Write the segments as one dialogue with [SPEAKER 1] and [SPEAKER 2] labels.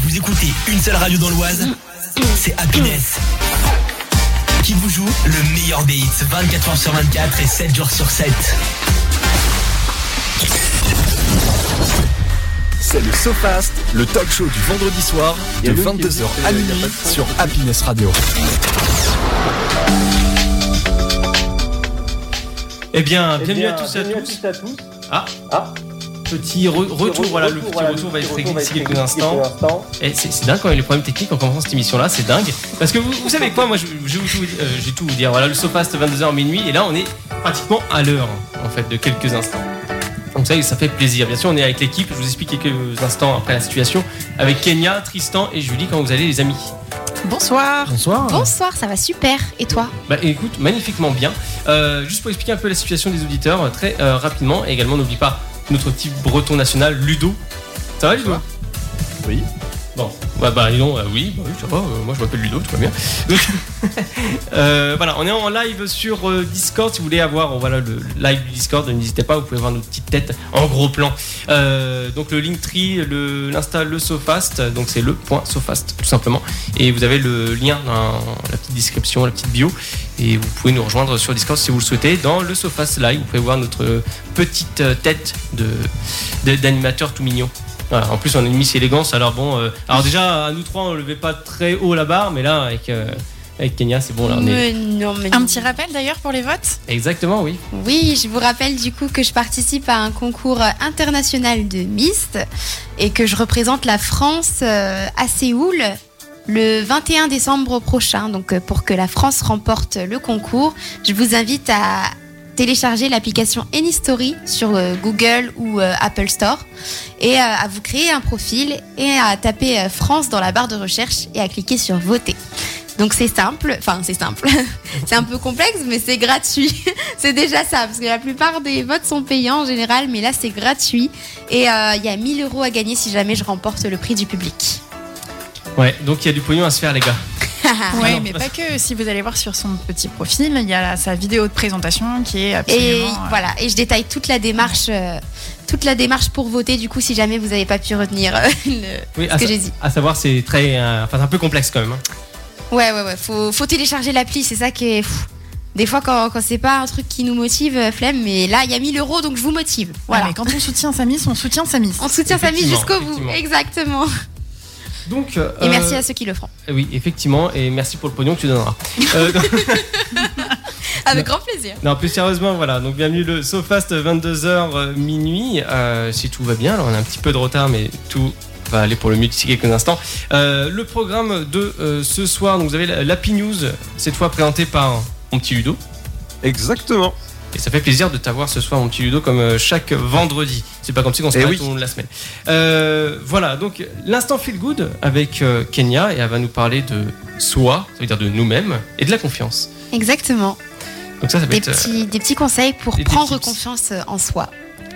[SPEAKER 1] vous écoutez une seule radio dans l'Oise, c'est Happiness. Qui vous joue le meilleur des hits 24 h sur 24 et 7 jours sur 7.
[SPEAKER 2] C'est le SoFast, le talk show du vendredi soir de 22h à minuit sur Happiness Radio.
[SPEAKER 3] Eh
[SPEAKER 4] Ah,
[SPEAKER 3] bien, bienvenue
[SPEAKER 5] bien,
[SPEAKER 3] à tous et à
[SPEAKER 5] bienvenue
[SPEAKER 3] tous.
[SPEAKER 5] à tous.
[SPEAKER 3] Ah,
[SPEAKER 5] Ah.
[SPEAKER 3] petit re- retour,
[SPEAKER 5] Retour,
[SPEAKER 3] voilà, le
[SPEAKER 5] retour,
[SPEAKER 3] petit
[SPEAKER 5] voilà,
[SPEAKER 3] retour va être
[SPEAKER 5] retour
[SPEAKER 3] réglé d'ici
[SPEAKER 5] réglé
[SPEAKER 3] quelques instants.
[SPEAKER 5] quelques instants.
[SPEAKER 3] Eh, c'est c'est dingue quand même les problèmes techniques en commençant cette émission là, c'est dingue. Parce que vous, vous savez quoi, moi je, je vais tout, euh, je vais tout vous dire. Voilà, le Sofast 22h minuit et là on est pratiquement à l'heure en fait de quelques instants. Donc ça, ça fait plaisir. Bien sûr, on est avec l'équipe. Je vous explique quelques instants après la situation avec Kenya, Tristan et Julie. Quand vous allez, les amis
[SPEAKER 6] Bonsoir.
[SPEAKER 3] Bonsoir.
[SPEAKER 6] Bonsoir, ça va super. Et toi
[SPEAKER 3] Bah écoute, magnifiquement bien. Euh, juste pour expliquer un peu la situation des auditeurs euh, très euh, rapidement, et également n'oublie pas notre petit breton national, Ludo. Ça va Ludo
[SPEAKER 2] Oui.
[SPEAKER 3] Bon, bah, bah non, euh, oui, bah, oui, ça va, euh, moi je m'appelle Ludo, tout va bien. Donc, euh, voilà, on est en live sur euh, Discord, si vous voulez avoir euh, voilà, le live du Discord, n'hésitez pas, vous pouvez voir nos petites têtes en gros plan. Euh, donc le Linktree, le- l'Insta, le Sofast, donc c'est le point Sofast, tout simplement. Et vous avez le lien dans la petite description, la petite bio. Et vous pouvez nous rejoindre sur Discord si vous le souhaitez. Dans le Sofast Live, vous pouvez voir notre petite euh, tête de de- d'animateur tout mignon. Voilà, en plus, on a une Miss Élégance. Alors bon, euh, alors déjà, à nous trois, on levait pas très haut la barre, mais là, avec, euh, avec Kenya, c'est bon, là, on est...
[SPEAKER 6] Un
[SPEAKER 7] Un petit rappel d'ailleurs pour les votes
[SPEAKER 3] Exactement, oui.
[SPEAKER 7] Oui, je vous rappelle du coup que je participe à un concours international de Mist et que je représente la France euh, à Séoul le 21 décembre prochain. Donc euh, pour que la France remporte le concours, je vous invite à télécharger l'application AnyStory sur euh, Google ou euh, Apple Store et euh, à vous créer un profil et à taper euh, France dans la barre de recherche et à cliquer sur voter. Donc c'est simple, enfin c'est simple, c'est un peu complexe mais c'est gratuit. C'est déjà ça, parce que la plupart des votes sont payants en général, mais là c'est gratuit. Et euh, il y a 1000 euros à gagner si jamais je remporte le prix du public.
[SPEAKER 3] Ouais, donc il y a du pognon à se faire, les gars.
[SPEAKER 7] Ouais.
[SPEAKER 3] non,
[SPEAKER 6] Oui, mais pas que. Si vous allez voir sur son petit profil, il y a la- sa vidéo de présentation qui est absolument.
[SPEAKER 7] Et
[SPEAKER 6] euh,
[SPEAKER 7] voilà, et je détaille toute la démarche, euh, toute la démarche pour voter du coup si jamais vous n'avez pas pu retenir euh, le-
[SPEAKER 3] Oui,
[SPEAKER 7] ce
[SPEAKER 3] à, sa-
[SPEAKER 7] que j'ai dit.
[SPEAKER 3] à savoir, c'est très. euh, Enfin, c'est un peu complexe quand même. hein.
[SPEAKER 7] Ouais ouais ouais, faut, faut télécharger l'appli, c'est ça qui est. pff, des fois quand, quand c'est pas un truc qui nous motive, euh, flemme, mais là il y a 1000 euros donc je vous motive.
[SPEAKER 6] Voilà.
[SPEAKER 7] Voilà.
[SPEAKER 6] Ah, mais quand on soutient sa miss, on soutient sa miss.
[SPEAKER 7] On soutient sa vie
[SPEAKER 3] Effectivement,
[SPEAKER 7] jusqu'au bout,
[SPEAKER 3] effectivement.
[SPEAKER 7] exactement.
[SPEAKER 3] Donc. euh,
[SPEAKER 7] Et merci à ceux qui le feront.
[SPEAKER 3] Oui, effectivement, et merci pour le pognon que tu donneras. Euh, non,
[SPEAKER 7] Avec grand plaisir.
[SPEAKER 3] non, plus sérieusement, voilà. Donc, bienvenue le SoFast 22h minuit. Euh, si tout va bien, alors on a un petit peu de retard, mais tout va aller pour le mieux d'ici quelques instants. Euh, le programme de euh, ce soir, donc vous avez la- l'Happy News, cette fois présenté par mon petit Ludo.
[SPEAKER 2] Exactement.
[SPEAKER 3] Et ça fait plaisir de t'avoir ce soir, mon petit Ludo, comme euh, chaque vendredi. C'est pas comme si on se
[SPEAKER 2] Eh
[SPEAKER 3] parlait
[SPEAKER 2] oui.
[SPEAKER 3] tout au long de la semaine. Euh, voilà, donc l'instant feel good avec euh, Kenya et elle va nous parler de soi, ça veut dire de nous-mêmes et de la confiance.
[SPEAKER 7] Exactement.
[SPEAKER 3] Donc ça, ça va
[SPEAKER 7] des
[SPEAKER 3] être. euh,
[SPEAKER 7] petits, des petits conseils pour
[SPEAKER 3] des petits
[SPEAKER 7] prendre
[SPEAKER 3] tips.
[SPEAKER 7] confiance euh, en soi.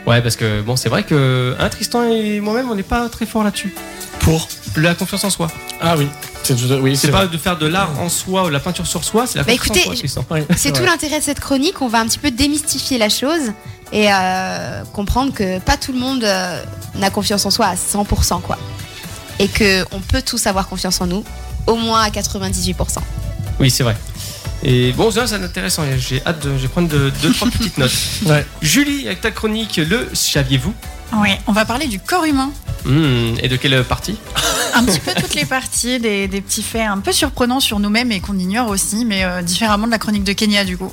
[SPEAKER 3] ouais, parce que bon, c'est vrai que hein, Tristan et moi-même, on n'est pas très fort là-dessus.
[SPEAKER 8] Pour
[SPEAKER 3] La confiance en soi.
[SPEAKER 8] Ah oui. C'est tout- oui,
[SPEAKER 3] C'est
[SPEAKER 8] c'est
[SPEAKER 3] pas
[SPEAKER 8] vrai.
[SPEAKER 3] de faire de l'art en soi ou de la peinture sur soi, c'est la
[SPEAKER 7] Bah,
[SPEAKER 3] confiance
[SPEAKER 7] écoutez,
[SPEAKER 3] en soi,
[SPEAKER 7] je-
[SPEAKER 3] Tristan.
[SPEAKER 8] Oui,
[SPEAKER 7] C'est
[SPEAKER 8] vrai.
[SPEAKER 7] tout l'intérêt de cette chronique. On va un petit peu démystifier la chose et euh, comprendre que pas tout le monde euh, n'a confiance en soi à 100%, quoi. Et que on peut tous avoir confiance en nous, au moins à 98%.
[SPEAKER 3] Oui, c'est vrai. Et bon, ça, c'est intéressant. J'ai hâte de. Je vais prendre de- deux, trois petites notes.
[SPEAKER 8] Ouais.
[SPEAKER 3] Julie, avec ta chronique, le saviez-vous
[SPEAKER 6] Oui, on va parler du corps humain.
[SPEAKER 3] Hmm, Et de quelle partie
[SPEAKER 6] Un petit peu toutes les parties, des, des petits faits un peu surprenants sur nous-mêmes et qu'on ignore aussi, mais euh, différemment de la chronique de Kenya du coup.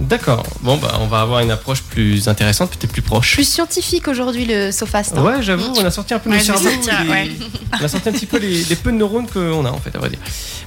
[SPEAKER 3] D'accord. Bon, bah, on va avoir une approche plus intéressante, peut-être plus proche. Ah.
[SPEAKER 7] Plus scientifique aujourd'hui le Sofast. hein.
[SPEAKER 3] Ouais, j'avoue, on a sorti un peu nos
[SPEAKER 6] Ouais, je vais
[SPEAKER 3] cerveaux,
[SPEAKER 6] sortir,
[SPEAKER 3] les-
[SPEAKER 6] ouais.
[SPEAKER 3] on a sorti un petit peu les, les peu de neurones qu'on a en fait, à vrai dire.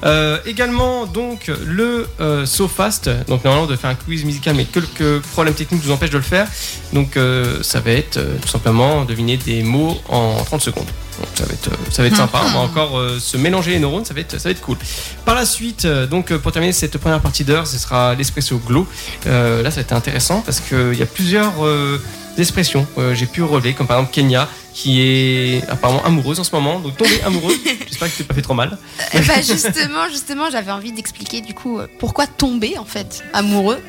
[SPEAKER 3] Euh, également, donc, le euh, SoFast. Donc, normalement, on doit faire un quiz musical, mais quelques problèmes techniques nous empêchent de le faire. Donc, euh, ça va être euh, tout simplement deviner des mots en 30 secondes. Donc, ça va être, euh, ça va être sympa. On va encore euh, se mélanger les neurones, ça va être, ça va être cool. Par la suite, euh, donc, euh, pour terminer cette première partie d'heure, ce sera l'espresso glow. Euh, là, ça a été intéressant parce qu'il y a plusieurs euh, expressions euh, j'ai pu relever, comme par exemple Kenya, qui est apparemment amoureuse en ce moment. Donc tomber amoureux, j'espère que tu t'es pas fait trop mal.
[SPEAKER 7] Eh ben, justement, justement, j'avais envie d'expliquer du coup euh, pourquoi tomber en fait amoureux.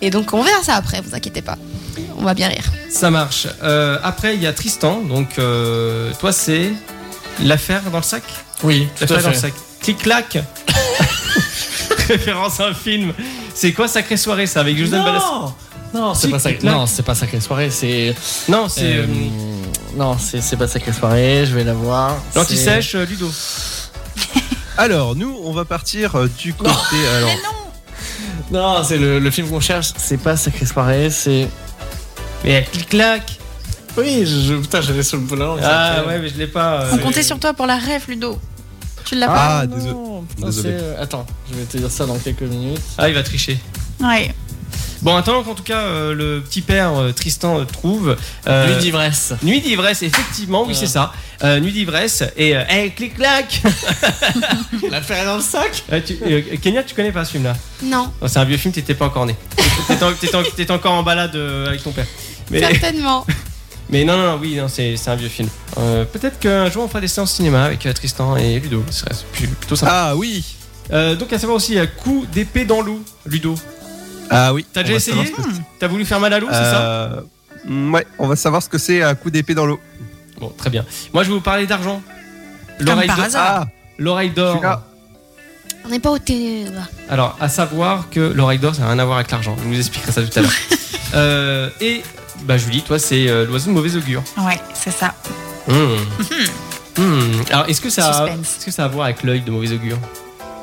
[SPEAKER 7] Et donc on verra ça après. Vous inquiétez pas. On va bien rire.
[SPEAKER 3] Ça marche. Euh, après, il y a Tristan. Donc euh, toi, c'est L'affaire dans le sac
[SPEAKER 8] Oui, tout à
[SPEAKER 3] L'affaire dans le
[SPEAKER 8] fait.
[SPEAKER 3] sac. Clic-clac Référence à un film. C'est quoi Sacrée soirée ça avec Joseph Balasco
[SPEAKER 8] Non, non, c'est
[SPEAKER 3] Si,
[SPEAKER 8] pas ça.
[SPEAKER 3] clic-clac.
[SPEAKER 8] Non, c'est pas sacrée soirée. C'est.
[SPEAKER 3] Non, c'est.
[SPEAKER 8] euh,
[SPEAKER 3] euh,
[SPEAKER 8] Non, c'est c'est pas sacrée soirée. Je vais la voir. C'est-
[SPEAKER 3] L'anti-sèche, euh, Ludo.
[SPEAKER 5] Alors, nous, on va partir euh, du côté. Alors,
[SPEAKER 6] Mais non
[SPEAKER 8] Non, c'est le, le film qu'on cherche. C'est pas sacrée soirée. C'est.
[SPEAKER 3] Mais clic-clac
[SPEAKER 8] Oui, je, je- putain, j'avais sur le bout de la langue, ça
[SPEAKER 3] Ah
[SPEAKER 8] me fait-
[SPEAKER 3] ouais, mais je l'ai pas. euh,
[SPEAKER 6] On comptait sur toi pour la rêve, Ludo. Tu l'as
[SPEAKER 5] Ah,
[SPEAKER 8] non.
[SPEAKER 5] désolé.
[SPEAKER 8] Non,
[SPEAKER 5] Désolé.
[SPEAKER 8] c'est, euh, Attends, je vais te dire ça dans quelques minutes.
[SPEAKER 3] Ah, il va tricher.
[SPEAKER 6] pas Ouais.
[SPEAKER 3] Bon, attendant qu'en tout cas, euh, le petit père euh, Tristan euh, trouve. euh,
[SPEAKER 8] Nuit d'ivresse.
[SPEAKER 3] Nuit d'ivresse, effectivement, oui,
[SPEAKER 8] Voilà.
[SPEAKER 3] c'est ça. Euh, nuit d'ivresse et euh, hey, clic-clac
[SPEAKER 8] L'affaire est dans le sac.
[SPEAKER 3] Euh, tu- euh, Kenya, tu connais pas ce film-là
[SPEAKER 7] Non,
[SPEAKER 3] Oh, C'est un vieux film, t'étais pas encore né. T'étais en- t'étais en- t'étais encore en balade euh, avec ton père. Mais,
[SPEAKER 7] certainement.
[SPEAKER 3] mais non, non, non, oui, non, c'est c'est un vieux film. Euh, Peut-être qu'un jour on fera des séances cinéma avec euh, Tristan et Ludo, ce serait plus- plutôt sympa.
[SPEAKER 5] ah oui
[SPEAKER 3] Euh, donc à savoir aussi, euh, coup d'épée dans l'eau, Ludo.
[SPEAKER 5] Ah oui
[SPEAKER 3] T'as
[SPEAKER 5] On
[SPEAKER 3] déjà
[SPEAKER 5] va
[SPEAKER 3] essayé
[SPEAKER 5] savoir
[SPEAKER 6] Hmm.
[SPEAKER 3] T'as voulu faire mal à l'eau,
[SPEAKER 5] ce que-
[SPEAKER 3] c'est ça
[SPEAKER 5] Euh, mm, Ouais, on va savoir ce que c'est un coup d'épée dans l'eau.
[SPEAKER 3] Bon, très bien. Moi, je vais vous parler d'argent. L'oreille
[SPEAKER 6] par
[SPEAKER 3] d'or-
[SPEAKER 6] hasard.
[SPEAKER 5] Ah,
[SPEAKER 3] L'oreille d'or.
[SPEAKER 5] celui-là.
[SPEAKER 7] On n'est pas au E, télé.
[SPEAKER 3] Alors, à savoir que l'oreille d'or, ça n'a rien à voir avec l'argent. Je vous expliquerai ça tout à l'heure. Euh, et, bah, Julie, toi, c'est euh, l'oiseau de mauvais augure.
[SPEAKER 6] Ouais, c'est ça.
[SPEAKER 3] Hmm. Hmm. Alors, est-ce que, ça a-
[SPEAKER 6] Suspense.
[SPEAKER 3] est-ce que ça a à voir avec l'œil de mauvais augure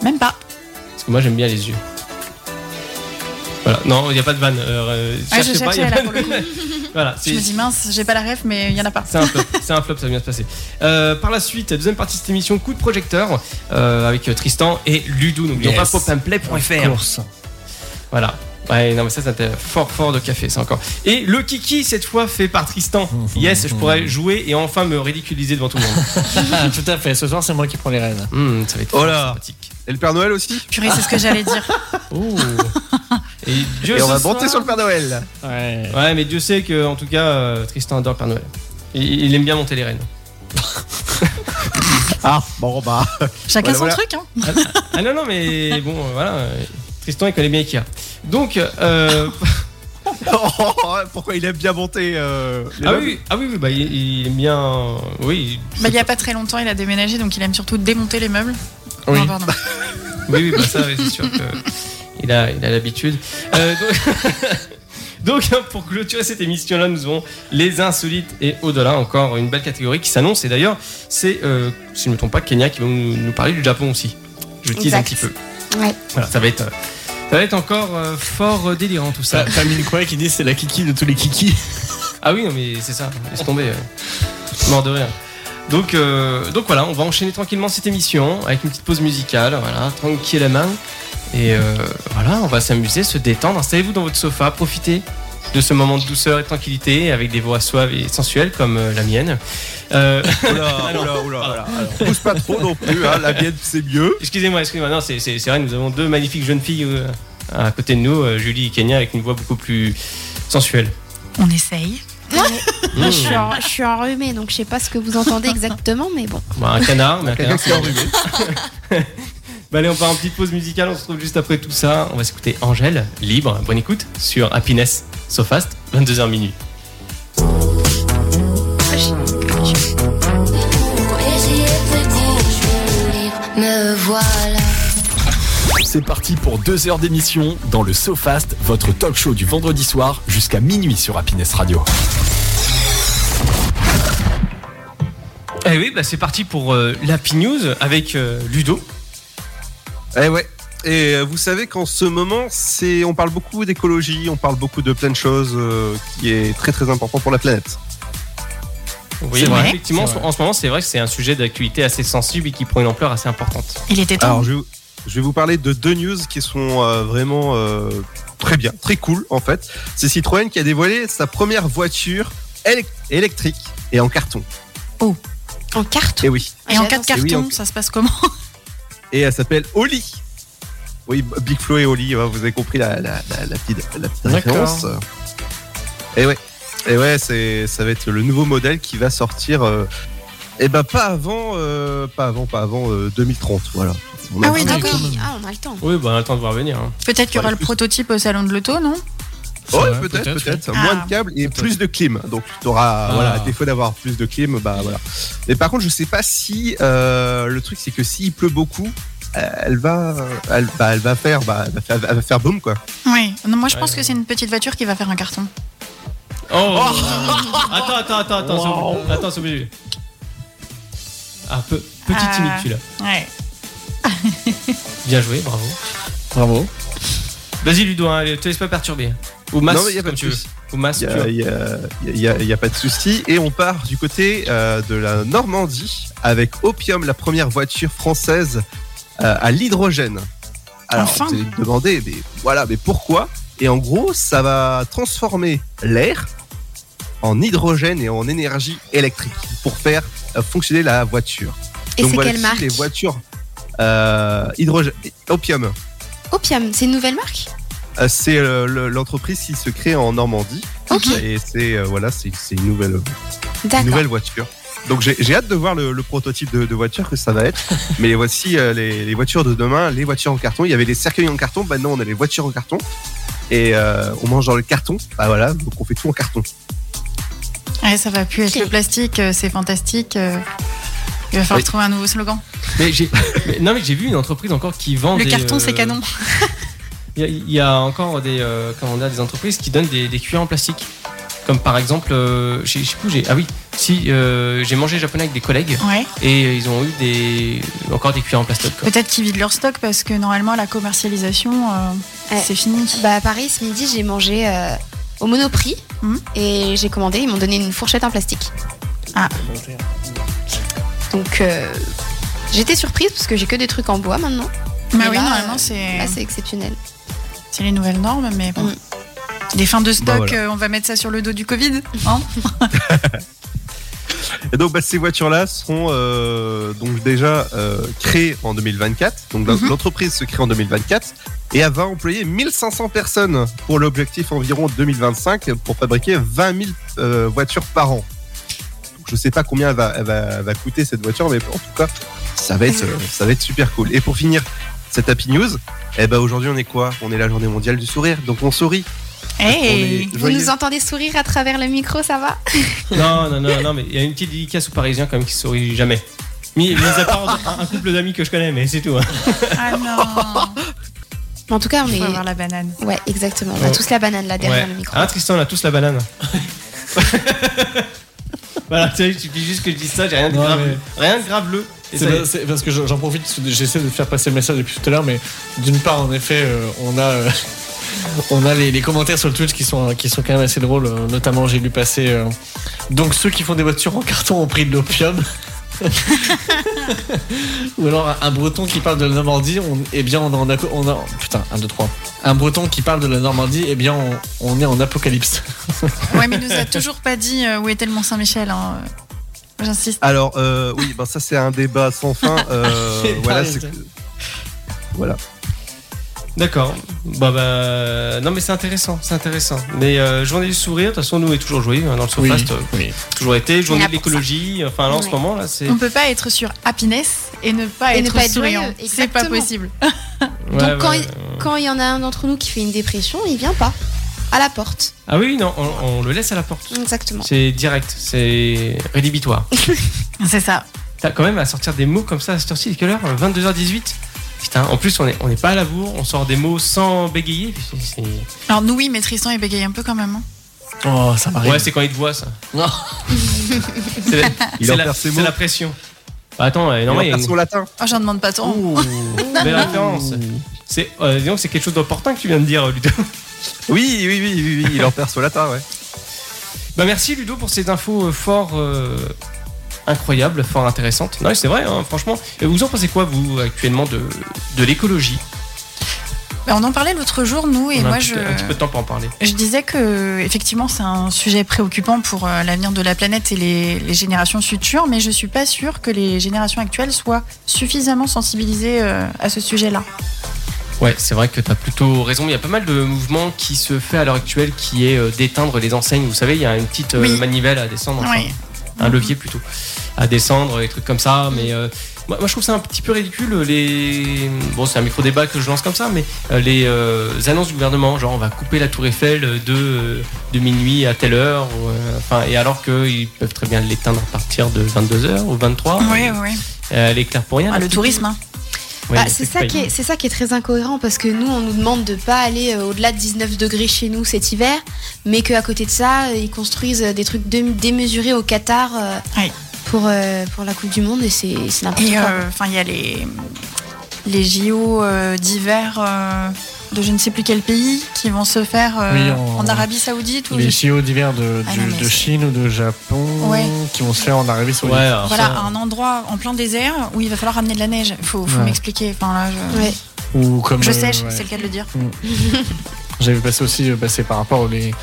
[SPEAKER 6] Même pas.
[SPEAKER 3] Parce que moi, j'aime bien les yeux. Voilà. Non, il n'y a pas de vanne. Euh, euh,
[SPEAKER 6] Ouais, Ah, je
[SPEAKER 3] cherchez pas, il y a
[SPEAKER 6] cherchais là
[SPEAKER 3] pas de-
[SPEAKER 6] pour le coup.
[SPEAKER 3] Voilà,
[SPEAKER 6] Je me
[SPEAKER 3] c'est,
[SPEAKER 6] dis mince, j'ai pas la rêve, mais il y en a pas.
[SPEAKER 3] C'est un flop, c'est un flop, ça va bien se passer. Euh, par la suite, deuxième partie de cette émission, coup de projecteur euh, avec euh, Tristan et Ludo. N'oublions
[SPEAKER 8] Yes.
[SPEAKER 3] pas popandplay.fr.
[SPEAKER 8] Course.
[SPEAKER 3] Voilà. Ouais, non, mais ça, ça t'est fort, fort de café, ça encore. Et le kiki, cette fois, fait par Tristan. Yes, je pourrais jouer et enfin me ridiculiser devant tout le monde.
[SPEAKER 8] Ah, tout à fait. Ce soir, c'est moi qui prends les rênes.
[SPEAKER 3] Hmm, ça va être
[SPEAKER 5] Oh
[SPEAKER 3] fort,
[SPEAKER 5] là.
[SPEAKER 3] sympathique.
[SPEAKER 5] Et le Père Noël aussi
[SPEAKER 6] Purée, c'est ce que j'allais dire.
[SPEAKER 3] Oh. Et Dieu
[SPEAKER 5] Et on
[SPEAKER 3] ce
[SPEAKER 5] va monter
[SPEAKER 3] soir-
[SPEAKER 5] sur le Père Noël
[SPEAKER 8] Ouais.
[SPEAKER 3] Ouais, mais Dieu sait que, en tout cas, euh, Tristan adore Père Noël. Il, il aime bien monter les rênes.
[SPEAKER 5] Ah, bon bah.
[SPEAKER 6] Chacun
[SPEAKER 5] Voilà, voilà.
[SPEAKER 6] son truc, hein.
[SPEAKER 3] Ah non, non, mais bon, euh, voilà. euh, Tristan, il connaît bien Ikea. Donc, euh,
[SPEAKER 5] Oh, pourquoi il aime bien monter euh, les
[SPEAKER 3] ah,
[SPEAKER 5] meubles
[SPEAKER 3] oui, ah oui, oui, bah, il, il aime bien. euh, Oui,
[SPEAKER 6] Bah, il y a pas très longtemps, il a déménagé, donc il aime surtout démonter les meubles.
[SPEAKER 8] Oui.
[SPEAKER 6] Non, pardon.
[SPEAKER 3] oui, oui, bah, ça, oui, c'est sûr que il a il a l'habitude. Euh, donc, donc, pour clôturer cette émission-là, nous avons les insolites et au-delà, encore une belle catégorie qui s'annonce. Et d'ailleurs, c'est, euh, si je ne me trompe pas, Kenya qui va nous, nous parler du Japon aussi. Je tease un
[SPEAKER 7] Exact.
[SPEAKER 3] petit peu.
[SPEAKER 7] Ouais.
[SPEAKER 3] Voilà, ça va être. euh, Ça va être encore euh, fort euh, délirant tout ça.
[SPEAKER 8] T'as t'as mis le quoi qui dit c'est la kiki de tous les kikis.
[SPEAKER 3] Ah oui, non, mais c'est ça, laisse tomber. euh, mort de rire. Donc, euh, donc voilà, on va enchaîner tranquillement cette émission avec une petite pause musicale, voilà, tranquillement. Et euh, voilà, on va s'amuser, se détendre. Installez-vous dans votre sofa, profitez de ce moment de douceur et de tranquillité avec des voix suaves et sensuelles comme euh, la mienne. Euh,
[SPEAKER 5] Oh là, oh là, oh là, oh là. Alors, pousse pas trop non plus, hein, la mienne c'est mieux.
[SPEAKER 3] excusez-moi, excusez-moi, non, c'est, c'est- c'est vrai, nous avons deux magnifiques jeunes filles euh, à côté de nous, euh, Julie et Kenya, avec une voix beaucoup plus sensuelle. Mmh.
[SPEAKER 6] On essaye.
[SPEAKER 5] Mmh.
[SPEAKER 7] Moi, je suis, en, je suis enrhumée, donc je sais pas ce que vous entendez exactement, mais bon.
[SPEAKER 3] Bah, un canard, mais un
[SPEAKER 5] Quelqu'un
[SPEAKER 3] canard.
[SPEAKER 5] qui est enrhumé.
[SPEAKER 3] Bah allez, on part en petite pause musicale, on se retrouve juste après tout ça. On va s'écouter Angèle, libre, bonne écoute, sur Happiness So Fast, 22h minuit.
[SPEAKER 9] Me voilà.
[SPEAKER 2] C'est parti pour deux heures d'émission dans le SoFast, votre talk show du vendredi soir jusqu'à minuit sur Happiness Radio.
[SPEAKER 3] Eh oui, bah c'est parti pour euh, l'Happy News avec euh, Ludo.
[SPEAKER 5] Eh ouais. Et euh, vous savez qu'en ce moment, c'est on parle beaucoup d'écologie, on parle beaucoup de plein de choses euh, qui est très très important pour la planète.
[SPEAKER 3] Oui,
[SPEAKER 6] C'est vrai.
[SPEAKER 3] effectivement,
[SPEAKER 8] C'est vrai.
[SPEAKER 3] en ce moment, c'est vrai que c'est un sujet d'actualité assez sensible et qui prend une ampleur assez importante.
[SPEAKER 6] Il était temps.
[SPEAKER 5] Alors je, je vais vous parler de deux news qui sont euh, vraiment euh, très bien, très cool en fait. C'est Citroën qui a dévoilé sa première voiture élec- électrique et en carton.
[SPEAKER 7] En carton.
[SPEAKER 5] Et oui.
[SPEAKER 6] Et en cas
[SPEAKER 7] J'adore
[SPEAKER 6] de
[SPEAKER 5] ça.
[SPEAKER 6] carton,
[SPEAKER 5] Oui, en-
[SPEAKER 6] ça se passe comment
[SPEAKER 5] Et elle s'appelle Oli. Oui, Big Flo et Oli, hein, vous avez compris la, la, la, la petite, la petite
[SPEAKER 8] D'accord.
[SPEAKER 5] référence. Et ouais, et ouais c'est, ça va être le nouveau modèle qui va sortir. Euh, et ben pas avant, euh, pas avant, pas avant euh, 2030, voilà. On a
[SPEAKER 6] Ah oui,
[SPEAKER 5] dit-
[SPEAKER 7] Ah
[SPEAKER 6] d'accord.
[SPEAKER 7] oui, ah, on a le temps.
[SPEAKER 3] Oui, bah on a le temps de voir venir. hein.
[SPEAKER 6] Peut-être qu'il y aura
[SPEAKER 5] Ouais,
[SPEAKER 6] le prototype au salon de l'auto, non
[SPEAKER 5] Oh,
[SPEAKER 8] Ouais,
[SPEAKER 5] peut-être,
[SPEAKER 8] peut-être,
[SPEAKER 5] peut-être.
[SPEAKER 6] oui.
[SPEAKER 5] Moins
[SPEAKER 6] Ah.
[SPEAKER 5] de câbles et
[SPEAKER 8] Peut-être.
[SPEAKER 5] plus de clim. Donc, tu auras,
[SPEAKER 8] Ah.
[SPEAKER 5] voilà, à défaut d'avoir plus de clim, bah voilà. Mais par contre, je sais pas si euh, le truc, c'est que s'il pleut beaucoup, euh, elle va, elle, bah, elle va faire, bah, elle va faire, elle va faire boum quoi.
[SPEAKER 6] Oui. Non, moi, je pense
[SPEAKER 3] Ouais.
[SPEAKER 6] que c'est une petite voiture qui va faire un carton.
[SPEAKER 3] Oh Attends, attends, attends, attends, c'est obligé. Attends, c'est obligé. Ah, peu, petit
[SPEAKER 6] Ah.
[SPEAKER 3] timide celui-là.
[SPEAKER 6] Ouais.
[SPEAKER 3] Bien joué, bravo.
[SPEAKER 8] Bravo.
[SPEAKER 3] Vas-y, Ludo, hein, allez, te laisse pas perturber. Ou masse,
[SPEAKER 5] Non, mais y a pas
[SPEAKER 3] comme
[SPEAKER 5] de
[SPEAKER 3] tu veux.
[SPEAKER 5] souci.
[SPEAKER 3] Ou masse,
[SPEAKER 5] Il
[SPEAKER 3] tu
[SPEAKER 5] y a,
[SPEAKER 3] veux.
[SPEAKER 5] y a- y a- y a pas de souci. Et on part du côté euh, de la Normandie avec Opium, la première voiture française euh, à l'hydrogène. Alors,
[SPEAKER 6] Enfin.
[SPEAKER 5] vous allez me demander, mais voilà, mais pourquoi Et en gros, ça va transformer l'air en hydrogène et en énergie électrique pour faire euh, fonctionner la voiture.
[SPEAKER 7] Et
[SPEAKER 5] Donc
[SPEAKER 7] c'est
[SPEAKER 5] voilà
[SPEAKER 7] quelle
[SPEAKER 5] ici
[SPEAKER 7] marque
[SPEAKER 5] Les voitures euh, hydrogène, Opium.
[SPEAKER 7] Opium, c'est une nouvelle marque
[SPEAKER 5] Euh, C'est euh, le- l'entreprise qui se crée en Normandie.
[SPEAKER 7] Ok.
[SPEAKER 5] Et c'est euh, voilà, c'est c'est une nouvelle une
[SPEAKER 7] D'accord.
[SPEAKER 5] nouvelle voiture. Donc j'ai j'ai hâte de voir le, le prototype de, de voiture que ça va être. Mais voici euh, les, les voitures de demain, les voitures en carton. Il y avait les cercueils en carton, maintenant on a les voitures en carton. Et euh, on mange dans le carton. Bah voilà, donc on fait tout en carton.
[SPEAKER 6] Ouais, ça va plus être
[SPEAKER 7] Ok.
[SPEAKER 6] le plastique, euh, c'est fantastique. euh, Il va falloir
[SPEAKER 5] Oui.
[SPEAKER 6] trouver un nouveau slogan.
[SPEAKER 3] Mais j'ai- mais- non, mais j'ai vu une entreprise encore qui vend
[SPEAKER 6] Le
[SPEAKER 3] des,
[SPEAKER 6] carton,
[SPEAKER 3] euh,
[SPEAKER 6] c'est canon.
[SPEAKER 3] Il y, a- il y a encore des, euh, comment dire, des entreprises qui donnent des, des cuillères en plastique. Comme par exemple, euh, je sais- je sais plus, j'ai- ah oui, si, euh, j'ai mangé japonais avec des collègues
[SPEAKER 6] Ouais.
[SPEAKER 3] et ils ont eu des, encore des cuillères en plastique. quoi.
[SPEAKER 6] Peut-être qu'ils vident leur stock parce que normalement, la commercialisation, euh,
[SPEAKER 7] Ouais.
[SPEAKER 6] c'est fini.
[SPEAKER 7] Bah, à Paris, ce midi, j'ai mangé euh, au Monoprix
[SPEAKER 6] Mhm.
[SPEAKER 7] et j'ai commandé. Ils m'ont donné une fourchette en plastique.
[SPEAKER 6] Ah.
[SPEAKER 7] Donc, euh, j'étais surprise parce que j'ai que des trucs en bois maintenant.
[SPEAKER 6] Bah
[SPEAKER 7] Mais
[SPEAKER 6] oui,
[SPEAKER 7] là,
[SPEAKER 6] normalement,
[SPEAKER 7] euh,
[SPEAKER 6] c'est
[SPEAKER 7] Là, c'est exceptionnel.
[SPEAKER 6] c'est les nouvelles normes, mais bon.
[SPEAKER 7] Mm.
[SPEAKER 6] Les fins de stock,
[SPEAKER 5] Bah, voilà.
[SPEAKER 6] euh, on va mettre ça sur le dos du Covid. hein
[SPEAKER 5] Et donc bah, ces voitures-là seront euh, donc déjà euh, créées en 2024. Donc la-
[SPEAKER 6] Mhm.
[SPEAKER 5] l'entreprise se crée en 2024 et elle va employer 1500 personnes pour l'objectif environ 2025 pour fabriquer 20 000 euh, voitures par an. Donc, je sais pas combien elle va, elle va- elle va coûter cette voiture, mais en tout cas, ça va être, euh, ça va être super cool. Et pour finir cette Happy News, eh ben aujourd'hui on est quoi On est la journée mondiale du sourire, donc on sourit.
[SPEAKER 6] Hey.
[SPEAKER 5] On est
[SPEAKER 7] Vous
[SPEAKER 5] joyeux.
[SPEAKER 7] nous entendez sourire à travers le micro, ça va
[SPEAKER 3] Non, non, non, non, mais il y a une petite dédicace aux Parisiens quand même qui sourit jamais. Mis, mis à part un, un couple d'amis que je connais, mais c'est tout. hein.
[SPEAKER 6] Ah non
[SPEAKER 7] En tout cas, on
[SPEAKER 6] On
[SPEAKER 7] est.
[SPEAKER 6] va avoir la banane.
[SPEAKER 7] Ouais, exactement. On a
[SPEAKER 3] Oh.
[SPEAKER 7] tous la banane là derrière
[SPEAKER 3] Ouais.
[SPEAKER 7] le micro.
[SPEAKER 3] Ah, Tristan, on a tous la banane. voilà, tu sais, tu dis juste que je dis ça, j'ai rien de
[SPEAKER 8] Non,
[SPEAKER 3] grave.
[SPEAKER 8] mais-
[SPEAKER 3] Rien de grave le. Et
[SPEAKER 8] C'est
[SPEAKER 3] ça y est.
[SPEAKER 8] pas- c'est parce que je- j'en profite, parce que j'essaie de faire passer le message depuis tout à l'heure, mais d'une part, en effet, euh, on a, euh, on a les, les commentaires sur le Twitch qui sont, euh, qui sont quand même assez drôles. euh, Notamment, j'ai lu passer. euh, donc, ceux qui font des voitures en carton ont pris de l'opium. Ou alors un breton qui parle de la Normandie, on, eh bien on, est en aco- on a. Putain, 1, 2, 3. Un breton qui parle de la Normandie, eh bien on, on est en apocalypse.
[SPEAKER 6] Ouais, mais il nous a toujours pas dit euh, où était le Mont-Saint-Michel. hein. J'insiste.
[SPEAKER 5] Alors euh, oui, ben ça c'est un débat sans fin. Euh,
[SPEAKER 8] C'est
[SPEAKER 5] voilà,
[SPEAKER 8] pareil,
[SPEAKER 5] c'est
[SPEAKER 8] ça.
[SPEAKER 5] que- voilà.
[SPEAKER 3] D'accord. Bah bah non mais c'est intéressant, c'est intéressant. Mais euh, journée du sourire, de toute façon nous on est toujours joyeux hein, dans le Sofast, euh,
[SPEAKER 8] oui.
[SPEAKER 3] toujours été. Journée
[SPEAKER 7] là
[SPEAKER 3] de
[SPEAKER 7] pour ça.
[SPEAKER 3] l'écologie, enfin là en ce
[SPEAKER 7] Ouais.
[SPEAKER 3] moment là c'est.
[SPEAKER 6] On peut pas être sur happiness et ne pas
[SPEAKER 7] Et ne
[SPEAKER 6] être
[SPEAKER 7] pas être
[SPEAKER 6] souriant.
[SPEAKER 7] joyeux,
[SPEAKER 6] C'est pas
[SPEAKER 7] exactement.
[SPEAKER 6] possible.
[SPEAKER 3] Ouais,
[SPEAKER 7] Donc, quand
[SPEAKER 3] ouais,
[SPEAKER 7] il-
[SPEAKER 3] euh,
[SPEAKER 7] Quand il y en a un d'entre nous qui fait une dépression, il vient pas. À la porte.
[SPEAKER 3] Ah oui non, on, on le laisse à la porte.
[SPEAKER 7] Exactement.
[SPEAKER 3] C'est direct, c'est rédhibitoire.
[SPEAKER 6] C'est ça.
[SPEAKER 3] T'as quand même à sortir des mots comme ça à cette heure-ci, il est quelle heure Euh, 22h18 Putain, en plus on est on n'est pas à la bourre, on sort des mots sans bégayer. puis c'est- c'est-
[SPEAKER 6] Alors, nous, oui, mais Tristan, il bégaye un peu quand même. hein.
[SPEAKER 8] Oh, ça m'arrive.
[SPEAKER 3] Ouais c'est quand il te voit ça.
[SPEAKER 8] Non.
[SPEAKER 3] c'est la,
[SPEAKER 5] Il
[SPEAKER 3] c'est
[SPEAKER 5] en
[SPEAKER 3] la-
[SPEAKER 5] perd ses
[SPEAKER 3] c'est
[SPEAKER 5] mots.
[SPEAKER 3] la pression. Bah, attends, euh,
[SPEAKER 5] Non,
[SPEAKER 3] non, mais il y a
[SPEAKER 5] façon
[SPEAKER 3] une
[SPEAKER 5] latin.
[SPEAKER 6] Oh, j'en demande pas tant.
[SPEAKER 3] belle référence. C'est euh, disons que c'est quelque chose d'important que tu viens de dire euh, Ludo.
[SPEAKER 5] Oui, oui, oui, oui, oui, il en perd sur latin, ouais.
[SPEAKER 3] Bah merci Ludo pour ces infos euh, fort euh, incroyables, fort intéressantes. Non, mais c'est vrai, hein, franchement. Et vous en pensez quoi, vous, actuellement, de, de l'écologie
[SPEAKER 6] Bah, on en parlait l'autre jour, nous, et
[SPEAKER 3] On a un,
[SPEAKER 6] moi,
[SPEAKER 3] petit,
[SPEAKER 6] je.
[SPEAKER 3] un petit peu de temps pour en parler.
[SPEAKER 6] Je disais que effectivement c'est un sujet préoccupant pour euh, l'avenir de la planète et les, les générations futures, mais je suis pas sûre que les générations actuelles soient suffisamment sensibilisées euh, à ce sujet-là.
[SPEAKER 3] Ouais, c'est vrai que t'as plutôt raison. Il y a pas mal de mouvements qui se fait à l'heure actuelle qui est euh, d'éteindre les enseignes. Vous savez, il y a une petite euh,
[SPEAKER 6] Oui.
[SPEAKER 3] manivelle à descendre. enfin,
[SPEAKER 6] Oui.
[SPEAKER 3] un levier plutôt à descendre et trucs comme ça mais euh, Moi, moi, je trouve ça un petit peu ridicule. Les... Bon, c'est un micro-débat que je lance comme ça, mais euh, les euh, annonces du gouvernement, genre on va couper la Tour Eiffel de, euh, de minuit à telle heure, ou, euh, enfin, et alors qu'ils peuvent très bien l'éteindre à partir de 22h ou 23
[SPEAKER 6] Oui, oui.
[SPEAKER 3] Elle est claire pour rien.
[SPEAKER 6] Ah,
[SPEAKER 3] la
[SPEAKER 6] le
[SPEAKER 3] petite-
[SPEAKER 6] tourisme, hein.
[SPEAKER 3] Ouais,
[SPEAKER 7] Bah,
[SPEAKER 3] le
[SPEAKER 7] c'est
[SPEAKER 3] truc
[SPEAKER 7] ça,
[SPEAKER 3] paye.
[SPEAKER 7] qui est- c'est ça qui est très incohérent parce que nous, on nous demande de pas aller euh, au-delà de 19 degrés chez nous cet hiver, mais qu'à côté de ça, euh, ils construisent euh, des trucs dé- démesurés au Qatar euh,
[SPEAKER 6] Ouais.
[SPEAKER 7] pour, euh, pour la Coupe du Monde et c'est c'est n'importe
[SPEAKER 6] Et
[SPEAKER 7] quoi.
[SPEAKER 6] euh, enfin, il y a les, les JO euh, d'hiver euh, de je ne sais plus quel pays qui vont se faire euh,
[SPEAKER 8] Oui,
[SPEAKER 6] en...
[SPEAKER 8] en-
[SPEAKER 6] Arabie Saoudite. Ou
[SPEAKER 8] Les
[SPEAKER 6] je-
[SPEAKER 8] JO d'hiver de,
[SPEAKER 6] Ah
[SPEAKER 8] du-
[SPEAKER 6] non, mais
[SPEAKER 8] de
[SPEAKER 6] c'est-
[SPEAKER 8] Chine ou de Japon
[SPEAKER 6] Ouais.
[SPEAKER 8] qui vont se faire en Arabie Saoudite.
[SPEAKER 3] Ouais, alors
[SPEAKER 6] Voilà,
[SPEAKER 3] ça,
[SPEAKER 6] un endroit en plein désert où il va falloir ramener de la neige. Faut, faut
[SPEAKER 8] Ouais.
[SPEAKER 6] m'expliquer. Enfin, là, je,
[SPEAKER 7] Ouais.
[SPEAKER 8] Ou comme,
[SPEAKER 6] je
[SPEAKER 8] euh,
[SPEAKER 6] sèche,
[SPEAKER 8] ouais.
[SPEAKER 6] c'est le cas de le dire.
[SPEAKER 8] J'avais passé aussi euh, bah, c'est par rapport aux les,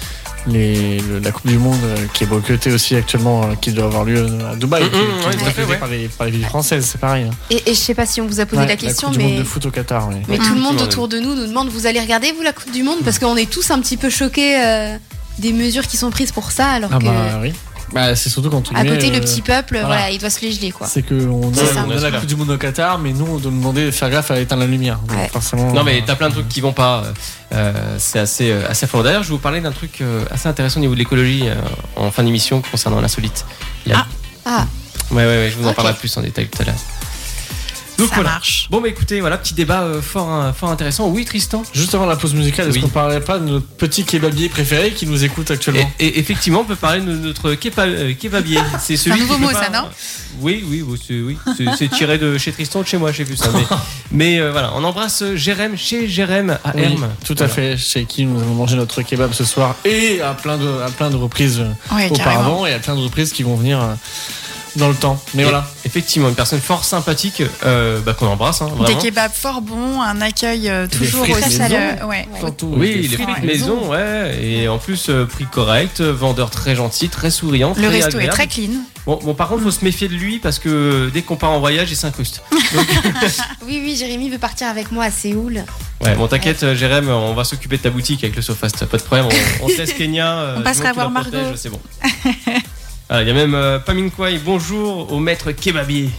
[SPEAKER 8] les- le- la Coupe du Monde euh, qui est boycottée aussi actuellement, euh, qui doit avoir lieu à Dubaï,
[SPEAKER 3] Mm,
[SPEAKER 8] qui,
[SPEAKER 3] mm, ouais,
[SPEAKER 8] qui est
[SPEAKER 3] tout à
[SPEAKER 8] boycottée
[SPEAKER 3] fait, ouais.
[SPEAKER 8] par, les, par les villes françaises, c'est pareil. hein.
[SPEAKER 7] Et, et je sais pas si on vous a posé
[SPEAKER 8] Ouais,
[SPEAKER 7] la question,
[SPEAKER 8] Coupe du
[SPEAKER 7] mais,
[SPEAKER 8] Monde de foot au Qatar, oui.
[SPEAKER 7] mais tout le monde
[SPEAKER 3] Ouais.
[SPEAKER 7] autour de nous nous demande vous allez regarder vous la Coupe du Monde parce qu'on est tous un petit peu choqués euh, des mesures qui sont prises pour ça, alors
[SPEAKER 8] Ah
[SPEAKER 7] que
[SPEAKER 8] bah oui. Bah, c'est surtout quand on
[SPEAKER 7] à
[SPEAKER 8] y
[SPEAKER 7] côté
[SPEAKER 8] est,
[SPEAKER 7] le
[SPEAKER 8] euh,
[SPEAKER 7] petit peuple,
[SPEAKER 8] voilà.
[SPEAKER 7] voilà. il doit se les geler quoi.
[SPEAKER 8] C'est qu'on
[SPEAKER 7] C'est ça.
[SPEAKER 8] a, on a la Coupe du Monde au Qatar, mais nous on doit demander de faire gaffe à éteindre la lumière. Donc,
[SPEAKER 7] Ouais.
[SPEAKER 8] forcément,
[SPEAKER 3] Non mais t'as plein de trucs qui vont pas. euh, euh, c'est assez euh, assez affreux. D'ailleurs, je vais vous parler d'un truc euh, assez intéressant au niveau de l'écologie euh, en fin d'émission concernant l'insolite. Il y a-
[SPEAKER 7] Ah.
[SPEAKER 3] Ouais ouais ouais, je vous en
[SPEAKER 7] Ok.
[SPEAKER 3] parlerai plus en détail tout à l'heure. Donc
[SPEAKER 6] ça
[SPEAKER 3] voilà.
[SPEAKER 6] marche.
[SPEAKER 3] Bon bah écoutez, voilà petit débat euh, fort hein, fort intéressant. Oui Tristan.
[SPEAKER 8] Juste avant la pause musicale, est-ce
[SPEAKER 3] Oui.
[SPEAKER 8] qu'on parlait pas de notre petit kebabier préféré qui nous écoute
[SPEAKER 3] Et,
[SPEAKER 8] actuellement
[SPEAKER 3] et effectivement, on peut parler de notre képa- euh, kébabier. C'est celui
[SPEAKER 6] un nouveau
[SPEAKER 3] qui peut
[SPEAKER 6] mot,
[SPEAKER 3] pas-
[SPEAKER 6] ça, non
[SPEAKER 3] Oui, oui, oui, c'est, oui. C'est, c'est tiré de chez Tristan, de chez moi, j'ai vu ça. Mais, mais, euh, voilà, on embrasse Jérém chez Jérém à
[SPEAKER 8] Oui,
[SPEAKER 3] Hermes.
[SPEAKER 8] tout à
[SPEAKER 3] ah, Voilà.
[SPEAKER 8] fait, chez qui nous avons mangé notre kebab ce soir et à plein de, à plein de reprises euh,
[SPEAKER 6] Ouais, carrément.
[SPEAKER 8] auparavant et à plein de reprises qui vont venir euh, dans le temps. Mais
[SPEAKER 3] Et
[SPEAKER 8] voilà,
[SPEAKER 3] Effectivement, une personne fort sympathique euh, bah, qu'on embrasse, hein,
[SPEAKER 6] Des
[SPEAKER 3] vraiment.
[SPEAKER 6] kebabs fort bons, un accueil euh, toujours
[SPEAKER 8] frites
[SPEAKER 6] aussi.
[SPEAKER 8] maison.
[SPEAKER 6] euh, ouais.
[SPEAKER 8] surtout avec
[SPEAKER 3] Oui,
[SPEAKER 8] des
[SPEAKER 3] les
[SPEAKER 8] frites
[SPEAKER 3] frites
[SPEAKER 8] maison.
[SPEAKER 3] maison, ouais. Et en plus, euh, prix correct, euh, vendeur très gentil, très souriant.
[SPEAKER 6] Le
[SPEAKER 3] très
[SPEAKER 6] resto est
[SPEAKER 3] agréable.
[SPEAKER 6] très clean.
[SPEAKER 3] Bon, bon, par contre, faut se méfier de lui parce que euh, dès qu'on part en voyage, il s'incruste.
[SPEAKER 7] Oui oui, Jérémy veut partir avec moi à Séoul.
[SPEAKER 3] Ouais, bon, t'inquiète, euh, Jérém, on va s'occuper de ta boutique avec le Sofast, pas de problème. On, on te laisse Kenya. euh,
[SPEAKER 6] On
[SPEAKER 3] dis-moi
[SPEAKER 6] passera
[SPEAKER 3] qui
[SPEAKER 6] voir
[SPEAKER 3] la
[SPEAKER 6] Margot.
[SPEAKER 3] protège, C'est bon. Voilà, Il y a même euh, Paminkwai, bonjour au maître kebabier.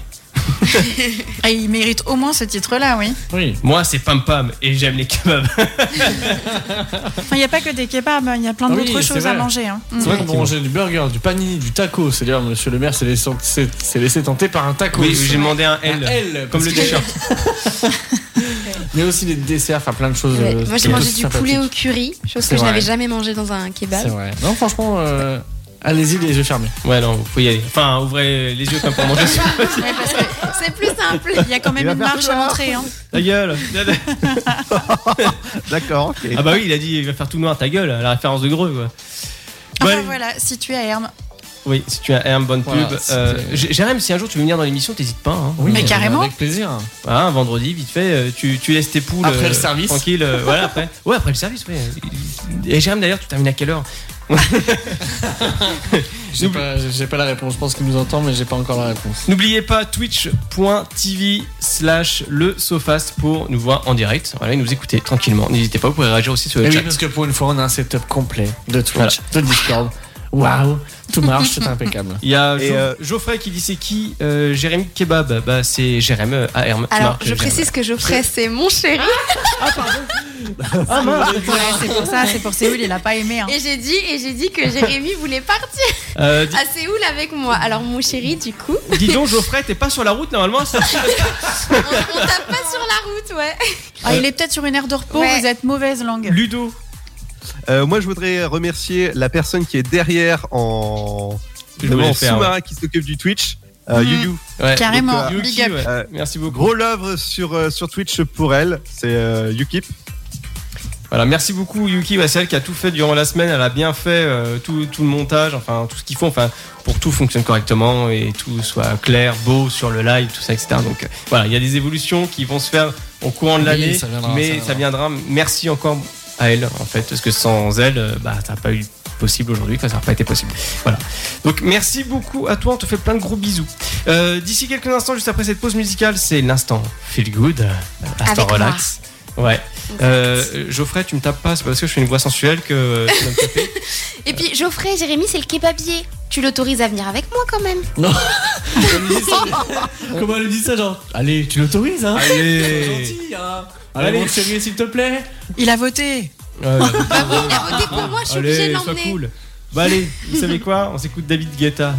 [SPEAKER 6] Et il mérite au moins ce titre-là, oui.
[SPEAKER 8] Oui,
[SPEAKER 3] Moi, c'est Pam Pam et j'aime les kebabs.
[SPEAKER 6] Enfin, il n'y a pas que des kebabs, hein, il y a plein
[SPEAKER 8] Ah oui,
[SPEAKER 6] d'autres
[SPEAKER 8] c'est
[SPEAKER 6] choses
[SPEAKER 8] vrai.
[SPEAKER 6] à manger. hein. Mm.
[SPEAKER 8] c'est vrai qu'on mangeait du burger, du panini, du taco. C'est d'ailleurs, monsieur le maire s'est laissé, s'est- s'est laissé tenter par un taco.
[SPEAKER 3] Oui, j'ai demandé un
[SPEAKER 8] Un
[SPEAKER 3] L.
[SPEAKER 8] L,
[SPEAKER 3] Comme
[SPEAKER 8] parce
[SPEAKER 3] le
[SPEAKER 8] que-
[SPEAKER 3] t-shirt.
[SPEAKER 8] Mais aussi des desserts, enfin plein de choses.
[SPEAKER 7] Ouais,
[SPEAKER 8] euh,
[SPEAKER 7] Moi j'ai
[SPEAKER 8] plutôt
[SPEAKER 7] mangé du
[SPEAKER 8] sympathiques.
[SPEAKER 7] poulet au curry, chose
[SPEAKER 8] C'est
[SPEAKER 7] que je
[SPEAKER 8] vrai.
[SPEAKER 7] n'avais jamais mangé dans un
[SPEAKER 8] C'est
[SPEAKER 7] kebab.
[SPEAKER 8] vrai. Non, franchement, euh, allez-y les yeux fermés.
[SPEAKER 3] Ouais, non, vous pouvez y aller. Enfin, ouvrez les yeux comme pour manger sur
[SPEAKER 7] Ouais, parce que c'est plus simple.
[SPEAKER 6] Il y a quand même
[SPEAKER 5] Il va
[SPEAKER 6] une
[SPEAKER 5] faire
[SPEAKER 6] marche
[SPEAKER 5] tout
[SPEAKER 6] à
[SPEAKER 5] noir.
[SPEAKER 6] montrer. hein.
[SPEAKER 3] ta gueule.
[SPEAKER 5] D'accord, ok.
[SPEAKER 3] Ah bah oui, il a dit, il va faire tout noir ta gueule, à la référence de Greux, quoi. Bon,
[SPEAKER 6] Enfin
[SPEAKER 3] allez.
[SPEAKER 6] Ah bah voilà, situé à Hermes.
[SPEAKER 3] Oui, si tu as un bonne pub.
[SPEAKER 8] Voilà, c'était-
[SPEAKER 3] euh, J- Jérém, si un jour tu veux venir dans l'émission, t'hésites pas. Hein.
[SPEAKER 8] Oui,
[SPEAKER 6] Mais carrément.
[SPEAKER 8] Avec plaisir.
[SPEAKER 3] Voilà, un vendredi, vite fait, euh, tu, tu laisses tes poules.
[SPEAKER 8] Après le service.
[SPEAKER 3] Tranquille, euh, voilà, après. Ouais, après le service, oui. Et Jérém, d'ailleurs, tu termines à quelle heure
[SPEAKER 8] J'ai pas, j'ai pas la réponse. Je pense qu'il nous entend, mais j'ai pas encore la réponse.
[SPEAKER 3] N'oubliez pas twitch.tv slash le Sofast pour nous voir en direct. Voilà, et nous écouter tranquillement. N'hésitez pas, vous pouvez réagir aussi sur le
[SPEAKER 8] Et Eh oui,
[SPEAKER 3] chat.
[SPEAKER 8] parce que pour une fois, on a un setup complet de Twitch, de Discord. Waouh, tout marche, c'est impeccable.
[SPEAKER 3] Il y a
[SPEAKER 5] Et,
[SPEAKER 3] Jo-
[SPEAKER 5] euh,
[SPEAKER 3] Geoffrey qui dit c'est qui euh, Jérémy Kebab Bah, c'est Jérémy euh, à Herm.
[SPEAKER 7] Alors,
[SPEAKER 3] Marc,
[SPEAKER 7] je
[SPEAKER 3] Jérémy.
[SPEAKER 7] précise que Geoffrey, c'est mon chéri.
[SPEAKER 3] Ah, mince.
[SPEAKER 6] Ouais, c'est pour ça, c'est pour Séoul, il a pas aimé. hein.
[SPEAKER 7] Et j'ai dit, et j'ai dit que Jérémy voulait partir
[SPEAKER 3] Euh, dis-
[SPEAKER 7] à Séoul avec moi. Alors, mon chéri, du coup,
[SPEAKER 3] dis donc, Geoffrey, t'es pas sur la route normalement ça-
[SPEAKER 7] on, on tape pas sur la route, ouais.
[SPEAKER 6] Ah, il est peut-être sur une aire de repos,
[SPEAKER 7] Ouais.
[SPEAKER 6] vous êtes mauvaise langue.
[SPEAKER 3] Ludo.
[SPEAKER 5] Euh, moi, je voudrais remercier la personne qui est derrière en,
[SPEAKER 3] Je voulais
[SPEAKER 5] en
[SPEAKER 3] le faire, Mm.
[SPEAKER 5] sous-marin qui s'occupe du Twitch, euh,
[SPEAKER 6] Mhm.
[SPEAKER 5] Yuyu.
[SPEAKER 3] Ouais.
[SPEAKER 6] Carrément,
[SPEAKER 5] Donc,
[SPEAKER 3] Yuki,
[SPEAKER 6] big up.
[SPEAKER 3] ouais.
[SPEAKER 5] Euh,
[SPEAKER 3] Merci beaucoup.
[SPEAKER 5] Gros love sur, euh, sur Twitch pour elle, c'est euh, Ukip.
[SPEAKER 3] Voilà, merci beaucoup Yuki, ouais, c'est elle qui a tout fait durant la semaine, elle a bien fait euh, tout, tout le montage, enfin tout ce qu'il faut, enfin pour que tout fonctionne correctement et tout soit clair, beau sur le live, tout ça, etc. Donc euh, voilà, il y a des évolutions qui vont se faire au courant de
[SPEAKER 8] Oui,
[SPEAKER 3] l'année,
[SPEAKER 8] ça viendra, ça
[SPEAKER 3] mais ça viendra. Merci encore à elle en fait, parce que sans elle, euh, bah ça n'a pas eu possible aujourd'hui, quoi, ça n'a pas été possible. Voilà. Donc merci beaucoup à toi, on te fait plein de gros bisous. Euh, D'ici quelques instants, juste après cette pause musicale, c'est l'instant feel good, euh, l'instant
[SPEAKER 7] Avec moi.
[SPEAKER 3] relax. Ouais. Euh, Geoffrey, tu me tapes pas, c'est parce que je fais une voix sensuelle que euh, tu vas me taper.
[SPEAKER 7] Et puis Geoffrey, Jérémy, c'est le kebabier. Tu l'autorises à venir avec moi quand même.
[SPEAKER 8] Comment elle lui dit ça, genre Allez, tu l'autorises, hein
[SPEAKER 3] Allez
[SPEAKER 8] Gentil, hein
[SPEAKER 3] Allez.
[SPEAKER 8] Allez, mon chéri, s'il te plaît
[SPEAKER 6] Il a voté.
[SPEAKER 7] Bah oui, il a voté pour moi, je suis obligée de
[SPEAKER 3] Euh, Allez, sois
[SPEAKER 7] l'emmener.
[SPEAKER 3] cool. Bah allez, vous savez quoi On s'écoute David Guetta.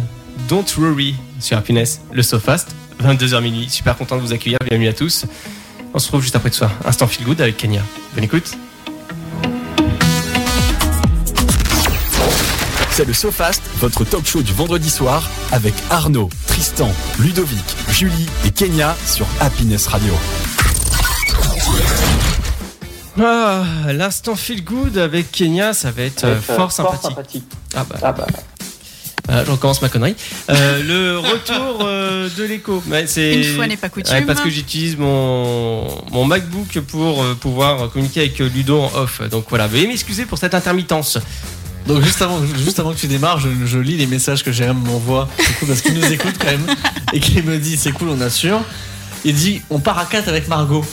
[SPEAKER 3] Don't worry sur Happiness, le Sofast, 22h minuit. Super content de vous accueillir, bienvenue à tous. On se retrouve juste après tout ça. Instant feel good avec Kenya. Bonne écoute.
[SPEAKER 2] C'est le SoFast, votre talk show du vendredi soir avec Arnaud, Tristan, Ludovic, Julie et Kenya sur Happiness Radio.
[SPEAKER 3] Ah, l'instant feel good avec Kenya, ça va être euh,
[SPEAKER 4] Avec, euh,
[SPEAKER 3] fort sympathique. Ah bah,
[SPEAKER 4] Ah bah,
[SPEAKER 3] euh, je recommence ma connerie. Euh, le retour euh, de l'écho. Ouais, c'est-
[SPEAKER 6] Une fois n'est pas coutume.
[SPEAKER 3] Ouais, parce que j'utilise mon, mon MacBook pour euh, pouvoir communiquer avec euh, Ludo en off. Donc voilà, veuillez m'excuser pour cette intermittence.
[SPEAKER 8] Donc, juste avant, juste avant que tu démarres, je, je lis les messages que Jérém m'envoie. Du coup, parce qu'il nous écoute quand même. Et qu'il me dit C'est cool, on assure. Il dit On part à 4 avec Margot.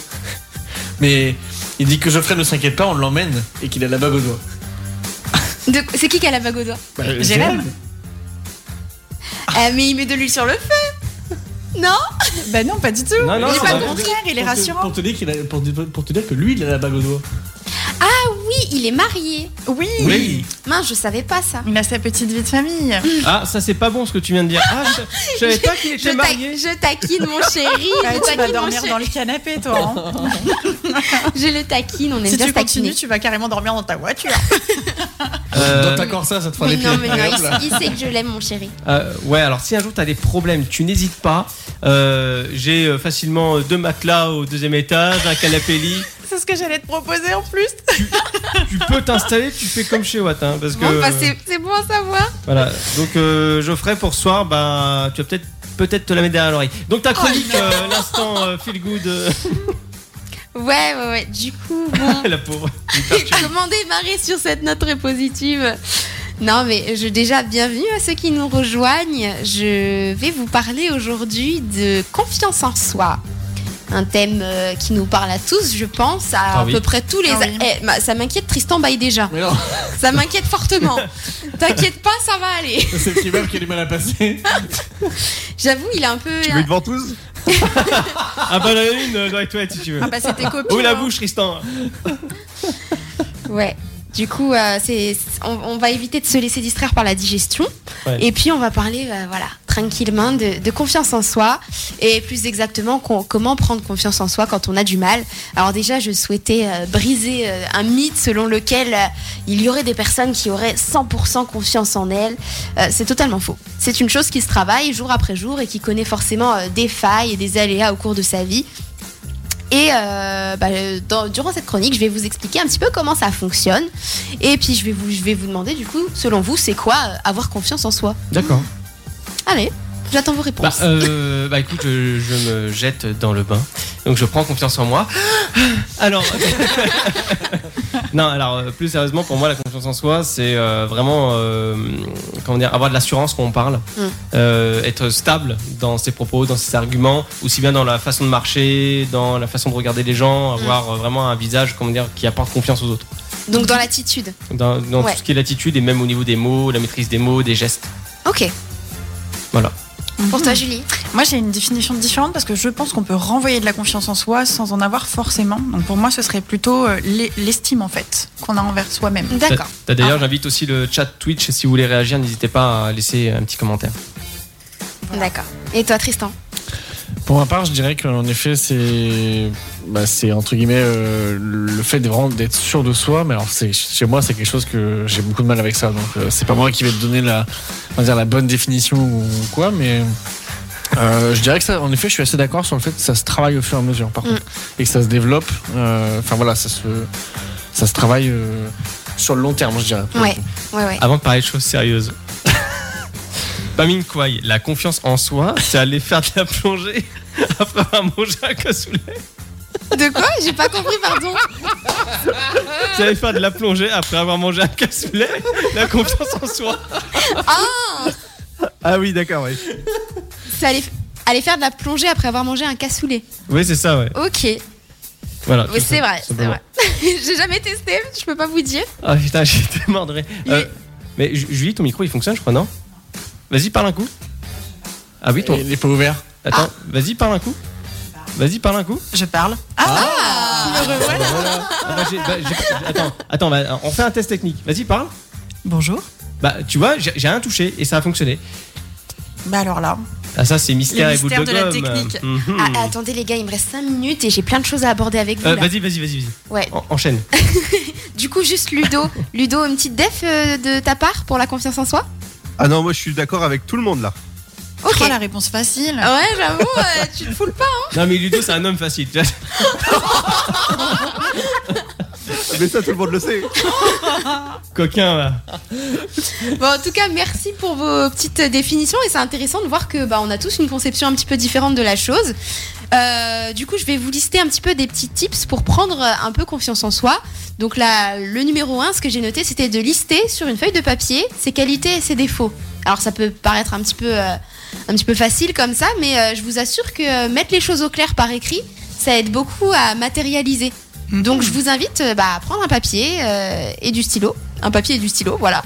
[SPEAKER 8] Mais il dit que Geoffrey ne s'inquiète pas, on l'emmène et qu'il a la bague au doigt. Bah,
[SPEAKER 7] De- C'est qui qui a la bague au doigt
[SPEAKER 6] Jérém
[SPEAKER 7] Ah, Mais il met de l'huile sur le feu. Non
[SPEAKER 6] Bah non, pas du tout.
[SPEAKER 3] Non, non,
[SPEAKER 6] il est
[SPEAKER 3] c'est
[SPEAKER 6] pas
[SPEAKER 3] vrai.
[SPEAKER 6] le contraire, il est
[SPEAKER 8] Pour te- Pour
[SPEAKER 6] rassurant.
[SPEAKER 8] te, dire qu'il a- pour, te- pour te dire que lui, il a la bague au doigt.
[SPEAKER 7] Oui, il est marié.
[SPEAKER 6] Oui.
[SPEAKER 3] Oui.
[SPEAKER 7] Mince, je savais pas ça.
[SPEAKER 6] Il a sa petite vie de famille.
[SPEAKER 3] Ah, ça c'est pas bon ce que tu viens de dire. Ah, je, je savais pas qu'il
[SPEAKER 7] Je,
[SPEAKER 3] était
[SPEAKER 7] ta-
[SPEAKER 3] marié.
[SPEAKER 7] je taquine mon chéri.
[SPEAKER 6] Ah,
[SPEAKER 7] je
[SPEAKER 6] tu vas
[SPEAKER 7] taquine mon
[SPEAKER 6] dormir
[SPEAKER 7] chéri.
[SPEAKER 6] dans le canapé, toi. hein.
[SPEAKER 7] Je le taquine, on est
[SPEAKER 6] si
[SPEAKER 7] bien
[SPEAKER 6] tu
[SPEAKER 7] taquiné.
[SPEAKER 6] continues, tu vas carrément dormir dans ta voiture.
[SPEAKER 3] Euh,
[SPEAKER 8] Dans ta corsa, ça te fera
[SPEAKER 7] Mais
[SPEAKER 8] les pieds.
[SPEAKER 7] non, mais non,
[SPEAKER 8] Allez, hop là.
[SPEAKER 7] il, il sait que je l'aime, mon chéri.
[SPEAKER 3] euh, ouais, alors si un jour t'as des problèmes, tu n'hésites pas. Euh, J'ai euh, facilement deux matelas au deuxième étage, un canapé lit.
[SPEAKER 6] C'est ce que j'allais te proposer en plus.
[SPEAKER 3] Tu peux t'installer, tu fais comme chez Watt, hein, parce que
[SPEAKER 7] Bon, bah, c'est c'est bon à savoir.
[SPEAKER 3] voilà. Donc euh, Geoffrey, pour ce soir, bah tu vas peut-être peut-être te la mettre derrière l'oreille. Donc
[SPEAKER 7] Oh,
[SPEAKER 3] ta chronique, euh, l'instant euh, feel good, euh,
[SPEAKER 7] Ouais, ouais, ouais. Du coup, bon.
[SPEAKER 3] la pauvre.
[SPEAKER 7] Comment démarrer sur cette note très positive Non, mais je déjà bienvenue à ceux qui nous rejoignent. Je vais vous parler aujourd'hui de confiance en soi. Un thème euh, qui nous parle à tous, je pense, à
[SPEAKER 3] Ah
[SPEAKER 7] à
[SPEAKER 3] oui.
[SPEAKER 7] peu près tous les.
[SPEAKER 6] Ah oui.
[SPEAKER 7] Eh, bah, ça m'inquiète, Tristan baille déjà.
[SPEAKER 8] Mais non,
[SPEAKER 7] Ça m'inquiète fortement. T'inquiète pas, ça va aller.
[SPEAKER 8] c'est le kebab qui a du mal à passer.
[SPEAKER 7] J'avoue, il a un peu.
[SPEAKER 5] Tu veux une ventouse
[SPEAKER 3] Ah bah la une euh, dans les toilettes si tu veux.
[SPEAKER 6] Ah bah c'était copieux.
[SPEAKER 3] Oh la bouche, Tristan.
[SPEAKER 7] Ouais. Du coup, euh, c'est, on, on va éviter de se laisser distraire par la digestion.
[SPEAKER 3] Ouais.
[SPEAKER 7] Et puis, on va parler, euh, voilà, tranquillement de, de confiance en soi. Et plus exactement, con- comment prendre confiance en soi quand on a du mal. Alors déjà, je souhaitais euh, briser euh, un mythe selon lequel euh, il y aurait des personnes qui auraient 100% confiance en elles. Euh, c'est totalement faux. C'est une chose qui se travaille jour après jour et qui connaît forcément euh, des failles et des aléas au cours de sa vie. Et euh, bah, euh, dans- durant cette chronique, je vais vous expliquer un petit peu comment ça fonctionne. Et puis, je vais vous, je vais vous demander, du coup, selon vous, c'est quoi euh, avoir confiance en soi
[SPEAKER 3] D'accord.
[SPEAKER 7] Allez, j'attends vos
[SPEAKER 3] Bah,
[SPEAKER 7] réponses.
[SPEAKER 3] euh, bah écoute, je, je me jette dans le bain, donc je prends confiance en moi. Alors, non, alors euh, plus sérieusement, pour moi, la confiance en soi, c'est euh, vraiment euh, comment dire, avoir de l'assurance quand on parle,
[SPEAKER 7] Mm.
[SPEAKER 3] Euh, être stable dans ses propos, dans ses arguments, aussi bien dans la façon de marcher, dans la façon de regarder les gens, avoir euh, vraiment un visage, comment dire, qui apporte confiance aux autres,
[SPEAKER 7] Donc, dans l'attitude.
[SPEAKER 3] dans, dans
[SPEAKER 7] Ouais.
[SPEAKER 3] tout ce qui est l'attitude et même au niveau des mots, la maîtrise des mots, des gestes.
[SPEAKER 7] Ok.
[SPEAKER 3] Voilà.
[SPEAKER 7] Pour toi, Julie
[SPEAKER 6] Moi, j'ai une définition différente parce que je pense qu'on peut renvoyer de la confiance en soi sans en avoir forcément. Donc pour moi, ce serait plutôt euh, l'e- l'estime en fait qu'on a envers soi-même.
[SPEAKER 7] D'accord.
[SPEAKER 3] T'as- t'as D'ailleurs, j'invite aussi le chat Twitch. Si vous voulez réagir, n'hésitez pas à laisser un petit commentaire.
[SPEAKER 7] D'accord. Et toi, Tristan
[SPEAKER 8] Pour ma part, je dirais qu'en effet, c'est bah, c'est entre guillemets euh, le fait de vraiment d'être sûr de soi. Mais alors, c'est chez moi, c'est quelque chose que j'ai beaucoup de mal avec ça. Donc, euh, c'est pas moi qui vais te donner la, on va dire la bonne définition ou quoi, mais. euh, je dirais que ça, en effet, je suis assez d'accord sur le fait que ça se travaille au fur et à mesure, par contre, et que ça se développe. euh, Enfin voilà, ça se, ça se travaille euh, sur le long terme, je dirais.
[SPEAKER 7] Ouais, ouais, ouais.
[SPEAKER 3] Avant de parler de choses sérieuses. Pamine Kwai, la confiance en soi, c'est aller faire de la plongée après avoir mangé un cassoulet.
[SPEAKER 7] De quoi J'ai pas compris, pardon.
[SPEAKER 3] C'est aller faire de la plongée après avoir mangé un cassoulet. La confiance en soi.
[SPEAKER 5] Ah oui, d'accord, oui.
[SPEAKER 7] C'est aller, aller faire de la plongée après avoir mangé un cassoulet.
[SPEAKER 3] Oui, c'est ça, ouais.
[SPEAKER 7] Ok.
[SPEAKER 3] Voilà. tout
[SPEAKER 7] C'est
[SPEAKER 3] ça,
[SPEAKER 7] vrai,
[SPEAKER 3] tout
[SPEAKER 7] c'est
[SPEAKER 3] simplement.
[SPEAKER 7] vrai. J'ai jamais testé, je peux pas vous dire.
[SPEAKER 3] Ah putain, j'étais mort de rire.
[SPEAKER 7] Il
[SPEAKER 3] Euh, mais Ju- Julie, ton micro il fonctionne, je crois, non Vas-y, parle un coup. Ah oui, ton.
[SPEAKER 8] Il est pas ouvert.
[SPEAKER 3] Attends, vas-y, parle un coup. Vas-y, parle un coup.
[SPEAKER 6] Je parle. Ah, me revoilà.
[SPEAKER 3] Ah, bah, j'ai- bah, j'ai- attends, attends bah, on fait un test technique. Vas-y, parle.
[SPEAKER 6] Bonjour.
[SPEAKER 3] Bah, tu vois, j'ai j'ai rien touché et ça a fonctionné.
[SPEAKER 6] Bah alors là.
[SPEAKER 3] Ah, ça, c'est mystère
[SPEAKER 6] Le
[SPEAKER 3] et boule de,
[SPEAKER 6] mystère de la
[SPEAKER 3] gomme.
[SPEAKER 6] technique.
[SPEAKER 3] Mhm.
[SPEAKER 7] Ah, attendez les gars, il me reste 5 minutes et j'ai plein de choses à aborder avec vous.
[SPEAKER 3] Euh,
[SPEAKER 7] là.
[SPEAKER 3] vas-y, vas-y, vas-y, vas-y.
[SPEAKER 7] Ouais.
[SPEAKER 3] En- enchaîne.
[SPEAKER 7] Du coup, juste Ludo. Ludo, une petite def euh, de ta part pour la confiance en soi
[SPEAKER 5] Ah non, moi je suis d'accord avec tout le monde là.
[SPEAKER 7] Ok.
[SPEAKER 6] Oh, la réponse facile.
[SPEAKER 7] Ah Ouais, j'avoue, euh, tu te fous le pas.
[SPEAKER 3] Non, mais Ludo, c'est un homme facile. tu vois.
[SPEAKER 5] Mais ça, tout le monde le sait.
[SPEAKER 3] Coquin, là.
[SPEAKER 7] Bon, en tout cas, merci pour vos petites définitions et c'est intéressant de voir que bah, on a tous une conception un petit peu différente de la chose. Euh, du coup, je vais vous lister un petit peu des petits tips pour prendre euh, un peu confiance en soi. Donc là, le numéro 1, ce que j'ai noté, c'était de lister sur une feuille de papier ses qualités et ses défauts. Alors ça peut paraître un petit peu, euh, un petit peu facile comme ça, mais euh, je vous assure que euh, mettre les choses au clair par écrit, ça aide beaucoup à matérialiser. Donc je vous invite euh, bah, à prendre un papier euh, et du stylo. Un papier et du stylo, voilà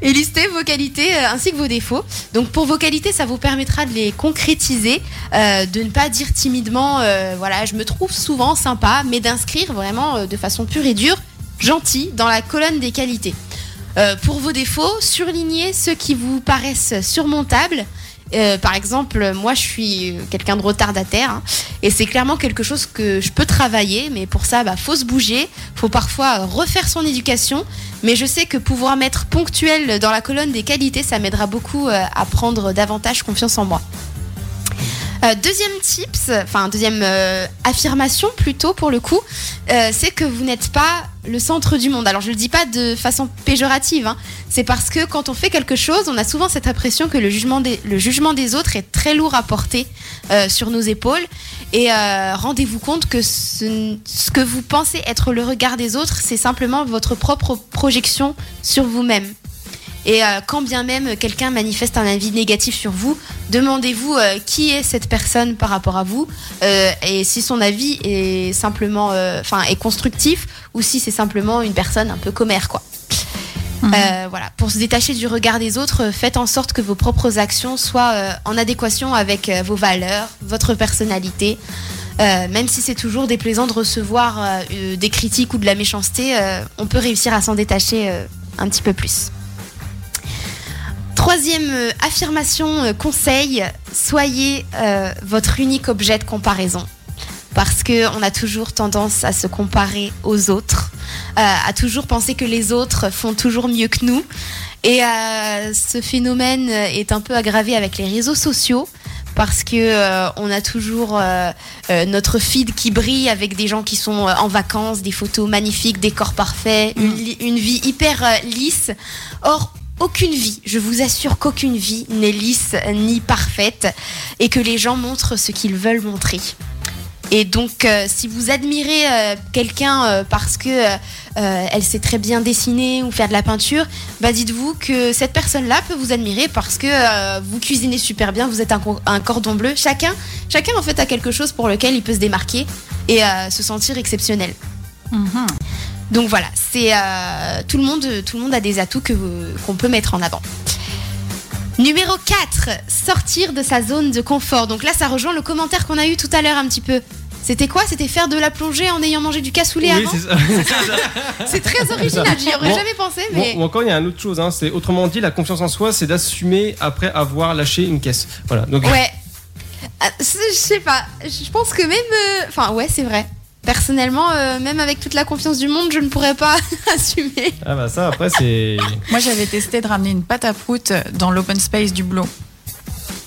[SPEAKER 7] et lister vos qualités euh, ainsi que vos défauts. Donc pour vos qualités, ça vous permettra de les concrétiser, euh, de ne pas dire timidement, euh, voilà, je me trouve souvent sympa, mais d'inscrire vraiment euh, de façon pure et dure, gentil, dans la colonne des qualités. Euh, pour vos défauts, surlignez ceux qui vous paraissent surmontables. Euh, par exemple, moi je suis quelqu'un de retardataire hein, et c'est clairement quelque chose que je peux travailler, mais pour ça, bah, faut se bouger, faut parfois euh, refaire son éducation, mais je sais que pouvoir mettre ponctuel dans la colonne des qualités, ça m'aidera beaucoup euh, à prendre davantage confiance en moi. Euh, deuxième tips, enfin deuxième euh, affirmation plutôt pour le coup, euh, c'est que vous n'êtes pas le centre du monde. Alors je le dis pas de façon péjorative, hein. c'est parce que quand on fait quelque chose, on a souvent cette impression que le jugement des, le jugement des autres est très lourd à porter euh, sur nos épaules. Et euh, rendez-vous compte que ce, n- ce que vous pensez être le regard des autres, c'est simplement votre propre projection sur vous-même. Et euh, quand bien même quelqu'un manifeste un avis négatif sur vous, demandez-vous euh, qui est cette personne par rapport à vous euh, et si son avis est simplement, euh, enfin, est constructif ou si c'est simplement une personne un peu commère, quoi.
[SPEAKER 6] Mhm.
[SPEAKER 7] Euh, voilà, pour se détacher du regard des autres, euh, faites en sorte que vos propres actions soient euh, en adéquation avec euh, vos valeurs, votre personnalité. Euh, même si c'est toujours déplaisant de recevoir euh, euh, des critiques ou de la méchanceté, euh, on peut réussir à s'en détacher euh, un petit peu plus. Troisième euh, affirmation, euh, conseil, soyez euh, votre unique objet de comparaison. Parce qu'on a toujours tendance à se comparer aux autres, euh, à toujours penser que les autres font toujours mieux que nous. Et euh, ce phénomène est un peu aggravé avec les réseaux sociaux. Parce que euh, on a toujours euh, euh, notre feed qui brille avec des gens qui sont euh, en vacances, des photos magnifiques, des corps parfaits, une, li- une vie hyper euh, lisse. Or, aucune vie, je vous assure qu'aucune vie n'est lisse ni parfaite et que les gens montrent ce qu'ils veulent montrer. Et donc, euh, si vous admirez euh, quelqu'un euh, parce que euh, euh, elle sait très bien dessiner ou faire de la peinture, bah dites-vous que cette personne-là peut vous admirer parce que euh, vous cuisinez super bien, vous êtes un, co- un cordon bleu. Chacun, chacun en fait a quelque chose pour lequel il peut se démarquer et euh, se sentir exceptionnel.
[SPEAKER 6] Mhm.
[SPEAKER 7] Donc voilà, c'est euh, tout le monde, tout le monde a des atouts que vous- qu'on peut mettre en avant. Numéro 4, sortir de sa zone de confort. Donc là, ça rejoint le commentaire qu'on a eu tout à l'heure un petit peu. C'était quoi C'était faire de la plongée en ayant mangé du cassoulet
[SPEAKER 3] Oui,
[SPEAKER 7] avant
[SPEAKER 3] c'est ça.
[SPEAKER 7] C'est très original, j'y aurais
[SPEAKER 3] Bon.
[SPEAKER 7] jamais pensé,
[SPEAKER 3] Ou-
[SPEAKER 7] mais...
[SPEAKER 3] Ou encore, il y a une autre chose. hein, c'est autrement dit, la confiance en soi, c'est d'assumer après avoir lâché une caisse. Voilà. Donc,
[SPEAKER 7] Ouais. Ah, c'est- Je sais pas. Je pense que même. euh, Enfin, ouais, c'est vrai. Personnellement, euh, même avec toute la confiance du monde, je ne pourrais pas assumer.
[SPEAKER 3] ah bah ça, après, c'est.
[SPEAKER 6] Moi, j'avais testé de ramener une pâte à prout euh, dans l'open space du blog.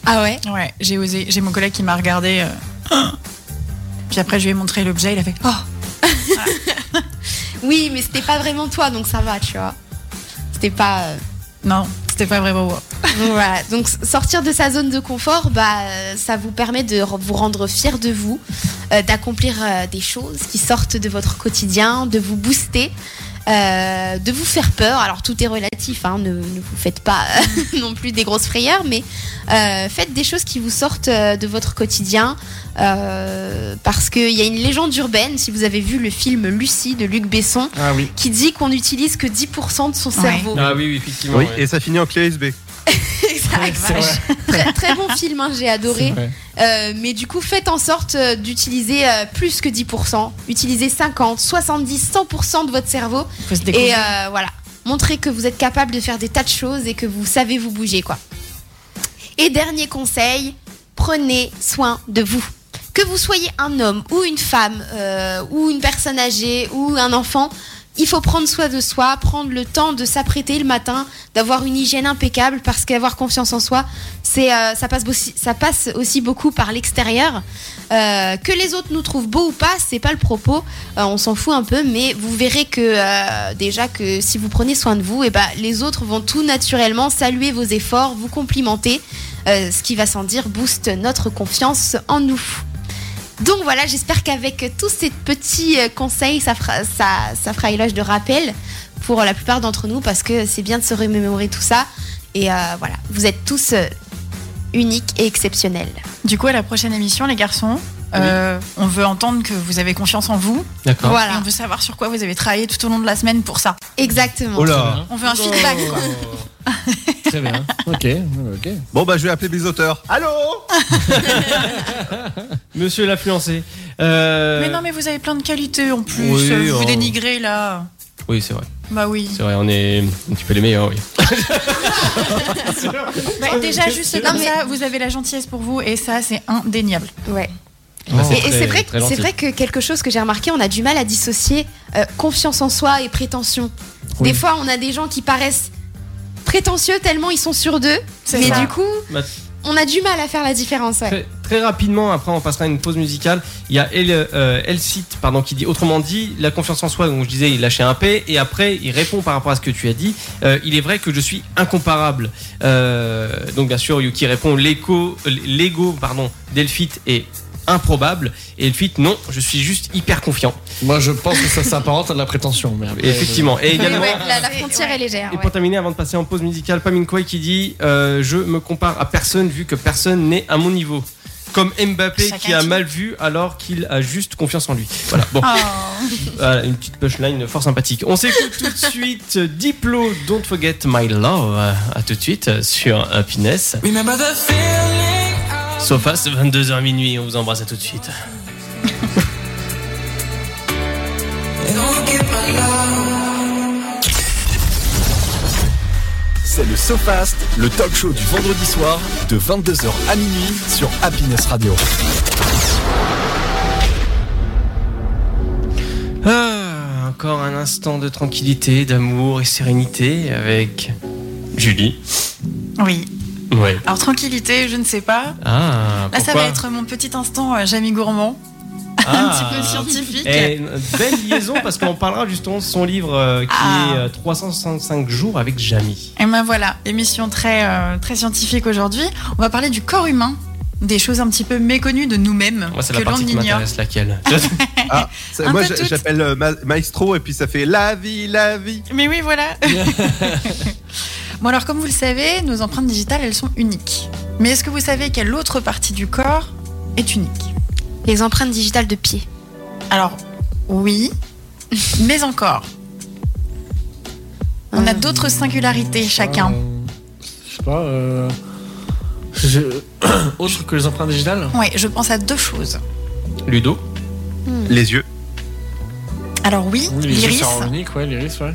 [SPEAKER 7] Ah ouais
[SPEAKER 6] Ouais, j'ai osé. J'ai mon collègue qui m'a regardé. euh, Puis après, je lui ai montré l'objet. Il a fait Oh
[SPEAKER 7] Oui, mais c'était pas vraiment toi, donc ça va, tu vois. C'était pas. euh,
[SPEAKER 6] Non, c'était pas vrai, Bobo.
[SPEAKER 7] Donc voilà, donc s- sortir de sa zone de confort, bah, euh, ça vous permet de re- vous rendre fier de vous, euh, d'accomplir euh, des choses qui sortent de votre quotidien, de vous booster. euh, de vous faire peur. Alors tout est relatif, hein, ne, ne vous faites pas euh, non plus des grosses frayeurs, mais euh, faites des choses qui vous sortent euh, de votre quotidien. euh, parce qu'il y a une légende urbaine, si vous avez vu le film Lucie de Luc Besson,
[SPEAKER 8] Ah oui.
[SPEAKER 7] qui dit qu'on n'utilise que 10% de son
[SPEAKER 6] Ouais.
[SPEAKER 7] cerveau.
[SPEAKER 3] Ah oui, oui, effectivement.
[SPEAKER 5] Oui,
[SPEAKER 3] ouais.
[SPEAKER 5] et ça finit en clé USB.
[SPEAKER 6] Ah,
[SPEAKER 7] Exact.
[SPEAKER 8] C'est vrai.
[SPEAKER 7] très, très bon film, hein, j'ai adoré. Euh, mais du coup, faites en sorte euh, d'utiliser euh, plus que 10%. Utilisez 50, 70, 100% de votre cerveau.
[SPEAKER 6] Faut se
[SPEAKER 7] Et
[SPEAKER 6] découvrir.
[SPEAKER 7] euh, voilà, montrez que vous êtes capable de faire des tas de choses et que vous savez vous bouger, quoi. Et dernier conseil, prenez soin de vous. Que vous soyez un homme ou une femme euh, ou une personne âgée ou un enfant, il faut prendre soin de soi, prendre le temps de s'apprêter le matin, d'avoir une hygiène impeccable parce qu'avoir confiance en soi, c'est euh, ça passe aussi ça passe aussi beaucoup par l'extérieur. Euh, que les autres nous trouvent beaux ou pas, c'est pas le propos. Euh, on s'en fout un peu, mais vous verrez que euh, déjà que si vous prenez soin de vous, et ben les autres vont tout naturellement saluer vos efforts, vous complimenter, euh, ce qui va sans dire booste notre confiance en nous. Donc voilà, j'espère qu'avec tous ces petits euh, conseils, ça fera, ça, ça fera éloge de rappel pour la plupart d'entre nous, parce que c'est bien de se remémorer tout ça. Et euh, voilà, vous êtes tous euh, uniques et exceptionnels.
[SPEAKER 6] Du coup, à la prochaine émission, les garçons, euh, on veut entendre que vous avez confiance en vous.
[SPEAKER 3] D'accord.
[SPEAKER 6] Et
[SPEAKER 7] Voilà,
[SPEAKER 6] on veut savoir sur quoi vous avez travaillé tout au long de la semaine pour ça.
[SPEAKER 7] exactement.
[SPEAKER 5] Oh là
[SPEAKER 8] Très
[SPEAKER 6] On veut un feedback, quoi.
[SPEAKER 8] bien. Très bien. Ok. Ok.
[SPEAKER 5] Bon, bah, je vais appeler mes auteurs.
[SPEAKER 2] Ah,
[SPEAKER 5] Allô
[SPEAKER 3] Monsieur l'influencé. Euh,
[SPEAKER 6] Mais non, mais vous avez plein de qualités en plus.
[SPEAKER 3] Oui, oh.
[SPEAKER 6] euh, vous
[SPEAKER 3] on-
[SPEAKER 6] vous dénigrez là.
[SPEAKER 3] Oui, c'est vrai.
[SPEAKER 6] Bah oui.
[SPEAKER 3] C'est vrai, on est un petit peu les meilleurs, oui.
[SPEAKER 6] Bah, déjà, juste comme
[SPEAKER 7] Non, mais-
[SPEAKER 6] ça, vous avez la gentillesse pour vous et ça, c'est indéniable.
[SPEAKER 7] Ouais.
[SPEAKER 5] Oh.
[SPEAKER 3] Bah,
[SPEAKER 7] Et, et
[SPEAKER 3] très-
[SPEAKER 7] c'est vrai, que-
[SPEAKER 3] très gentil.
[SPEAKER 7] c'est vrai que quelque chose que j'ai remarqué, on a du mal à dissocier euh, confiance en soi et prétention.
[SPEAKER 8] Oui.
[SPEAKER 7] Des fois, on a des gens qui paraissent prétentieux tellement ils sont sûrs d'eux,
[SPEAKER 6] C'est
[SPEAKER 7] mais
[SPEAKER 6] ça.
[SPEAKER 7] du coup,
[SPEAKER 3] Bah,
[SPEAKER 7] on a du mal à faire la différence. Ouais.
[SPEAKER 3] Très, très rapidement, après on passera à une pause musicale. Il y a El, euh, Elsit, pardon, qui dit autrement dit, la confiance en soi, donc je disais, il lâchait un P, et après il répond par rapport à ce que tu as dit. Euh, il est vrai que je suis incomparable. Euh, donc bien sûr, Yuki répond l'écho- l'ego, pardon, d'Elfit est improbable. Et Elfit, non, je suis juste hyper confiant.
[SPEAKER 8] Moi, je pense que ça s'apparente à de la prétention. Mais après,
[SPEAKER 3] Et effectivement. Et également.
[SPEAKER 7] Ouais, la, la
[SPEAKER 6] C'est-
[SPEAKER 7] frontière
[SPEAKER 6] ouais.
[SPEAKER 7] est légère.
[SPEAKER 3] Et
[SPEAKER 7] ouais.
[SPEAKER 3] pour terminer, avant de passer en pause musicale, Paminkwai qui dit euh, Je me compare à personne vu que personne n'est à mon niveau. Comme Mbappé
[SPEAKER 6] Chacun
[SPEAKER 3] qui a
[SPEAKER 6] dit.
[SPEAKER 3] mal vu alors qu'il a juste confiance en lui. Voilà, bon,
[SPEAKER 6] Oh.
[SPEAKER 3] voilà, une petite punchline fort sympathique. On s'écoute tout de suite euh, Diplo, Don't Forget My Love. À tout de suite euh, sur Happiness. Sofa, c'est 22h minuit, on vous embrasse à tout de suite.
[SPEAKER 2] C'est le SoFast, le talk show du vendredi soir de 22h à minuit sur Happiness Radio.
[SPEAKER 3] Ah, encore un instant de tranquillité, d'amour et sérénité avec Julie.
[SPEAKER 6] Oui.
[SPEAKER 3] Ouais.
[SPEAKER 6] Alors, tranquillité, je ne sais pas.
[SPEAKER 3] Ah,
[SPEAKER 6] Là, ça
[SPEAKER 3] pourquoi
[SPEAKER 6] va être mon petit instant euh, Jamie Gourmand, un
[SPEAKER 3] Ah.
[SPEAKER 6] petit peu scientifique.
[SPEAKER 3] Et une Eh, belle liaison parce qu'on parlera justement de son livre euh, qui
[SPEAKER 6] Ah.
[SPEAKER 3] est euh, 365 jours avec Jamie.
[SPEAKER 6] Et ben voilà, émission très, euh, très scientifique aujourd'hui. On va parler du corps humain, des choses un petit peu méconnues de nous-mêmes,
[SPEAKER 3] Moi, c'est
[SPEAKER 6] que
[SPEAKER 3] la
[SPEAKER 6] l'on
[SPEAKER 3] partie qui
[SPEAKER 6] ignore.
[SPEAKER 3] m'intéresse, laquelle
[SPEAKER 5] Ça,
[SPEAKER 6] Un
[SPEAKER 5] Moi,
[SPEAKER 6] peu
[SPEAKER 5] j'a-
[SPEAKER 6] toutes.
[SPEAKER 5] j'appelle euh, Ma- Maestro et puis ça fait la vie, la vie.
[SPEAKER 6] Mais oui, voilà. bon, alors, comme vous le savez, nos empreintes digitales, elles sont uniques. Mais est-ce que vous savez quelle autre partie du corps est unique
[SPEAKER 7] Les empreintes digitales de pied.
[SPEAKER 6] Alors, oui, mais encore. On a d'autres singularités chacun.
[SPEAKER 8] Euh, je sais pas. euh, je- Autre que les empreintes digitales.
[SPEAKER 6] Ouais, je pense à deux choses.
[SPEAKER 3] Ludo
[SPEAKER 5] Les yeux.
[SPEAKER 6] Alors oui,
[SPEAKER 8] Oui, les yeux
[SPEAKER 6] l'iris.
[SPEAKER 8] sont uniques, ouais, l'iris, ouais.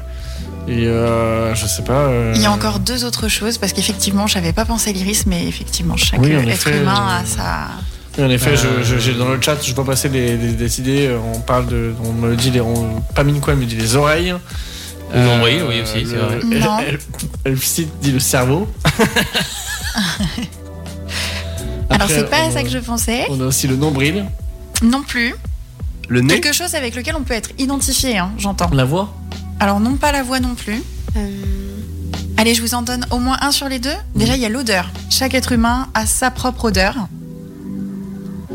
[SPEAKER 8] Et euh, je sais pas. euh,
[SPEAKER 6] Il y a encore deux autres choses parce qu'effectivement, j'avais pas pensé à l'iris, mais effectivement, chaque
[SPEAKER 8] Oui, en
[SPEAKER 6] être
[SPEAKER 8] effet,
[SPEAKER 6] humain
[SPEAKER 8] euh,
[SPEAKER 6] a sa.
[SPEAKER 8] Oui, en effet,
[SPEAKER 3] Euh,
[SPEAKER 8] je, je- j'ai- dans le chat, je vois passer des, des- des idées. euh, On parle de. On me dit les. On, pas mine quoi, mais dit les oreilles. Euh,
[SPEAKER 3] Le nombril, oui, aussi, c'est vrai.
[SPEAKER 8] Elle,
[SPEAKER 6] Non.
[SPEAKER 8] elle, elle cite, dit le cerveau.
[SPEAKER 6] Alors,
[SPEAKER 8] Après, euh,
[SPEAKER 6] c'est pas à
[SPEAKER 8] on-
[SPEAKER 6] ça que je pensais
[SPEAKER 8] On a aussi le nombril.
[SPEAKER 6] non plus.
[SPEAKER 5] Le nez.
[SPEAKER 6] Quelque chose avec lequel on peut être identifié, hein, j'entends.
[SPEAKER 8] La voix.
[SPEAKER 6] Alors, non pas la voix non plus.
[SPEAKER 7] Euh,
[SPEAKER 6] Allez, je vous en donne au moins un sur les deux. Déjà, il y a l'odeur. Chaque être humain a sa propre odeur.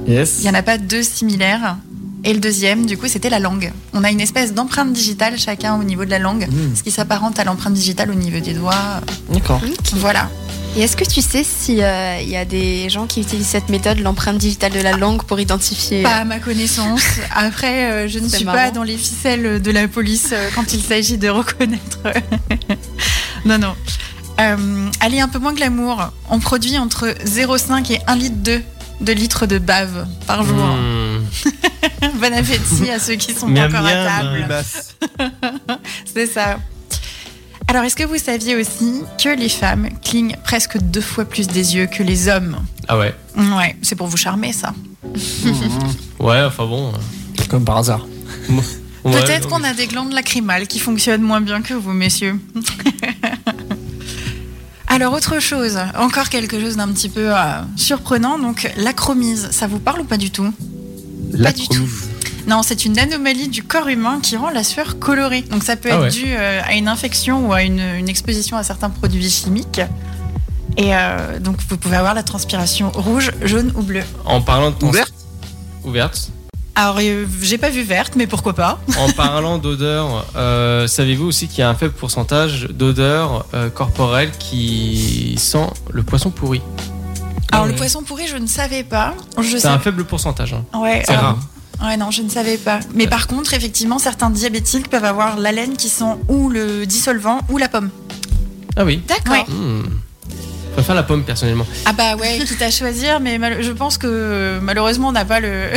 [SPEAKER 8] Yes.
[SPEAKER 6] Il n'y en a pas deux similaires. Et le deuxième, du coup, c'était la langue. On a une espèce d'empreinte digitale chacun au niveau de la langue, ce qui s'apparente à l'empreinte digitale au niveau des doigts.
[SPEAKER 8] D'accord.
[SPEAKER 6] Voilà.
[SPEAKER 7] Et est-ce que tu sais s'il y a des gens qui utilisent cette méthode, l'empreinte digitale de la langue, pour identifier euh,
[SPEAKER 6] Pas à ma connaissance. Après, euh, je ne
[SPEAKER 7] C'est
[SPEAKER 6] suis
[SPEAKER 7] marrant.
[SPEAKER 6] pas dans les ficelles de la police euh, quand il s'agit de reconnaître. non, non. Euh, allez, un peu moins glamour. On produit entre 0,5 et 1 litre 2 de litres de bave par jour.
[SPEAKER 3] Hmm.
[SPEAKER 6] Bon appétit à ceux qui sont
[SPEAKER 3] Miam,
[SPEAKER 6] encore
[SPEAKER 3] miam.
[SPEAKER 6] à table.
[SPEAKER 5] Grimace.
[SPEAKER 6] C'est ça. Alors, est-ce que vous saviez aussi que les femmes clignent presque deux fois plus des yeux que les hommes
[SPEAKER 3] Ah ouais.
[SPEAKER 6] Ouais, c'est pour vous charmer, ça.
[SPEAKER 3] Ouais, enfin bon. euh,
[SPEAKER 8] Comme par hasard.
[SPEAKER 3] ouais,
[SPEAKER 6] Peut-être
[SPEAKER 3] non,
[SPEAKER 6] qu'on a des glandes lacrymales qui fonctionnent moins bien que vous, messieurs. Alors, autre chose, encore quelque chose d'un petit peu euh, surprenant, donc l'acromise, ça vous parle ou pas du tout
[SPEAKER 5] La
[SPEAKER 6] du tout. Non, c'est une anomalie du corps humain qui rend la sueur colorée. Donc ça peut
[SPEAKER 3] Ah
[SPEAKER 6] être
[SPEAKER 3] ouais.
[SPEAKER 6] dû euh, à une infection ou à une, une exposition à certains produits chimiques. Et euh, donc vous pouvez avoir la transpiration rouge, jaune ou bleue.
[SPEAKER 3] En parlant de
[SPEAKER 5] Ouverte
[SPEAKER 3] ouverte.
[SPEAKER 6] Alors euh, j'ai pas vu verte, mais pourquoi pas
[SPEAKER 3] En parlant d'odeur, euh, savez-vous aussi qu'il y a un faible pourcentage d'odeur euh, corporelle qui sent le poisson pourri
[SPEAKER 6] Alors le
[SPEAKER 8] ouais.
[SPEAKER 6] poisson pourri, je ne savais pas. Je
[SPEAKER 3] Ah C'est
[SPEAKER 6] sais.
[SPEAKER 3] un faible pourcentage. hein.
[SPEAKER 6] Ouais,
[SPEAKER 3] C'est
[SPEAKER 6] euh,
[SPEAKER 3] rare.
[SPEAKER 6] Ouais, non, je ne savais pas. Mais par contre, effectivement, certains diabétiques peuvent avoir la laine qui sent ou le dissolvant ou la pomme.
[SPEAKER 3] Ah oui.
[SPEAKER 7] D'accord.
[SPEAKER 6] Ouais.
[SPEAKER 3] Hmm. Je préfère la pomme personnellement.
[SPEAKER 6] Ah bah ouais, quitte à choisir, mais mal- je pense que euh, malheureusement, on n'a pas le.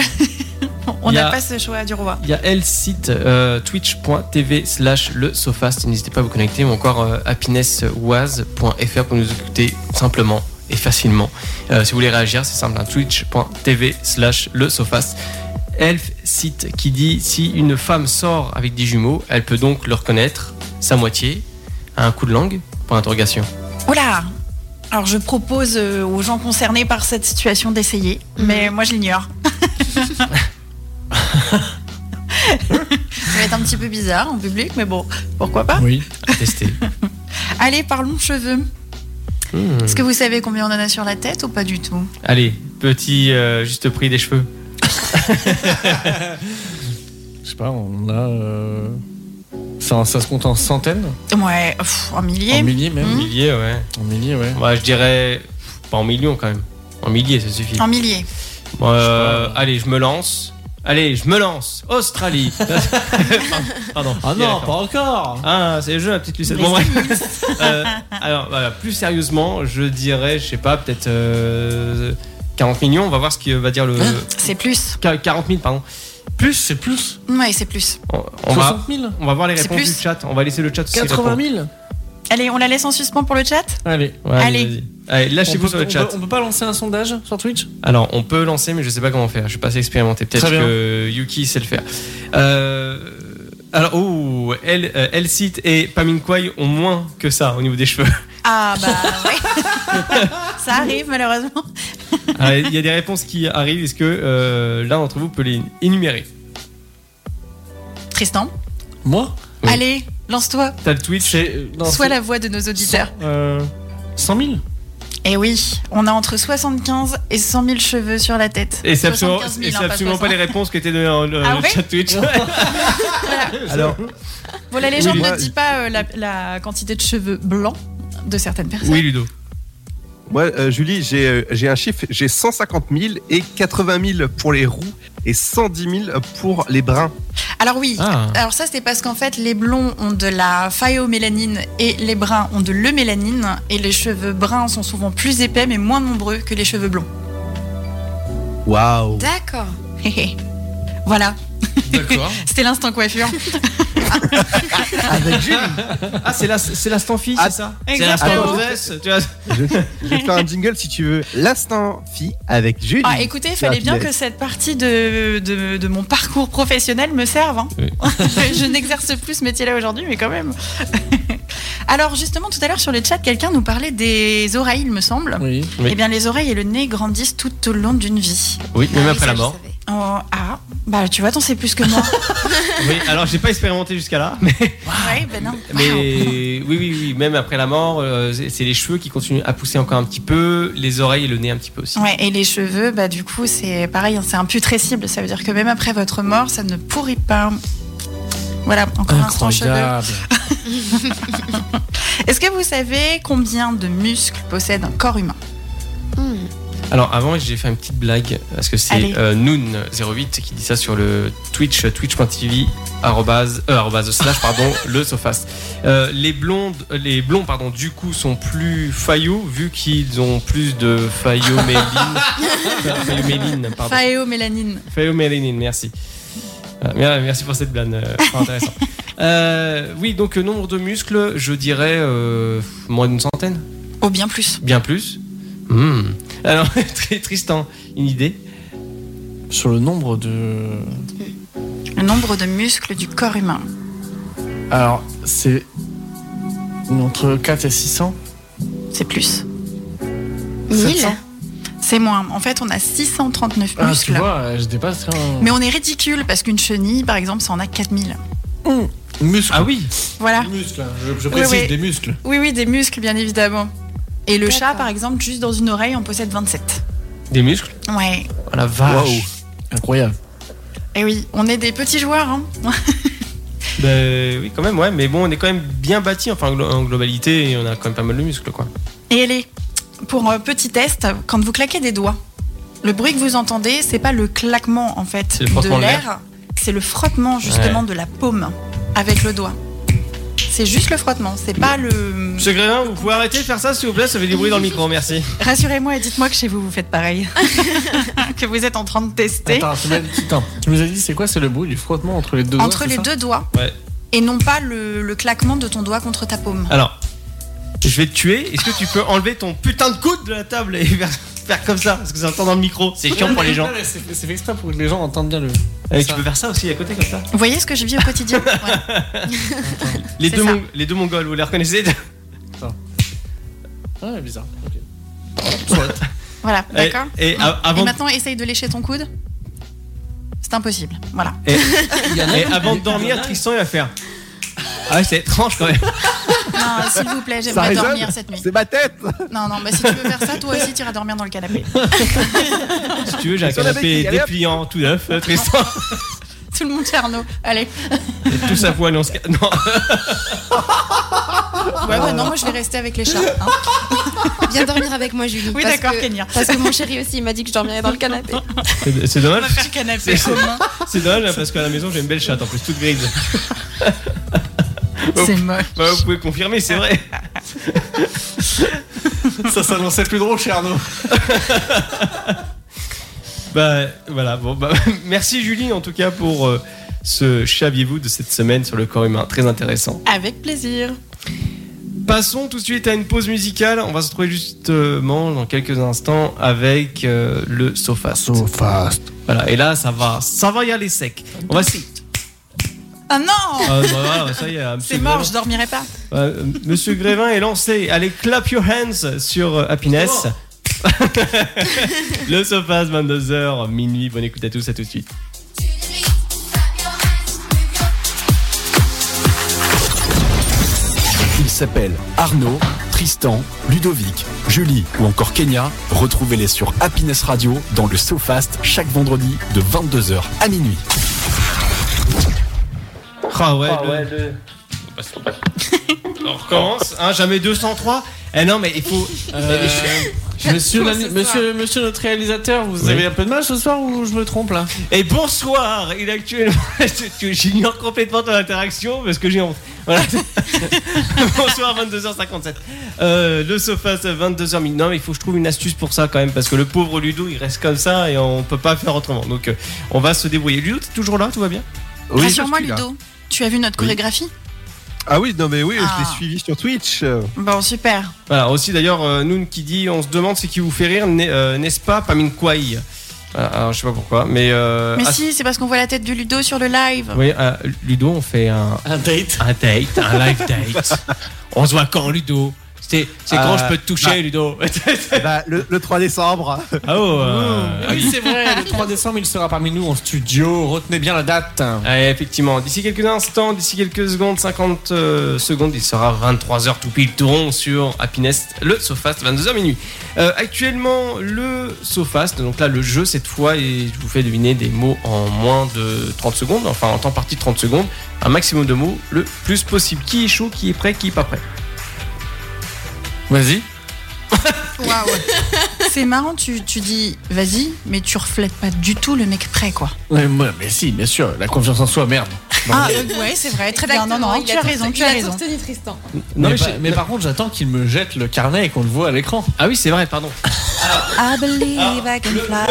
[SPEAKER 6] on
[SPEAKER 3] Il y
[SPEAKER 6] n'a
[SPEAKER 3] a-
[SPEAKER 6] pas ce choix du roi.
[SPEAKER 3] Il y a elle site euh, twitch.tv slash le sofast. N'hésitez pas à vous connecter ou encore euh, happinesswaz.fr pour nous écouter simplement et facilement. Euh, si vous voulez réagir, c'est simple. hein, twitch.tv slash le sofast. Elf site qui dit si une femme sort avec des jumeaux, elle peut donc leur connaître sa moitié à un coup de langue Point d'interrogation.
[SPEAKER 6] Oula Oh Alors je propose euh, aux gens concernés par cette situation d'essayer, mais moi je l'ignore. Ça va être un petit peu bizarre en public, mais bon, pourquoi pas.
[SPEAKER 8] Oui.
[SPEAKER 3] À tester.
[SPEAKER 6] Allez, parlons cheveux.
[SPEAKER 3] Hmm.
[SPEAKER 6] Est-ce que vous savez combien on en a sur la tête ou pas du tout
[SPEAKER 3] Allez, petit euh, juste prix des cheveux.
[SPEAKER 8] Je sais pas, on a. euh, Ça, ça se compte en centaines
[SPEAKER 6] Ouais, pff, un millier.
[SPEAKER 8] En milliers Mmh. même
[SPEAKER 6] Hmm.
[SPEAKER 3] Milliers, ouais.
[SPEAKER 8] En milliers, ouais.
[SPEAKER 3] Bah, je dirais pff, pas en millions quand même. En milliers, ça suffit.
[SPEAKER 6] En millier.
[SPEAKER 3] Bon, euh, allez, je me lance. Allez, je me lance. Australie. Pardon.
[SPEAKER 8] Ah
[SPEAKER 3] Bien,
[SPEAKER 8] non,
[SPEAKER 3] d'accord.
[SPEAKER 8] pas encore
[SPEAKER 3] Ah, c'est le jeu, la petite Lucette. Bon, bref. Euh, alors, voilà, plus sérieusement, je dirais, je sais pas, peut-être euh, 40 millions. On va voir ce que va dire le.
[SPEAKER 6] C'est plus.
[SPEAKER 3] Qu- 40 000, pardon.
[SPEAKER 8] Plus, c'est plus
[SPEAKER 6] Ouais, c'est plus.
[SPEAKER 3] On, on va,
[SPEAKER 8] 60 000
[SPEAKER 3] on va voir les
[SPEAKER 6] C'est
[SPEAKER 3] réponses
[SPEAKER 6] plus.
[SPEAKER 3] du chat. On va laisser le chat aussi
[SPEAKER 8] 80
[SPEAKER 3] répondre.
[SPEAKER 8] 000
[SPEAKER 6] Allez, on la laisse en suspens pour le chat
[SPEAKER 8] Allez.
[SPEAKER 3] Ouais, vas-y,
[SPEAKER 6] Allez.
[SPEAKER 3] vas-y. Allez,
[SPEAKER 8] On
[SPEAKER 3] lâchez-vous
[SPEAKER 8] peut-
[SPEAKER 3] sur le
[SPEAKER 8] on
[SPEAKER 3] chat.
[SPEAKER 8] peut- on peut pas lancer un sondage sur Twitch
[SPEAKER 3] Alors, on peut lancer, mais je sais pas comment faire. Je suis pas assez expérimenté. Peut-être
[SPEAKER 8] Très bien.
[SPEAKER 3] que Yuki sait le faire. Euh, alors, oh, El- euh, Elsit et Paminkwai ont moins que ça au niveau des cheveux.
[SPEAKER 6] Ah bah ouais. Ça arrive malheureusement.
[SPEAKER 3] Alors, Ah, Il y a des réponses qui arrivent. Est-ce que euh, l'un d'entre vous peut les énumérer
[SPEAKER 6] Tristan,
[SPEAKER 8] Moi
[SPEAKER 3] Oui.
[SPEAKER 6] allez, lance-toi.
[SPEAKER 3] T'as le Twitch
[SPEAKER 8] C'est. non,
[SPEAKER 6] Sois
[SPEAKER 8] c'est-
[SPEAKER 6] la voix de nos auditeurs.
[SPEAKER 8] euh, 100 000
[SPEAKER 6] Et oui, on a entre 75 et 100 000 cheveux sur la tête.
[SPEAKER 3] et c'est absolument,
[SPEAKER 6] 75
[SPEAKER 3] et
[SPEAKER 6] 000,
[SPEAKER 3] c'est
[SPEAKER 6] hein, pas
[SPEAKER 3] absolument pas,
[SPEAKER 6] 60.
[SPEAKER 3] les réponses que t'es données dans le,
[SPEAKER 6] Ah
[SPEAKER 3] le
[SPEAKER 6] ouais
[SPEAKER 3] chat Twitch.
[SPEAKER 5] Alors,
[SPEAKER 6] Bon, la légende
[SPEAKER 5] Oui,
[SPEAKER 6] ne
[SPEAKER 5] moi,
[SPEAKER 6] dit pas euh, la, la quantité de cheveux blancs de certaines personnes.
[SPEAKER 3] oui, Ludo.
[SPEAKER 5] moi, euh, Julie, j'ai euh, j'ai un chiffre, j'ai 150 000 et 80 000 pour les roux et 110 000 pour les bruns.
[SPEAKER 6] Alors oui,
[SPEAKER 3] Ah.
[SPEAKER 6] alors ça c'est parce qu'en fait les blonds ont de la phaiomélanine et les bruns ont de l'eumélanine et les cheveux bruns sont souvent plus épais mais moins nombreux que les cheveux blonds.
[SPEAKER 5] Waouh
[SPEAKER 7] D'accord.
[SPEAKER 6] voilà,
[SPEAKER 3] D'accord.
[SPEAKER 6] c'était l'instant coiffure.
[SPEAKER 5] Avec Julie
[SPEAKER 3] Ah, c'est la- c'est l'instant fille,
[SPEAKER 5] Ah,
[SPEAKER 3] c'est ça C'est l'instant
[SPEAKER 6] Exactement.
[SPEAKER 3] grossesse, tu vois.
[SPEAKER 5] je, je vais te faire un jingle si tu veux. L'instant fille avec Julie.
[SPEAKER 6] Ah, écoutez, il fallait bien que cette partie de, de, de mon parcours professionnel me serve. hein.
[SPEAKER 3] Oui.
[SPEAKER 6] Je n'exerce plus ce métier-là aujourd'hui, mais quand même. Alors justement, tout à l'heure sur le chat, quelqu'un nous parlait des oreilles, il me semble.
[SPEAKER 8] Oui.
[SPEAKER 3] Oui.
[SPEAKER 6] Eh bien, les oreilles et le nez grandissent tout au long d'une vie.
[SPEAKER 3] Oui, même
[SPEAKER 7] Ah,
[SPEAKER 3] après
[SPEAKER 7] ça,
[SPEAKER 3] la
[SPEAKER 7] je
[SPEAKER 3] mort.
[SPEAKER 7] savais.
[SPEAKER 6] Oh, ah, bah tu vois, t'en sais plus que moi.
[SPEAKER 3] Oui, alors j'ai pas expérimenté jusqu'à là, mais,
[SPEAKER 6] ouais, ben non.
[SPEAKER 3] mais oui, oui, oui, même après la mort, euh, c'est c'est les cheveux qui continuent à pousser encore un petit peu, les oreilles et le nez un petit peu aussi.
[SPEAKER 6] Ouais, et les cheveux, bah du coup, c'est pareil, hein, c'est imputrescible. Ça veut dire que même après votre mort, ça ne pourrit pas. Voilà, encore un cheveux. Est-ce que vous savez combien de muscles possède un corps humain
[SPEAKER 3] Alors avant, j'ai fait une petite blague parce que
[SPEAKER 6] Allez.
[SPEAKER 3] c'est euh, Noon08 qui dit ça sur le Twitch, twitch.tv arrobase- euh, arrobase slash pardon le Sofast. Euh, les blondes, les blonds pardon du coup sont plus faillots vu qu'ils ont plus de failloméline. failloméline pardon.
[SPEAKER 6] Phaéomélanine.
[SPEAKER 3] Phaéomélanine, merci. Ah, bien, Merci pour cette blague, euh, fort intéressant. Euh, oui, donc euh, nombre de muscles, je dirais euh, moins d'une centaine,
[SPEAKER 6] Oh, bien plus.
[SPEAKER 3] bien plus. Hmm. Alors, très Tristan, une idée
[SPEAKER 8] Sur le nombre de.
[SPEAKER 6] Le nombre de muscles du corps humain.
[SPEAKER 8] Alors, c'est. Entre 4 et 600
[SPEAKER 6] C'est plus.
[SPEAKER 7] 1000
[SPEAKER 6] 700. C'est moins. En fait, on a 639
[SPEAKER 8] Ah, tu
[SPEAKER 6] muscles.
[SPEAKER 8] vois, je dépasse. hein. rien.
[SPEAKER 6] mais on est ridicule parce qu'une chenille, par exemple, ça en a 4000.
[SPEAKER 8] Muscles.
[SPEAKER 3] Ah oui
[SPEAKER 6] Voilà.
[SPEAKER 8] Muscles, hein. je, je précise,
[SPEAKER 6] Oui, oui.
[SPEAKER 8] des muscles.
[SPEAKER 6] Oui, oui, des muscles, bien évidemment. Et le chat,
[SPEAKER 7] D'accord.
[SPEAKER 6] par exemple, juste dans une oreille, on possède 27.
[SPEAKER 3] Des muscles
[SPEAKER 6] Ouais.
[SPEAKER 3] Oh la vache
[SPEAKER 8] Incroyable.
[SPEAKER 6] Et oui, on est des petits joueurs. Hein.
[SPEAKER 3] Ben, Oui, quand même, ouais, mais bon, on est quand même bien bâti, enfin, glo- en globalité, on a quand même pas mal de muscles, quoi.
[SPEAKER 6] Et elle est. Pour un petit test, quand vous claquez des doigts, le bruit que vous entendez, c'est pas le claquement en fait
[SPEAKER 3] C'est le frottement
[SPEAKER 6] de
[SPEAKER 3] de
[SPEAKER 6] l'air, c'est le frottement justement de la paume avec le doigt. C'est juste le frottement, c'est pas le.
[SPEAKER 3] Monsieur Grévin, vous pouvez arrêter de faire ça, s'il vous plaît, ça fait du bruit dans le micro, merci.
[SPEAKER 6] Rassurez-moi et dites-moi que chez vous vous faites pareil, que vous êtes en train de tester
[SPEAKER 8] Attends, tu m'as- attends, tu nous as dit, c'est quoi C'est le bruit du frottement entre les deux
[SPEAKER 6] entre
[SPEAKER 8] doigts,
[SPEAKER 6] les
[SPEAKER 8] c'est ça
[SPEAKER 6] deux doigts
[SPEAKER 3] Ouais.
[SPEAKER 6] et non pas le, le claquement de ton doigt contre ta paume.
[SPEAKER 3] Alors, je vais te tuer. Est-ce que tu peux enlever ton putain de coude de la table et faire, faire comme ça Parce que ça entend dans le micro. C'est chiant pour les gens.
[SPEAKER 8] Ouais, ouais, C'est c'est fait exprès pour que les gens entendent bien le.
[SPEAKER 3] Et
[SPEAKER 8] ça.
[SPEAKER 3] Eh, tu peux faire ça aussi à côté comme ça.
[SPEAKER 6] Vous voyez ce que je vis au quotidien Ouais.
[SPEAKER 3] Les
[SPEAKER 6] C'est
[SPEAKER 3] deux,
[SPEAKER 6] ça.
[SPEAKER 3] Mong- les deux Mongols, vous les reconnaissez
[SPEAKER 8] Ouais, bizarre. ok.
[SPEAKER 6] Voilà,
[SPEAKER 3] Et,
[SPEAKER 6] d'accord
[SPEAKER 3] et a-
[SPEAKER 6] Et
[SPEAKER 3] Eh, avant,
[SPEAKER 6] maintenant, essaye de lécher ton coude. C'est impossible. Voilà.
[SPEAKER 3] et avant de dormir, Tristan il va faire. Ah ouais, c'est étrange quand même.
[SPEAKER 6] Non, s'il vous plaît, j'aimerais
[SPEAKER 5] résonne
[SPEAKER 6] dormir cette nuit.
[SPEAKER 5] C'est ma tête
[SPEAKER 6] Non, non, bah si tu veux faire ça, toi aussi, tu iras dormir dans le canapé.
[SPEAKER 3] Si tu veux, j'ai un
[SPEAKER 5] Sur la béquille,
[SPEAKER 3] canapé
[SPEAKER 5] allez, hop.
[SPEAKER 3] dépliant tout neuf, euh, Tristan.
[SPEAKER 6] Tout le monde est Arnaud. Allez.
[SPEAKER 3] Et tout ça poil, on se ca- Non,
[SPEAKER 6] Ouais, ouais, non, moi, je vais rester avec les chats. hein.
[SPEAKER 7] Viens dormir avec moi, Julie.
[SPEAKER 6] Oui,
[SPEAKER 7] parce
[SPEAKER 6] d'accord,
[SPEAKER 7] que-
[SPEAKER 6] Kenya.
[SPEAKER 7] Parce que mon chéri aussi, il m'a dit que je dormirais dans le canapé.
[SPEAKER 3] c'est c'est dommage.
[SPEAKER 6] Petit canapé
[SPEAKER 3] C'est-
[SPEAKER 6] commun.
[SPEAKER 3] C'est dommage hein, parce qu'à la maison j'ai une belle chatte en plus toute grise.
[SPEAKER 6] C'est moche.
[SPEAKER 3] Bah, vous pouvez confirmer, c'est vrai.
[SPEAKER 8] Ça s'annonçait plus drôle chez Arnaud.
[SPEAKER 3] Bah voilà, bon, bah, merci Julie en tout cas pour euh, ce Chaviez-vous de cette semaine sur le corps humain, très intéressant.
[SPEAKER 6] Avec plaisir.
[SPEAKER 3] Passons tout de suite à une pause musicale, on va se retrouver justement dans quelques instants avec euh, le sofa.
[SPEAKER 8] fast.
[SPEAKER 3] Voilà, et là ça va, ça va y aller sec. On va si.
[SPEAKER 6] Ah non
[SPEAKER 3] Ah, bah, voilà, ça y est, monsieur
[SPEAKER 6] C'est mort, je
[SPEAKER 3] Grévin.
[SPEAKER 6] dormirai pas.
[SPEAKER 3] Ouais, euh, Monsieur Grévin est lancé, allez clap your hands sur euh, Happiness. le sofa 22h minuit, bonne écoute à tous, à tout de suite.
[SPEAKER 2] Ils s'appellent Arnaud, Tristan, Ludovic, Julie ou encore Kenya. Retrouvez-les sur Happiness Radio dans le SoFast chaque vendredi de 22h à minuit.
[SPEAKER 3] Ah ouais, le- On passe, on passe. On recommence, hein, jamais 203. Eh non, mais il faut. euh,
[SPEAKER 8] monsieur, l'ani- monsieur, monsieur notre réalisateur, vous
[SPEAKER 3] Oui.
[SPEAKER 8] avez un peu de mal ce soir ou je me trompe là
[SPEAKER 3] Et bonsoir, il est actuellement. J'ignore complètement ton interaction parce que j'ai honte. Voilà. bonsoir, 22h57. Euh, le sofa, c'est 22h. minuit. Non, mais il faut que je trouve une astuce pour ça quand même parce que le pauvre Ludo, il reste comme ça et on peut pas faire autrement. Donc, euh, on va se débrouiller. Ludo, t'es toujours là, tout va bien
[SPEAKER 5] Oui,
[SPEAKER 6] Rassure-moi,
[SPEAKER 5] je suis là.
[SPEAKER 6] Ludo. Tu as vu notre chorégraphie
[SPEAKER 5] Ah oui, non mais oui,
[SPEAKER 6] Ah.
[SPEAKER 5] je l'ai suivi sur Twitch.
[SPEAKER 6] Bon, super.
[SPEAKER 3] Voilà, aussi d'ailleurs, euh, Noon qui dit On se demande ce qui vous fait rire, n'est- euh, n'est-ce pas, Pamin Kwai Voilà, alors, je sais pas pourquoi, mais. euh,
[SPEAKER 6] Mais
[SPEAKER 3] ah,
[SPEAKER 6] si, c'est parce qu'on voit la tête de Ludo sur le live.
[SPEAKER 3] Oui, euh, Ludo, on fait un,
[SPEAKER 8] Un date
[SPEAKER 3] un date, un live date. on se voit quand, Ludo C'est c'est quand
[SPEAKER 5] Euh,
[SPEAKER 3] je peux te toucher, Ludo
[SPEAKER 5] Bah, le, le 3 décembre.
[SPEAKER 3] Ah oh euh,
[SPEAKER 8] oui, c'est vrai, le 3 décembre, il sera parmi nous en studio. Retenez bien la date.
[SPEAKER 3] Ouais, Ah, effectivement, d'ici quelques instants, d'ici quelques secondes, 50 euh, secondes, il sera 23h tout pile tout rond sur Happiness, le Sofast, 22h minuit. Euh, actuellement, le Sofast, donc là le jeu cette fois, et je vous fais deviner des mots en moins de 30 secondes, enfin en temps parti de 30 secondes, un maximum de mots le plus possible. Qui est chaud, qui est prêt, qui est pas prêt
[SPEAKER 8] Vas-y.
[SPEAKER 6] Waouh. C'est marrant, tu, tu dis vas-y, mais tu reflètes pas du tout le mec prêt, quoi.
[SPEAKER 8] Ouais, moi, mais si, bien sûr, la confiance en soi, merde.
[SPEAKER 6] Ah, euh, ouais, c'est vrai, très bien. Non, non, tu as raison, tu as raison.
[SPEAKER 4] Tristan.
[SPEAKER 3] Non,
[SPEAKER 8] mais,
[SPEAKER 3] mais
[SPEAKER 8] par-
[SPEAKER 3] je-
[SPEAKER 8] mais par contre, j'attends qu'il me jette le carnet et qu'on le voit à l'écran.
[SPEAKER 3] Ah oui, c'est vrai, pardon.
[SPEAKER 6] I Ah, believe I can fly.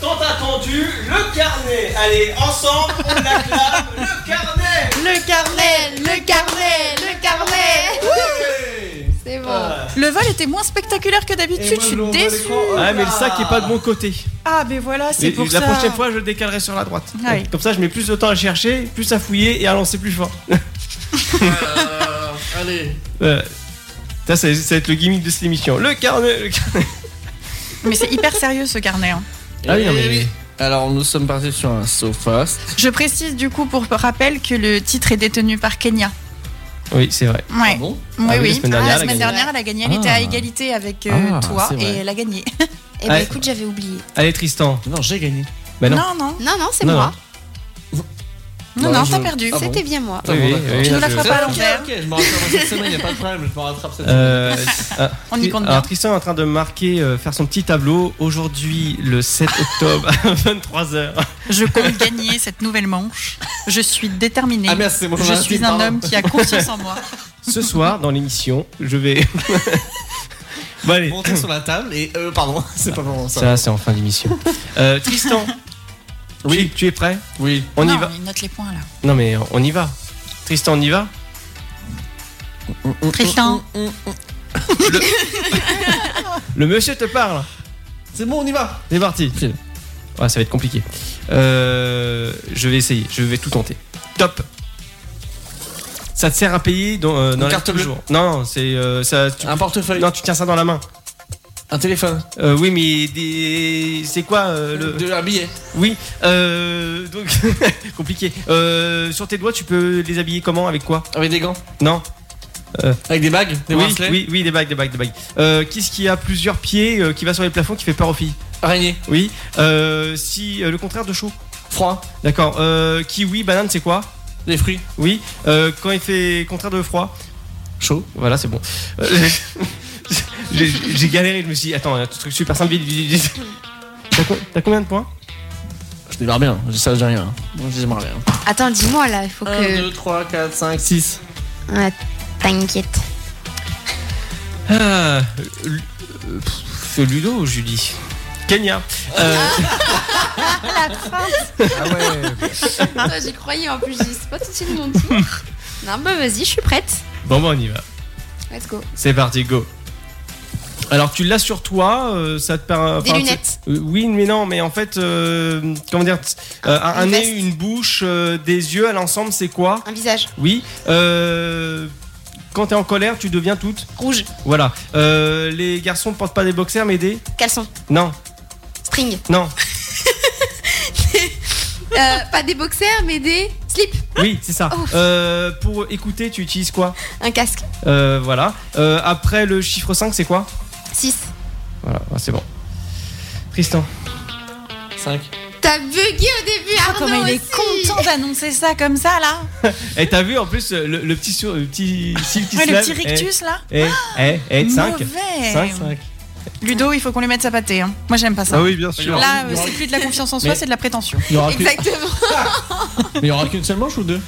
[SPEAKER 3] tant attendu, le carnet. Allez, ensemble, on l'acclame, le carnet.
[SPEAKER 7] Le carnet, le carnet, le carnet C'est bon.
[SPEAKER 6] Le vol était moins spectaculaire que d'habitude, je suis déçue.
[SPEAKER 3] Ah, mais le sac est pas de mon côté.
[SPEAKER 6] Ah, mais voilà, c'est
[SPEAKER 3] Et-
[SPEAKER 6] pour
[SPEAKER 3] et
[SPEAKER 6] ça.
[SPEAKER 3] La prochaine fois, je le décalerai sur la droite.
[SPEAKER 6] Ah oui.
[SPEAKER 3] Comme ça, je mets plus de temps à chercher, plus à fouiller et à lancer plus fort.
[SPEAKER 8] allez.
[SPEAKER 3] Euh, ça, ça, ça va être le gimmick de cette émission. Le carnet. le carnet.
[SPEAKER 6] Mais c'est hyper sérieux ce carnet. hein.
[SPEAKER 3] Ah oui, non, mais-
[SPEAKER 8] Alors, nous sommes partis sur un sofa.
[SPEAKER 6] Je précise du coup pour rappel que le titre est détenu par Kenya.
[SPEAKER 3] Oui, c'est vrai.
[SPEAKER 6] Ouais.
[SPEAKER 8] bon
[SPEAKER 6] Oui,
[SPEAKER 3] Ah oui,
[SPEAKER 6] oui.
[SPEAKER 3] la semaine
[SPEAKER 6] Ah,
[SPEAKER 3] dernière, elle
[SPEAKER 6] la
[SPEAKER 3] a
[SPEAKER 6] semaine
[SPEAKER 3] gagné.
[SPEAKER 6] dernière, elle a gagné. Elle
[SPEAKER 8] Ah.
[SPEAKER 6] était à égalité avec euh,
[SPEAKER 8] Ah,
[SPEAKER 6] toi
[SPEAKER 8] c'est vrai.
[SPEAKER 6] et elle a gagné.
[SPEAKER 7] Eh ben
[SPEAKER 3] Ouais.
[SPEAKER 7] écoute, j'avais oublié.
[SPEAKER 3] Allez, Tristan.
[SPEAKER 8] Non, j'ai gagné.
[SPEAKER 3] Bah non.
[SPEAKER 6] non, non,
[SPEAKER 7] Non, non, c'est
[SPEAKER 3] Non,
[SPEAKER 7] moi.
[SPEAKER 6] non,
[SPEAKER 8] Bah,
[SPEAKER 6] non,
[SPEAKER 8] je-
[SPEAKER 6] t'as perdu.
[SPEAKER 8] Ah bon
[SPEAKER 7] C'était bien moi.
[SPEAKER 3] Oui, oui, oui,
[SPEAKER 6] Tu nous
[SPEAKER 3] je-
[SPEAKER 6] la feras pas à l'envers.
[SPEAKER 8] je me rattrape cette semaine, y a pas de problème, je me rattrape cette
[SPEAKER 3] Euh, ah,
[SPEAKER 6] On y compte
[SPEAKER 3] alors,
[SPEAKER 6] bien.
[SPEAKER 3] Tristan est en train de marquer, euh, faire son petit tableau. Aujourd'hui, le 7 octobre, à 23h.
[SPEAKER 6] Je compte gagner cette nouvelle manche. Je suis déterminée.
[SPEAKER 8] Ah, merci, c'est moi,
[SPEAKER 6] je
[SPEAKER 8] merci,
[SPEAKER 6] suis un
[SPEAKER 8] pardon.
[SPEAKER 6] homme qui a confiance en moi.
[SPEAKER 3] Ce soir, dans l'émission, je vais. bon, allez.
[SPEAKER 8] Monter sur la table et. Euh, pardon, c'est pas vraiment ça.
[SPEAKER 3] Ça, c'est en fin d'émission. Euh, Tristan. Oui. Tu, tu es prêt
[SPEAKER 8] Oui.
[SPEAKER 3] On
[SPEAKER 6] non,
[SPEAKER 3] y va.
[SPEAKER 6] Il note les points là.
[SPEAKER 3] Non, mais on y va. Tristan, on y va
[SPEAKER 6] Tristan.
[SPEAKER 3] Le monsieur te parle.
[SPEAKER 8] C'est bon, on y va.
[SPEAKER 3] C'est parti. Ouais, ça va être compliqué. Euh, je vais essayer. Je vais tout tenter. Top. Ça te sert à payer dans, euh, dans
[SPEAKER 8] Une
[SPEAKER 3] la
[SPEAKER 8] carte
[SPEAKER 3] tous les
[SPEAKER 8] bleue.
[SPEAKER 3] jours. Non, non, c'est euh, ça. tu-
[SPEAKER 8] Un portefeuille.
[SPEAKER 3] non, tu tiens ça dans la main.
[SPEAKER 8] Un téléphone.
[SPEAKER 3] Euh, oui, mais des... c'est quoi euh, le
[SPEAKER 8] De, un billet.
[SPEAKER 3] Oui. euh, donc compliqué. Euh, sur tes doigts, tu peux les habiller comment Avec quoi
[SPEAKER 8] Avec des gants.
[SPEAKER 3] Non.
[SPEAKER 8] Avec des bagues. Des
[SPEAKER 3] oui,
[SPEAKER 8] bracelets.
[SPEAKER 3] oui, oui, des bagues, des bagues, des bagues. Euh, Qu'est-ce qui a plusieurs pieds, euh, qui va sur les plafonds, qui fait peur aux filles
[SPEAKER 8] Araignée.
[SPEAKER 3] Oui. Euh, si euh, le contraire de chaud.
[SPEAKER 8] Froid.
[SPEAKER 3] D'accord. Euh, kiwi, banane, c'est quoi
[SPEAKER 8] Des fruits.
[SPEAKER 3] Oui. Euh, quand il fait contraire de froid.
[SPEAKER 8] Chaud.
[SPEAKER 3] Voilà, c'est bon. Euh, J'ai j'ai galéré, je me suis dit, attends, un truc super simple. vite, vite, vite. T'as co- T'as combien de points
[SPEAKER 8] Je démarre bien. Je- Ça, j'ai rien. Bon, je démarre bien.
[SPEAKER 7] Attends, dis-moi là, il faut
[SPEAKER 8] 1,
[SPEAKER 7] que.
[SPEAKER 8] 2, 3, 4, 5, 6.
[SPEAKER 7] Ah, T'inquiète.
[SPEAKER 3] ah, Lu- euh, pff, C'est Ludo ou Julie Kenya. Euh,
[SPEAKER 5] Ah ouais.
[SPEAKER 7] Putain, J'y croyais en plus, j'ai dit, c'est pas tout de suite mon tour. Non, bah vas-y, je suis prête.
[SPEAKER 3] bon, bon, on y va.
[SPEAKER 7] Let's go.
[SPEAKER 3] C'est parti, go. Alors tu l'as sur toi, euh, ça te permet.
[SPEAKER 7] Des
[SPEAKER 3] enfin,
[SPEAKER 7] lunettes.
[SPEAKER 3] tu- euh, oui, mais non, mais en fait, euh, comment dire, t- euh, un, un
[SPEAKER 7] Une
[SPEAKER 3] nez,
[SPEAKER 7] veste. Ah.
[SPEAKER 3] une bouche, euh, des yeux, à l'ensemble, c'est quoi
[SPEAKER 7] Un visage
[SPEAKER 3] Oui. Euh, quand t'es en colère, tu deviens toute.
[SPEAKER 7] rouge,
[SPEAKER 3] Voilà. Euh, les garçons portent pas des boxers, mais des.
[SPEAKER 7] caleçon,
[SPEAKER 3] Non,
[SPEAKER 7] string.
[SPEAKER 3] non.
[SPEAKER 7] Euh, pas des boxers, mais des slips.
[SPEAKER 3] Oui, c'est ça.
[SPEAKER 7] Oh.
[SPEAKER 3] Euh, pour écouter, tu utilises quoi
[SPEAKER 7] Un casque.
[SPEAKER 3] Euh, Voilà. Euh, après le chiffre 5, c'est quoi
[SPEAKER 7] 6.
[SPEAKER 3] Voilà, ah, c'est bon. Tristan.
[SPEAKER 8] 5.
[SPEAKER 7] T'as bugué au début, Arnaud
[SPEAKER 6] Comment il Ah, est
[SPEAKER 7] aussi.
[SPEAKER 6] content d'annoncer ça comme ça là.
[SPEAKER 3] Et Eh, t'as vu en plus le, le petit sur, le petit cil qui
[SPEAKER 6] Ouais,
[SPEAKER 3] se
[SPEAKER 6] le
[SPEAKER 3] lève.
[SPEAKER 6] petit rictus là.
[SPEAKER 3] Eh, eh, eh, 5.
[SPEAKER 6] Mauvais.
[SPEAKER 3] 5.
[SPEAKER 6] Ludo, il faut qu'on lui mette sa pâtée. hein. Moi, j'aime pas ça.
[SPEAKER 5] Ah oui, bien sûr.
[SPEAKER 6] Là, euh, c'est plus de la confiance en soi,
[SPEAKER 8] Mais-
[SPEAKER 6] c'est de la prétention.
[SPEAKER 8] Il y aura qu'une-
[SPEAKER 7] Exactement.
[SPEAKER 8] mais il y aura qu'une seule manche ou deux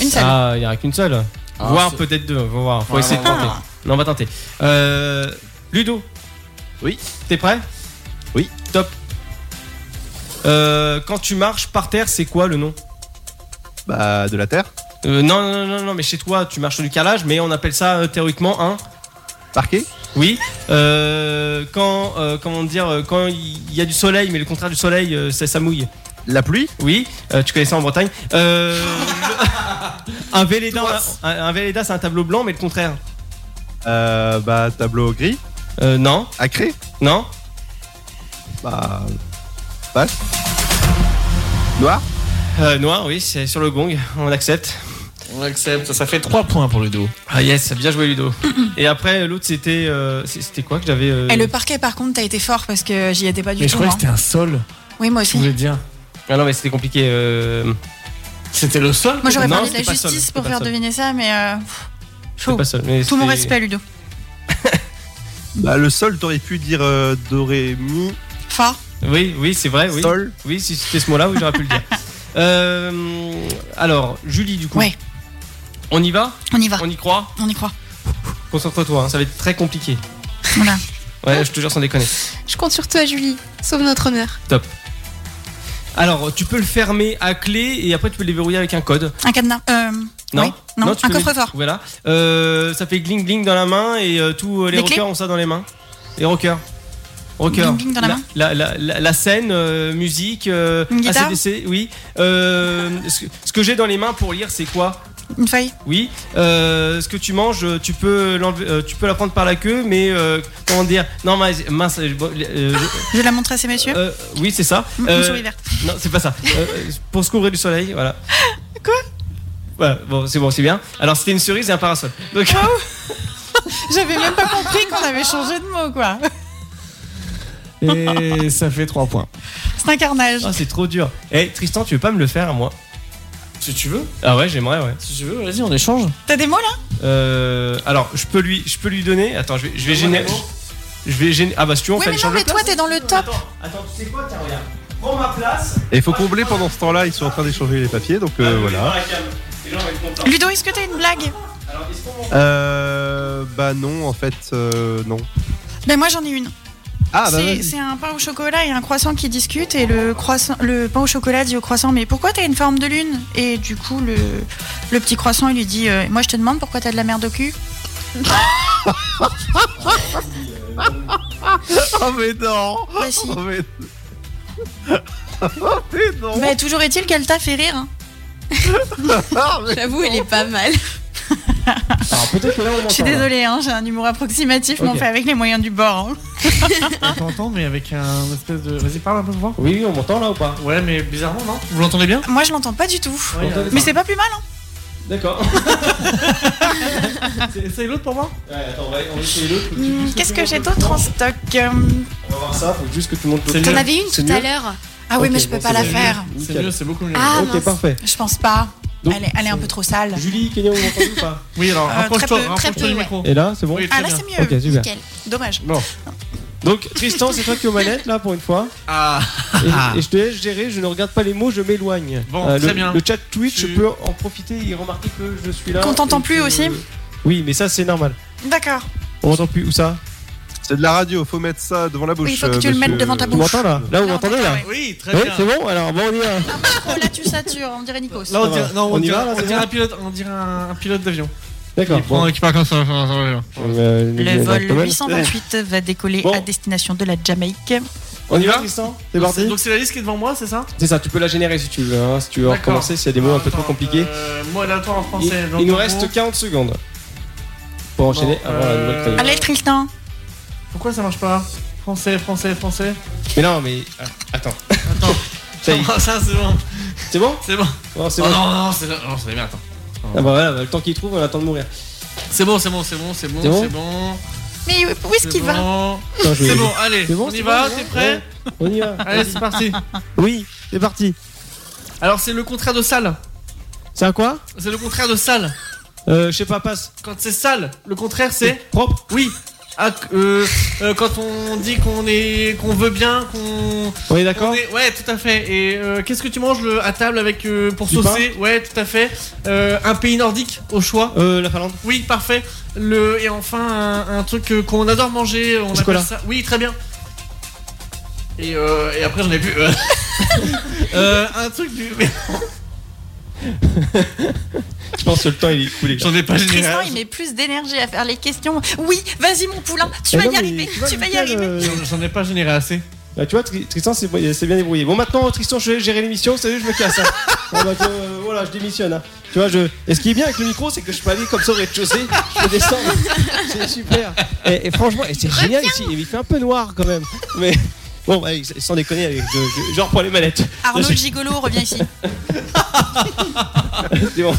[SPEAKER 6] Une seule.
[SPEAKER 3] Ah, il n'y en a qu'une seule.
[SPEAKER 8] Ah,
[SPEAKER 3] Voire
[SPEAKER 8] c'est-
[SPEAKER 3] peut-être deux. Faut voir. Faut
[SPEAKER 8] Ouais,
[SPEAKER 3] essayer de
[SPEAKER 8] ouais,
[SPEAKER 3] tenter.
[SPEAKER 6] ouais.
[SPEAKER 3] Non, on va tenter. Euh, Ludo.
[SPEAKER 5] Oui.
[SPEAKER 3] T'es prêt
[SPEAKER 5] Oui.
[SPEAKER 3] Top. Euh, quand tu marches par terre, c'est quoi le nom
[SPEAKER 5] Bah, de la terre.
[SPEAKER 3] Euh, non, non, non, non, mais chez toi, tu marches sur du calage, mais on appelle ça euh, théoriquement un.
[SPEAKER 5] Parquet.
[SPEAKER 3] Oui. Euh, quand, euh, comment dire, euh, quand il y a du soleil, mais le contraire du soleil, euh, ça, ça mouille.
[SPEAKER 5] La pluie.
[SPEAKER 3] Oui, euh, tu connais ça en Bretagne. Euh, le- un Véleda, un, un Véleda, c'est un tableau blanc, mais le contraire.
[SPEAKER 5] Euh, bah, tableau gris,
[SPEAKER 3] Euh, non,
[SPEAKER 5] acré.
[SPEAKER 3] non,
[SPEAKER 5] Bah, passe. Noir.
[SPEAKER 3] Euh, noir, oui, c'est sur le gong, on accepte.
[SPEAKER 8] On accepte, ça fait 3 points pour le dos.
[SPEAKER 3] Ah yes, bien joué Ludo. Et après l'autre c'était euh, c'est- c'était quoi que j'avais euh,
[SPEAKER 6] Et le parquet, par contre, t'as été fort parce que j'y étais pas du
[SPEAKER 8] Mais je
[SPEAKER 6] tout.
[SPEAKER 8] croyais que
[SPEAKER 6] hein.
[SPEAKER 8] c'était un sol,
[SPEAKER 6] Oui, moi
[SPEAKER 8] tu
[SPEAKER 6] aussi.
[SPEAKER 8] voulais dire.
[SPEAKER 3] Ah non mais c'était compliqué. euh,
[SPEAKER 8] C'était le sol
[SPEAKER 6] Moi, j'aurais
[SPEAKER 3] Non,
[SPEAKER 6] parlé de la
[SPEAKER 3] c'était pas seul,
[SPEAKER 6] justice
[SPEAKER 3] c'était
[SPEAKER 6] pour
[SPEAKER 3] pas
[SPEAKER 6] faire
[SPEAKER 3] seul.
[SPEAKER 6] deviner ça, mais. euh, pff,
[SPEAKER 3] c'était
[SPEAKER 6] chaud.
[SPEAKER 3] pas seul, mais
[SPEAKER 6] Tout mon
[SPEAKER 3] c'était-
[SPEAKER 6] respect, Ludo.
[SPEAKER 5] Bah, le sol, t'aurais pu dire euh, doré, mi,
[SPEAKER 6] Fort.
[SPEAKER 3] Oui, oui, c'est vrai, oui.
[SPEAKER 5] sol.
[SPEAKER 3] Oui, si c'était ce mot-là, oui, j'aurais pu le dire. Euh, alors, Julie, du coup.
[SPEAKER 6] Ouais. Ah.
[SPEAKER 3] On y va
[SPEAKER 6] On y va.
[SPEAKER 3] On y croit
[SPEAKER 6] On y croit.
[SPEAKER 3] Concentre-toi, hein, ça va être très compliqué.
[SPEAKER 6] Voilà.
[SPEAKER 3] Ouais, je te jure, sans déconner.
[SPEAKER 7] Je compte sur toi, Julie. Sauve notre honneur.
[SPEAKER 3] Alors, tu peux le fermer à clé et après tu peux le déverrouiller avec un code.
[SPEAKER 6] Un cadenas. Euh,
[SPEAKER 3] Non,
[SPEAKER 6] oui, non,
[SPEAKER 3] tu
[SPEAKER 6] un
[SPEAKER 3] peux-
[SPEAKER 6] coffre-fort.
[SPEAKER 3] Voilà. Euh, ça fait gling gling dans la main et euh, tous euh, les
[SPEAKER 6] Des clés
[SPEAKER 3] rockers ont ça dans les mains. Les rockers. Rockers.
[SPEAKER 6] Gling gling dans la main
[SPEAKER 3] la, la- la- la scène, euh, musique, euh,
[SPEAKER 6] Une guitare
[SPEAKER 3] ACDC, oui. Euh, ce que, ce que j'ai dans les mains pour lire, c'est quoi
[SPEAKER 6] Une feuille.
[SPEAKER 3] Oui, euh, ce que tu manges, tu peux, l'enlever- euh, tu peux la prendre par la queue, mais euh, comment dire Non, mince, mince, euh, euh,
[SPEAKER 6] Je vais la montrer à ces messieurs.
[SPEAKER 3] euh, oui, c'est ça.
[SPEAKER 6] Une-
[SPEAKER 3] Euh,
[SPEAKER 6] Une souris verte.
[SPEAKER 3] non, c'est pas ça. Euh, euh, pour se couvrir du soleil, voilà.
[SPEAKER 6] Quoi
[SPEAKER 3] Voilà, bon, c'est bon, c'est bien. Alors, c'était une cerise et un parasol. Donc,
[SPEAKER 6] Ah J'avais même pas compris qu'on avait changé de mot, quoi.
[SPEAKER 8] Et ça fait 3 points.
[SPEAKER 6] C'est un carnage.
[SPEAKER 3] Ah, c'est trop dur. Eh, Tristan, tu veux pas me le faire à moi
[SPEAKER 8] Si tu veux,
[SPEAKER 3] Ah ouais, j'aimerais, ouais.
[SPEAKER 8] si tu veux, vas-y, on échange.
[SPEAKER 6] T'as des mots là
[SPEAKER 3] Euh, alors, je peux lui, je peux lui donner. Attends, je vais, je vais gêner. Je vais gêner. Ah bah, si tu veux, on
[SPEAKER 6] Oui,
[SPEAKER 3] fait
[SPEAKER 6] mais
[SPEAKER 3] le
[SPEAKER 6] non,
[SPEAKER 3] change de
[SPEAKER 6] mais toi,
[SPEAKER 3] place.
[SPEAKER 6] t'es dans le top.
[SPEAKER 3] Attends, attends, tu sais quoi Tiens, regarde. Prends ma place.
[SPEAKER 5] Et il faut combler pendant ce temps-là, ils sont en train d'échanger les papiers, donc
[SPEAKER 6] Ah
[SPEAKER 5] euh, voilà.
[SPEAKER 6] Ludo, est-ce que t'as une blague
[SPEAKER 5] Euh, bah non, en fait, euh, non.
[SPEAKER 6] Ben moi, j'en ai une.
[SPEAKER 5] Ah bah
[SPEAKER 6] c'est,
[SPEAKER 5] vas-y.
[SPEAKER 6] c'est un pain au chocolat et un croissant qui discutent et le croissant, le pain au chocolat dit au croissant mais pourquoi t'as une forme de lune Et du coup le, le petit croissant il lui dit euh, moi je te demande pourquoi t'as de la merde au cul.
[SPEAKER 5] Oh mais non
[SPEAKER 6] Bah si.
[SPEAKER 5] Oh mais, Oh, mais non
[SPEAKER 6] Bah toujours est-il qu'elle t'a fait rire. hein.
[SPEAKER 3] Oh,
[SPEAKER 5] Ah, mais-
[SPEAKER 7] J'avoue, elle est pas mal.
[SPEAKER 3] Alors, peut-être que là, on
[SPEAKER 6] Je suis
[SPEAKER 3] m'entend, là.
[SPEAKER 6] désolée, hein, j'ai un humour approximatif mais
[SPEAKER 3] Ok.
[SPEAKER 6] on fait avec les moyens du bord. hein.
[SPEAKER 8] On t'entend, mais avec un espèce de. Vas-y, parle un peu pour voir.
[SPEAKER 3] Oui, oui, on m'entend là ou pas
[SPEAKER 8] Ouais, mais bizarrement, non Vous l'entendez bien
[SPEAKER 6] Moi je l'entends pas du tout.
[SPEAKER 8] Ouais,
[SPEAKER 3] On
[SPEAKER 8] euh,
[SPEAKER 6] Mais c'est pas plus mal. hein.
[SPEAKER 3] D'accord.
[SPEAKER 8] c'est- c'est l'autre pour moi
[SPEAKER 3] Ouais, attends, on va, on va essayer l'autre. Faut que tu-
[SPEAKER 6] Hmm,
[SPEAKER 3] juste
[SPEAKER 6] Qu'est-ce
[SPEAKER 3] tu
[SPEAKER 6] que j'ai d'autre en stock Euh,
[SPEAKER 3] On va voir ça, faut juste que tu montes le
[SPEAKER 7] T'en avais une
[SPEAKER 3] C'est
[SPEAKER 7] tout à l'heure.
[SPEAKER 6] Ah oui
[SPEAKER 3] Ok,
[SPEAKER 6] mais je
[SPEAKER 3] bon,
[SPEAKER 6] peux pas
[SPEAKER 3] c'est
[SPEAKER 6] la
[SPEAKER 3] bien.
[SPEAKER 6] faire.
[SPEAKER 8] C'est
[SPEAKER 3] Nickel.
[SPEAKER 8] mieux, c'est beaucoup mieux.
[SPEAKER 7] Ah,
[SPEAKER 3] Ok,
[SPEAKER 7] mince.
[SPEAKER 3] parfait.
[SPEAKER 6] Je pense pas.
[SPEAKER 3] Donc,
[SPEAKER 6] elle, est, elle est un peu trop sale.
[SPEAKER 3] Julie, Kenya, on m'entend ou pas
[SPEAKER 8] Oui, alors
[SPEAKER 6] Euh,
[SPEAKER 8] rapproche-toi
[SPEAKER 6] très peu,
[SPEAKER 8] rapproche
[SPEAKER 7] très
[SPEAKER 8] du
[SPEAKER 7] peu, ouais.
[SPEAKER 8] micro.
[SPEAKER 3] Et là, c'est Eh, bon
[SPEAKER 8] Oui, très
[SPEAKER 6] Ah là
[SPEAKER 8] bien.
[SPEAKER 6] c'est mieux.
[SPEAKER 3] Ok, super.
[SPEAKER 7] Nickel.
[SPEAKER 6] Dommage.
[SPEAKER 3] Donc, Tristan, c'est toi qui es aux manettes là pour une fois.
[SPEAKER 8] Ah,
[SPEAKER 3] Et, et je te laisse gérer, je ne regarde pas les mots, je m'éloigne. Euh,
[SPEAKER 8] Bon,
[SPEAKER 3] le,
[SPEAKER 8] très bien.
[SPEAKER 3] Le chat Twitch,
[SPEAKER 8] Tu-
[SPEAKER 3] je peux en profiter et remarquer que je suis là.
[SPEAKER 6] Qu'on t'entend
[SPEAKER 3] et
[SPEAKER 6] plus
[SPEAKER 3] que-
[SPEAKER 6] aussi
[SPEAKER 3] Oui, mais ça c'est normal.
[SPEAKER 6] D'accord.
[SPEAKER 3] On m'entend plus, où ça
[SPEAKER 5] C'est de la radio, faut mettre ça devant la bouche. euh,
[SPEAKER 6] Oui, il faut que tu le
[SPEAKER 5] monsieur.
[SPEAKER 6] mettes devant ta
[SPEAKER 3] Tu
[SPEAKER 6] bouche.
[SPEAKER 3] m'entends là Là, vous
[SPEAKER 6] Là, on
[SPEAKER 3] m'entendez
[SPEAKER 6] t'entend,
[SPEAKER 3] là
[SPEAKER 6] Ah ouais.
[SPEAKER 8] oui, très
[SPEAKER 3] Oui,
[SPEAKER 8] bien.
[SPEAKER 3] c'est bon Alors, bon, on y va.
[SPEAKER 6] Oh, là tu satures, on dirait Nikos.
[SPEAKER 8] Là, on
[SPEAKER 3] Ça va.
[SPEAKER 8] dirait, non, on
[SPEAKER 3] On y
[SPEAKER 8] dirait-
[SPEAKER 3] va, là,
[SPEAKER 8] on
[SPEAKER 3] c'est
[SPEAKER 8] dirait
[SPEAKER 3] bon
[SPEAKER 8] un pilote, on dirait un, un pilote d'avion.
[SPEAKER 3] D'accord.
[SPEAKER 8] Qui prend- qui part comme ça. comme ça, comme ça.
[SPEAKER 3] bon, euh,
[SPEAKER 6] Le
[SPEAKER 3] la
[SPEAKER 6] vol
[SPEAKER 3] commande.
[SPEAKER 6] 828 va décoller
[SPEAKER 3] Bon.
[SPEAKER 6] à destination de la Jamaïque.
[SPEAKER 3] On y va
[SPEAKER 8] va
[SPEAKER 3] Tristan C'est parti
[SPEAKER 8] Donc c'est la liste qui est devant moi, c'est ça
[SPEAKER 3] C'est ça, tu peux la générer si tu veux. hein, si tu veux
[SPEAKER 8] D'accord. Ah,
[SPEAKER 3] recommencer, s'il y a des mots un peu trop
[SPEAKER 8] Attends,
[SPEAKER 3] compliqués.
[SPEAKER 8] euh, Moi, là, toi en
[SPEAKER 3] Il,
[SPEAKER 8] français.
[SPEAKER 3] il nous
[SPEAKER 8] j'entends
[SPEAKER 3] reste
[SPEAKER 8] bon.
[SPEAKER 3] 40 secondes pour enchaîner
[SPEAKER 8] Bon,
[SPEAKER 3] avant la nouvelle
[SPEAKER 8] euh,
[SPEAKER 3] chronique.
[SPEAKER 6] Allez, Tristan.
[SPEAKER 8] Pourquoi ça marche pas Français, français, français.
[SPEAKER 3] Mais non, mais ah, attends.
[SPEAKER 8] Attends.
[SPEAKER 3] Ça y est.
[SPEAKER 8] Ah, ça, c'est bon.
[SPEAKER 3] C'est bon
[SPEAKER 8] C'est bon.
[SPEAKER 3] Non, c'est
[SPEAKER 8] Oh,
[SPEAKER 3] bon.
[SPEAKER 8] non, non, c'est non, c'est bien, attends.
[SPEAKER 3] Ah bah voilà, le temps qu'il trouve, on attend de mourir.
[SPEAKER 8] C'est bon, c'est bon, c'est bon, c'est bon,
[SPEAKER 3] C'est bon
[SPEAKER 8] c'est bon.
[SPEAKER 6] Mais où est-ce
[SPEAKER 8] c'est
[SPEAKER 6] qu'il va
[SPEAKER 8] bon.
[SPEAKER 3] Attends, je vais-
[SPEAKER 8] C'est bon, allez,
[SPEAKER 3] C'est bon,
[SPEAKER 8] on y
[SPEAKER 3] c'est
[SPEAKER 8] va,
[SPEAKER 3] bon,
[SPEAKER 8] t'es
[SPEAKER 3] ouais.
[SPEAKER 8] prêt
[SPEAKER 3] Ouais, On y va.
[SPEAKER 8] Allez, c'est parti.
[SPEAKER 3] Oui, c'est parti.
[SPEAKER 8] Alors, c'est le contraire de sale.
[SPEAKER 3] C'est à quoi
[SPEAKER 8] C'est le contraire de sale.
[SPEAKER 3] Euh, je sais pas, passe.
[SPEAKER 8] Quand c'est sale, le contraire, c'est
[SPEAKER 3] Propre
[SPEAKER 8] oui. Ah, euh, euh, quand on dit qu'on est, qu'on veut bien, qu'on
[SPEAKER 3] On est
[SPEAKER 8] On
[SPEAKER 3] d'accord
[SPEAKER 8] est- Ouais, tout à fait. Et euh, qu'est-ce que tu manges le- à table avec euh, pour
[SPEAKER 3] Du
[SPEAKER 8] saucer Ouais, tout à fait. Euh, un pays nordique au choix.
[SPEAKER 3] Euh, la Finlande.
[SPEAKER 8] Oui, parfait. Le et enfin un, un truc euh, qu'on adore manger. On
[SPEAKER 3] Chocolat.
[SPEAKER 8] appelle ça. Oui, très bien. Et, euh, et après j'en ai plus. euh. Euh, un truc du. mais
[SPEAKER 3] Je pense que le temps il est coulé.
[SPEAKER 8] J'en ai pas généré.
[SPEAKER 6] Tristan, il met plus d'énergie à faire les questions. Oui, vas-y, mon poulain, tu
[SPEAKER 3] Eh
[SPEAKER 6] vas
[SPEAKER 3] non,
[SPEAKER 6] y
[SPEAKER 3] mais
[SPEAKER 6] arriver,
[SPEAKER 3] vois,
[SPEAKER 6] tu vas y
[SPEAKER 3] Mickaël,
[SPEAKER 6] arriver.
[SPEAKER 3] euh,
[SPEAKER 8] J'en- J'en ai pas généré assez.
[SPEAKER 3] Bah, tu vois, Tri- Tristan s'est s'est bien débrouillé. Bon, maintenant, Tristan, je vais gérer l'émission, salut, je me casse. hein. Bon, bah, que, euh, voilà, je démissionne. hein. Tu vois, je... et ce qui est bien avec le micro, c'est que je peux aller comme ça au rez-de-chaussée, je peux descendre. C'est super. Et, et franchement, et c'est génial ici. Il fait un peu noir quand même. Mais bon, ouais, sans déconner, allez, je, je, je reprends les manettes.
[SPEAKER 6] Arnaud
[SPEAKER 3] Je-
[SPEAKER 6] Gigolo revient ici.
[SPEAKER 3] C'est bon.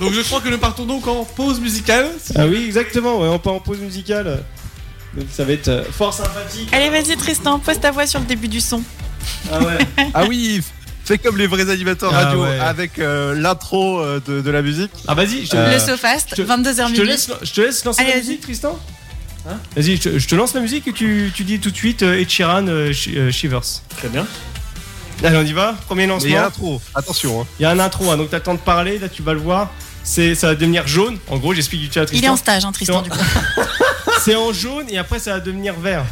[SPEAKER 8] Donc je crois que nous partons donc en pause musicale.
[SPEAKER 3] Ah oui, exactement, ouais, on part en pause musicale. Donc, ça va être euh, fort sympathique.
[SPEAKER 6] Allez, vas-y Tristan, pose ta voix sur le début du son.
[SPEAKER 3] Ah ouais.
[SPEAKER 5] Ah oui, fais comme les vrais animateurs
[SPEAKER 3] Ah
[SPEAKER 5] radio
[SPEAKER 3] ouais.
[SPEAKER 5] avec euh, l'intro euh, de, de la musique.
[SPEAKER 3] Ah, vas-y, je te
[SPEAKER 5] Euh,
[SPEAKER 6] le Sofast,
[SPEAKER 3] je te-
[SPEAKER 6] 22h
[SPEAKER 3] Je te,
[SPEAKER 6] midi.
[SPEAKER 3] laisse, je te laisse lancer
[SPEAKER 6] Allez,
[SPEAKER 3] la
[SPEAKER 6] vas-y.
[SPEAKER 3] musique, Tristan Vas-y, je, te- je te lance la musique et tu, tu dis tout de suite euh, Ed Sheeran euh, Sh- euh, Shivers.
[SPEAKER 8] Très bien.
[SPEAKER 3] Allez, on y va Premier
[SPEAKER 5] Mais il y
[SPEAKER 3] lancement.
[SPEAKER 5] a l'intro, attention. hein.
[SPEAKER 3] Il y a un intro, hein, donc t'attends de parler, là tu vas le voir. C'est, ça va devenir jaune. En gros, j'explique du chat à
[SPEAKER 6] Il est
[SPEAKER 3] Tristan.
[SPEAKER 6] en stage, hein, Tristan,
[SPEAKER 3] Non.
[SPEAKER 6] du coup.
[SPEAKER 3] C'est en jaune et après ça va devenir vert.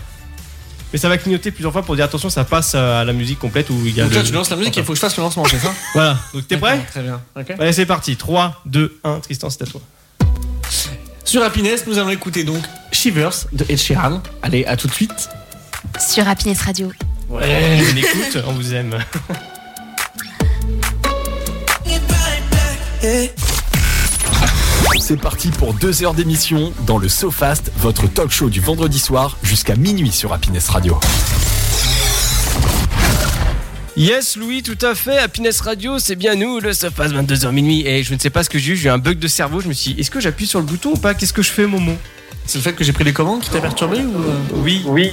[SPEAKER 3] Mais ça va clignoter plusieurs fois pour dire attention, ça passe à la musique complète où il y a
[SPEAKER 8] Donc
[SPEAKER 3] le-
[SPEAKER 8] là, tu lances la musique et il faut que je fasse le lancement, c'est ça
[SPEAKER 3] Voilà, donc t'es prêt
[SPEAKER 8] D'accord, Très bien. Ok.
[SPEAKER 3] Allez, c'est parti. 3, 2, 1, Tristan, c'est à toi.
[SPEAKER 8] Sur Happiness, nous allons écouter donc Shivers de Ed Sheeran. Allez, à tout de suite.
[SPEAKER 7] Sur Happiness Radio.
[SPEAKER 3] Ouais, on écoute, on vous aime.
[SPEAKER 2] C'est parti pour deux heures d'émission dans le SoFast, votre talk show du vendredi soir jusqu'à minuit sur Happiness Radio.
[SPEAKER 3] Yes, Louis, tout à fait. Happiness Radio, c'est bien nous. Le ça passe 22h minuit. Et je ne sais pas ce que j'ai eu. J'ai eu un bug de cerveau. Je me suis dit, est-ce que j'appuie sur le bouton ou pas Qu'est-ce que je fais, Momo
[SPEAKER 8] C'est le fait que j'ai pris les commandes qui t'a perturbé ou euh
[SPEAKER 3] Oui. Oui.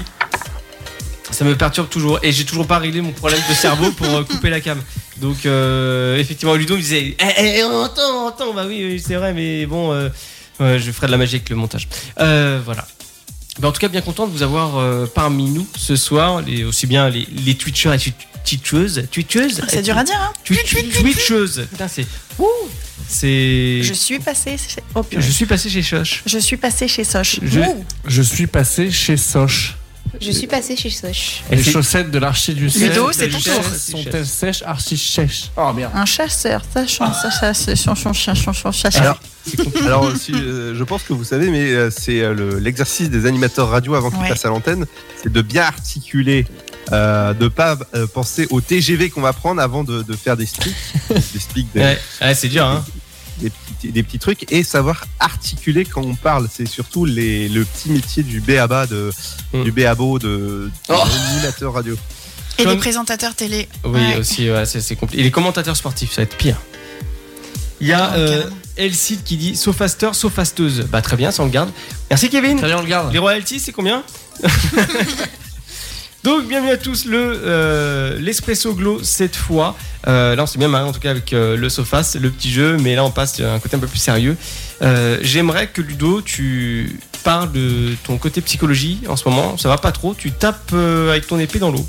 [SPEAKER 3] Ça me perturbe toujours. Et j'ai toujours pas réglé mon problème de cerveau pour euh, couper la cam. Donc, euh, effectivement, Ludo me disait, eh, eh, entends, entends. Bah oui, oui, c'est vrai, mais bon, euh, euh, je ferai de la magie avec le montage. Euh, voilà. Mais en tout cas, bien content de vous avoir euh, parmi nous ce soir, les, aussi bien les, les Twitchers et tu- Twitcheuses. Twitcheuses
[SPEAKER 6] C'est dur à dire, hein.
[SPEAKER 3] Twitch- Twitcheuse. Putain, c'est. Ouh C'est.
[SPEAKER 6] Je suis passé chez... Oh, purée.
[SPEAKER 3] Je suis passé chez Choche.
[SPEAKER 6] Je suis passé chez Soch.
[SPEAKER 3] Je-
[SPEAKER 6] Ouh.
[SPEAKER 8] Je suis passé chez Soch.
[SPEAKER 7] Je suis passée chez Soch.
[SPEAKER 8] Les
[SPEAKER 3] c'est-
[SPEAKER 8] chaussettes de l'archiduc
[SPEAKER 6] Ludo,
[SPEAKER 3] c'est ton tour.
[SPEAKER 8] Sont-elles sèches, archi sèches Oh merde.
[SPEAKER 6] Un chasseur, ça change, ça change, ça change, ça change, ça change, ça change.
[SPEAKER 5] Alors, Alors, si, euh, je pense que vous savez, mais euh, c'est euh, le- l'exercice des animateurs radio avant qu'ils
[SPEAKER 6] Ouais.
[SPEAKER 5] passent à l'antenne, c'est de bien articuler, euh, de pas euh, penser au TGV qu'on va prendre avant de, de faire des speaks, des speaks, des,
[SPEAKER 3] Ouais, ouais, c'est dur, hein.
[SPEAKER 5] des petits, des petits trucs et savoir articuler quand on parle. C'est surtout les, le petit métier du béaba, de,
[SPEAKER 3] Mm.
[SPEAKER 5] du béabo, de, de
[SPEAKER 3] Oh.
[SPEAKER 5] l'animateur radio.
[SPEAKER 6] Et les
[SPEAKER 3] Sean-
[SPEAKER 6] présentateurs télé.
[SPEAKER 3] Oui,
[SPEAKER 6] Ouais.
[SPEAKER 3] aussi, ouais, c'est, c'est compliqué. Et les commentateurs sportifs, ça va être pire. Il y a
[SPEAKER 6] Ah,
[SPEAKER 3] euh,
[SPEAKER 6] carrément.
[SPEAKER 3] Elcide qui dit Sofasteur, Sofasteuse. Bah, très bien, ça on le garde. Merci, Kevin.
[SPEAKER 8] Salut, on le garde.
[SPEAKER 3] Les royalties, c'est combien Donc, bienvenue à tous, le euh, l'Espresso Glow cette fois. Euh, là, on s'est bien marré en tout cas avec euh, le Sofas, le petit jeu, mais là, on passe à un côté un peu plus sérieux. Euh, J'aimerais que Ludo, tu parles de ton côté psychologie en ce moment. Ça va pas trop, tu tapes euh, avec ton épée dans l'eau.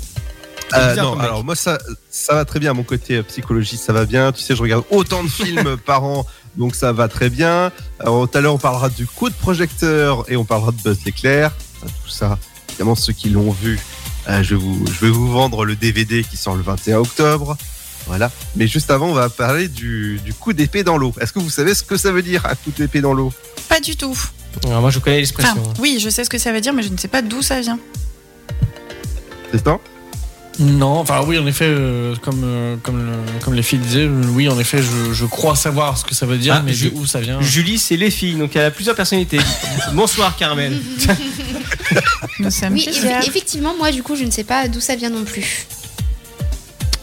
[SPEAKER 3] C'est
[SPEAKER 5] Euh,
[SPEAKER 3] bizarre
[SPEAKER 5] non,
[SPEAKER 3] comme mec.
[SPEAKER 5] alors moi ça, ça va très bien, mon côté euh, psychologie ça va bien. Tu sais, je regarde autant de films par an, donc ça va très bien. Alors, tout à l'heure on parlera du coup de projecteur et on parlera de Buzz l'éclair. Enfin, Tout ça, évidemment ceux qui l'ont vu, euh, je, vous, je vais vous vendre le DVD qui sort le 21 octobre. Voilà. Mais juste avant, on va parler du, du coup d'épée dans l'eau. Est-ce que vous savez ce que ça veut dire, un coup d'épée dans l'eau
[SPEAKER 6] Pas du tout.
[SPEAKER 3] Alors, Ah, moi, je connais hein.
[SPEAKER 6] Enfin,
[SPEAKER 3] l'expression.
[SPEAKER 6] oui, je sais ce que ça veut dire, mais je ne sais pas d'où ça vient.
[SPEAKER 5] C'est ça
[SPEAKER 8] Non, enfin oui, en effet, euh, comme, euh, comme, le- comme les filles disaient, euh, oui, en effet, je, je crois savoir ce que ça veut dire,
[SPEAKER 3] Ah,
[SPEAKER 8] mais
[SPEAKER 3] je-
[SPEAKER 8] de où ça vient
[SPEAKER 3] Julie, c'est les filles, donc elle a plusieurs personnalités. Bonsoir, Carmen.
[SPEAKER 6] Nous sommes
[SPEAKER 7] Oui,
[SPEAKER 6] plusieurs.
[SPEAKER 7] eff- effectivement, moi, du coup, je ne sais pas d'où ça vient non plus.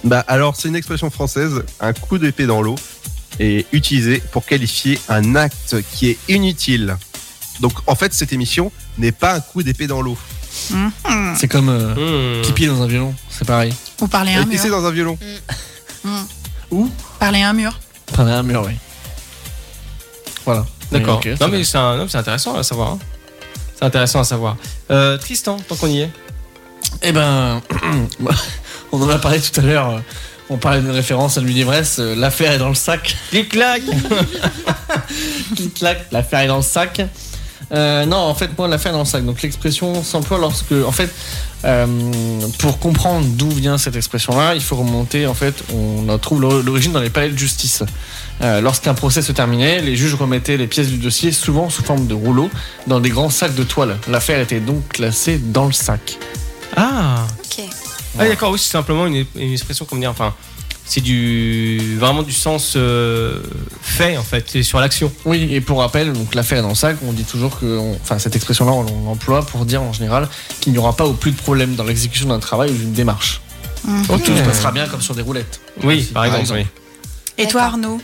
[SPEAKER 5] Bah alors c'est une expression française, un coup d'épée dans l'eau est utilisé pour qualifier un acte qui est inutile. Donc en fait cette émission n'est pas un coup d'épée dans l'eau.
[SPEAKER 6] Mhm.
[SPEAKER 8] C'est comme euh,
[SPEAKER 3] Hmm.
[SPEAKER 8] pipi dans un violon, c'est pareil.
[SPEAKER 6] Ou parler à un
[SPEAKER 5] Et pisser
[SPEAKER 6] mur.
[SPEAKER 5] dans un violon.
[SPEAKER 6] Parler à un mur.
[SPEAKER 8] Enfin, un mur, oui. Voilà.
[SPEAKER 3] D'accord.
[SPEAKER 8] Ok,
[SPEAKER 3] non,
[SPEAKER 8] très
[SPEAKER 3] mais
[SPEAKER 8] bien.
[SPEAKER 3] c'est un- non, mais c'est intéressant à savoir. hein. C'est intéressant à savoir. Euh, Tristan, tant qu'on y est.
[SPEAKER 8] Eh ben, on en a parlé tout à l'heure. euh, On parlait d'une référence à l'univers. L'affaire est dans le sac.
[SPEAKER 3] Clic clac
[SPEAKER 8] Clic, clac, l'affaire est dans le sac. Euh, non, en fait, moi, l'affaire est dans le sac. Donc, l'expression s'emploie lorsque, en fait, euh, pour comprendre d'où vient cette expression-là, il faut remonter. En fait, on en trouve l'or- l'origine dans les palais de justice. Euh, Lorsqu'un procès se terminait, les juges remettaient les pièces du dossier, souvent sous forme de rouleaux, dans des grands sacs de toile. L'affaire était donc classée dans le sac.
[SPEAKER 3] Ah
[SPEAKER 7] Ok.
[SPEAKER 4] Ah, d'accord, oui, c'est simplement une, une expression, comment dire, enfin, c'est du vraiment du sens euh, fait, en fait, c'est sur l'action.
[SPEAKER 8] Oui, et pour rappel, donc l'affaire est dans le sac, on dit toujours que. on- Enfin, cette expression-là, on l'emploie pour dire en général qu'il n'y aura pas au plus de problème dans l'exécution d'un travail ou d'une démarche.
[SPEAKER 4] Ok.
[SPEAKER 8] Tout se passera bien comme sur des roulettes.
[SPEAKER 4] Oui, par
[SPEAKER 8] Par
[SPEAKER 4] exemple.
[SPEAKER 8] exemple.
[SPEAKER 4] oui.
[SPEAKER 6] Et toi,
[SPEAKER 9] D'accord.
[SPEAKER 6] Arnaud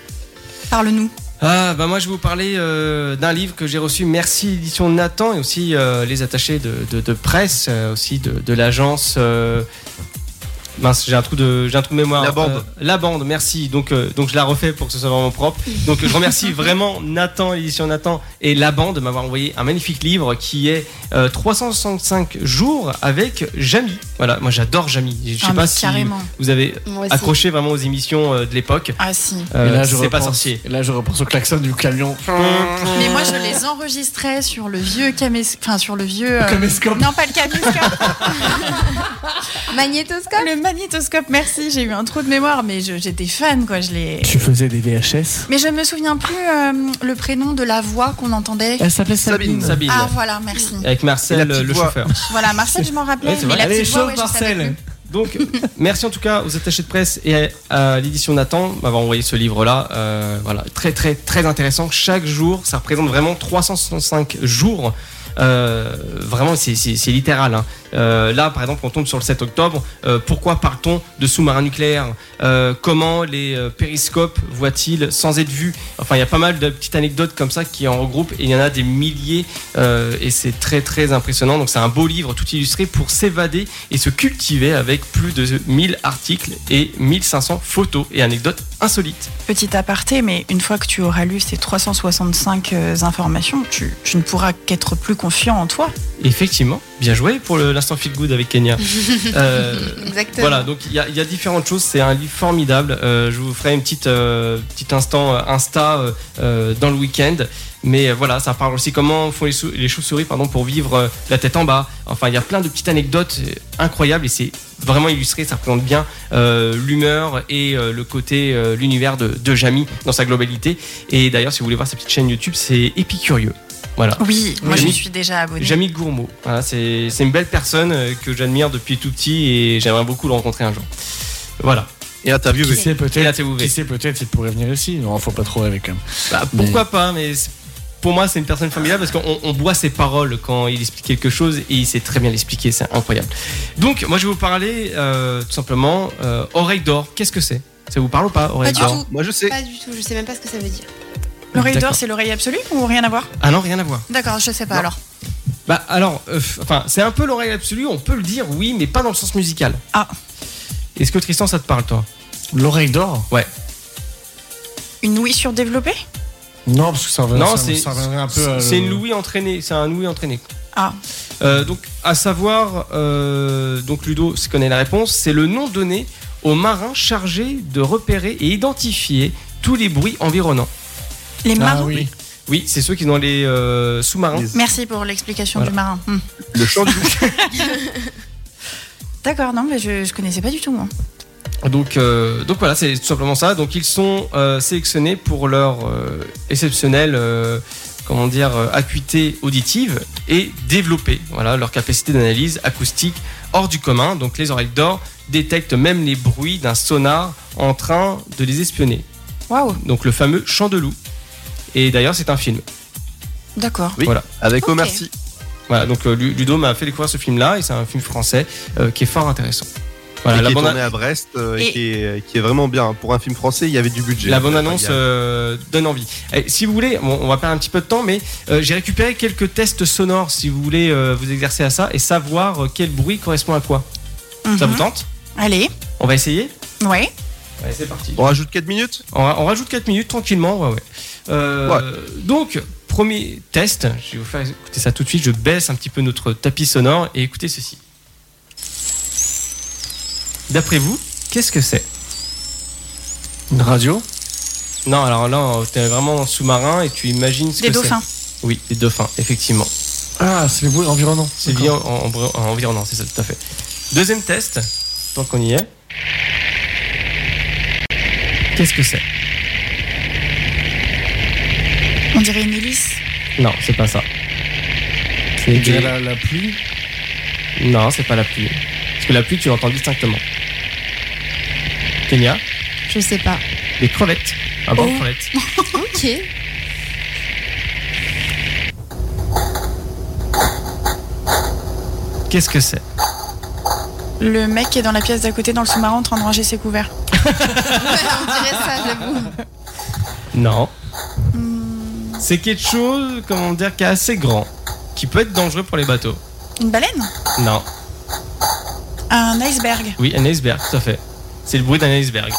[SPEAKER 6] Parle-nous.
[SPEAKER 4] Ah, bah moi je vais vous parler euh, d'un livre que j'ai reçu, merci édition Nathan, et aussi euh, les attachés de, de- de presse, euh, aussi de, de l'agence. euh, Mince, j'ai un trou de, j'ai un trou de mémoire.
[SPEAKER 5] La Bande.
[SPEAKER 4] Euh, la bande, merci. Donc, euh, donc je la refais pour que ce soit vraiment propre. Donc je remercie vraiment Nathan, l'édition Nathan et la bande de m'avoir envoyé un magnifique livre qui est euh, 365 jours avec Jamie. Voilà, moi j'adore Jamie. Je sais
[SPEAKER 6] Ah, mais
[SPEAKER 4] pas si
[SPEAKER 6] carrément.
[SPEAKER 4] vous avez
[SPEAKER 9] Moi aussi.
[SPEAKER 4] accroché vraiment aux émissions euh, de l'époque.
[SPEAKER 6] Ah si.
[SPEAKER 8] Et
[SPEAKER 4] Euh,
[SPEAKER 8] là, je
[SPEAKER 4] c'est pas
[SPEAKER 8] repense-
[SPEAKER 4] sorcier.
[SPEAKER 8] Et là, je repense au klaxon du camion.
[SPEAKER 6] Mais moi, je les enregistrais sur le vieux camés... Enfin, sur le vieux... euh,
[SPEAKER 8] caméscope.
[SPEAKER 6] Non, pas le caméscope,
[SPEAKER 9] Magnétoscope
[SPEAKER 6] le magnétoscope. Merci, j'ai eu un trou de mémoire, mais je- j'étais fan, quoi. Je l'ai...
[SPEAKER 8] Tu faisais des VHS
[SPEAKER 6] Mais je me souviens plus euh, le prénom de la voix qu'on entendait.
[SPEAKER 4] Ah,
[SPEAKER 8] Elle s'appelait
[SPEAKER 5] Sabine.
[SPEAKER 8] Sabine.
[SPEAKER 4] Sabine.
[SPEAKER 6] Ah voilà, merci.
[SPEAKER 4] Avec
[SPEAKER 5] Et la
[SPEAKER 4] Marcel,
[SPEAKER 5] petite
[SPEAKER 4] le
[SPEAKER 5] voix.
[SPEAKER 4] chauffeur.
[SPEAKER 6] Voilà, Marcel, je m'en rappelais.
[SPEAKER 4] Ouais, c'est vrai.
[SPEAKER 6] mais la
[SPEAKER 8] Allez,
[SPEAKER 6] petite voix,
[SPEAKER 8] chauffe
[SPEAKER 6] ouais, je savais
[SPEAKER 8] Marcel
[SPEAKER 4] Donc, merci en tout cas aux attachés de presse et à, à l'édition Nathan d'avoir envoyé ce livre-là. Euh, voilà, très très très intéressant. Chaque jour, ça représente vraiment 365 jours. Euh, vraiment, c'est- c'est c'est littéral. hein. Euh, là, par exemple, on tombe sur le 7 octobre. Euh, pourquoi parle-t-on de sous-marins nucléaires Euh, Comment les euh, périscopes voient-ils sans être vus Enfin, il y a pas mal de petites anecdotes comme ça qui en regroupent et il y en a des milliers euh, et c'est très très impressionnant. Donc c'est un beau livre tout illustré pour s'évader et se cultiver avec plus de 1000 articles et 1500 photos et anecdotes insolites.
[SPEAKER 6] Petit aparté, mais une fois que tu auras lu ces 365 euh, informations, tu, tu ne pourras qu'être plus confiant en toi.
[SPEAKER 4] Effectivement, bien joué pour le- l'instant feel good avec Kenya. Euh,
[SPEAKER 9] Exactement.
[SPEAKER 4] Voilà, donc il y, a- il y a différentes choses. C'est un livre formidable. Euh, je vous ferai une petite, euh, petite instant euh, Insta euh, euh, dans le week-end. Mais euh, voilà, ça parle aussi comment font les, sou- les chauves-souris pardon, pour vivre euh, la tête en bas. Enfin, il y a plein de petites anecdotes euh, incroyables et c'est vraiment illustré. Ça représente bien euh, l'humeur et euh, le côté, euh, l'univers de, de Jamie dans sa globalité. Et d'ailleurs, si vous voulez voir sa petite chaîne YouTube, c'est Épicurieux. Voilà.
[SPEAKER 6] Oui, moi
[SPEAKER 4] Oui.
[SPEAKER 6] je suis déjà abonnée.
[SPEAKER 4] Jamie Gourmaud, Voilà, c'est c'est une belle personne euh, que j'admire depuis tout petit et j'aimerais beaucoup le rencontrer un jour. Voilà.
[SPEAKER 5] Et interviewé.
[SPEAKER 8] Qui sait
[SPEAKER 4] Et la
[SPEAKER 8] peut-être
[SPEAKER 4] TVV.
[SPEAKER 8] Qui sait peut-être il pourrait venir ici Non, faut pas trop avec hein. quand même.
[SPEAKER 4] Bah, pourquoi pas, mais c'est- pour moi, c'est une personne formidable parce qu'on on boit ses paroles quand il explique quelque chose et il sait très bien l'expliquer, c'est incroyable. Donc, moi, je vais vous parler euh, tout simplement euh, Oreille d'or. Qu'est-ce que c'est Ça vous parle ou pas, Oreille
[SPEAKER 9] Pas du
[SPEAKER 4] d'or
[SPEAKER 9] tout.
[SPEAKER 5] Moi je sais.
[SPEAKER 9] Pas du tout, je sais même pas ce que ça veut dire.
[SPEAKER 6] L'oreille
[SPEAKER 4] Ah, D'accord.
[SPEAKER 6] d'or, c'est l'oreille absolue ou rien à voir
[SPEAKER 4] Ah non, rien à voir.
[SPEAKER 6] D'accord, je sais pas
[SPEAKER 4] Non.
[SPEAKER 6] alors.
[SPEAKER 4] Bah, alors, euh, f- enfin, c'est un peu l'oreille absolue, on peut le dire, oui, mais pas dans le sens musical.
[SPEAKER 6] Ah.
[SPEAKER 4] Est-ce que Tristan, ça te parle, toi
[SPEAKER 8] L'oreille d'or
[SPEAKER 6] Une ouïe surdéveloppée
[SPEAKER 8] Non, parce que ça reviendrait
[SPEAKER 4] Non,
[SPEAKER 8] ça-
[SPEAKER 4] c'est
[SPEAKER 8] ça reviendrait un peu. euh, à le-
[SPEAKER 4] c'est une Louis entraînée, c'est un Louis entraîné.
[SPEAKER 6] Ah.
[SPEAKER 4] Euh, donc, à savoir, euh, donc Ludo se connaît la réponse, c'est le nom donné aux marins chargés de repérer et identifier tous les bruits environnants.
[SPEAKER 6] Les
[SPEAKER 8] Ah
[SPEAKER 6] marins
[SPEAKER 8] oui.
[SPEAKER 4] Oui, c'est ceux qui sont dans les euh, sous-marins.
[SPEAKER 5] Les-
[SPEAKER 6] Merci pour l'explication
[SPEAKER 4] Voilà.
[SPEAKER 6] du marin. Hmm.
[SPEAKER 5] Le chant du
[SPEAKER 6] D'accord, non, mais je, je connaissais pas du tout. moi.
[SPEAKER 4] Donc, euh, donc voilà, c'est tout simplement ça. Donc ils sont euh, sélectionnés pour leur euh, exceptionnelle euh, comment dire, euh, acuité auditive et développer voilà, leur capacité d'analyse acoustique hors du commun. Donc les oreilles d'or détectent même les bruits d'un sonar en train de les espionner.
[SPEAKER 6] Waouh,
[SPEAKER 4] Donc le fameux chant de loup. Et d'ailleurs c'est un film.
[SPEAKER 6] d'accord.
[SPEAKER 5] Oui.
[SPEAKER 4] Voilà.
[SPEAKER 5] avec
[SPEAKER 9] Ok.
[SPEAKER 5] Omar Sy.
[SPEAKER 4] Voilà, donc euh, Lu- Ludo m'a fait découvrir ce film-là et c'est un film français euh, qui est fort intéressant. Voilà,
[SPEAKER 5] et
[SPEAKER 4] la
[SPEAKER 5] qui est
[SPEAKER 4] bande-
[SPEAKER 5] tourné à Brest euh, et,
[SPEAKER 6] Et-
[SPEAKER 5] qui, est, qui est vraiment bien. Pour un film français, il y avait du budget.
[SPEAKER 4] La bonne annonce
[SPEAKER 5] Il y a-
[SPEAKER 4] euh, donne envie. Eh, si vous voulez, bon, on va perdre un petit peu de temps, mais euh, j'ai récupéré quelques tests sonores si vous voulez euh, vous exercer à ça et savoir euh, quel bruit correspond à quoi. Ça
[SPEAKER 6] Mhm.
[SPEAKER 4] vous tente
[SPEAKER 6] Allez,
[SPEAKER 4] On va essayer
[SPEAKER 6] ouais.
[SPEAKER 4] Allez, c'est parti.
[SPEAKER 5] On rajoute 4 minutes
[SPEAKER 4] On, ra- on rajoute 4 minutes tranquillement. ouais, ouais. Euh, Donc, premier test, je vais vous faire écouter ça tout de suite. Je baisse un petit peu notre tapis sonore et écoutez ceci. D'après vous, qu'est-ce que c'est
[SPEAKER 8] Une radio
[SPEAKER 4] Non, alors là, t'es vraiment en sous-marin et tu imagines ce
[SPEAKER 6] Des
[SPEAKER 4] que c'est.
[SPEAKER 6] dauphins.
[SPEAKER 4] Oui, des dauphins, effectivement.
[SPEAKER 8] Ah, c'est le bruit environnant.
[SPEAKER 4] C'est lié en, en, en- en environnant, c'est ça, tout à fait. Deuxième test, tant qu'on y est. Qu'est-ce que c'est
[SPEAKER 6] On dirait une hélice.
[SPEAKER 4] Non, c'est pas ça. C'est
[SPEAKER 8] D'accord. Et la, la pluie
[SPEAKER 4] Non, c'est pas la pluie. Parce que la pluie, tu l'entends distinctement. Kenya,
[SPEAKER 7] Je sais pas.
[SPEAKER 4] des crevettes. Un bon de crevettes.
[SPEAKER 7] Ok.
[SPEAKER 4] Qu'est-ce que c'est
[SPEAKER 6] Le mec qui est dans la pièce d'à côté, dans le sous-marin, en train de ranger ses couverts.
[SPEAKER 7] On dirait ça, j'avoue.
[SPEAKER 4] Non. C'est quelque chose, comment dire, qui est assez grand, qui peut être dangereux pour les bateaux.
[SPEAKER 6] Une baleine
[SPEAKER 4] Non.
[SPEAKER 6] Un iceberg.
[SPEAKER 4] Oui, un iceberg, tout à fait. C'est le bruit d'un iceberg.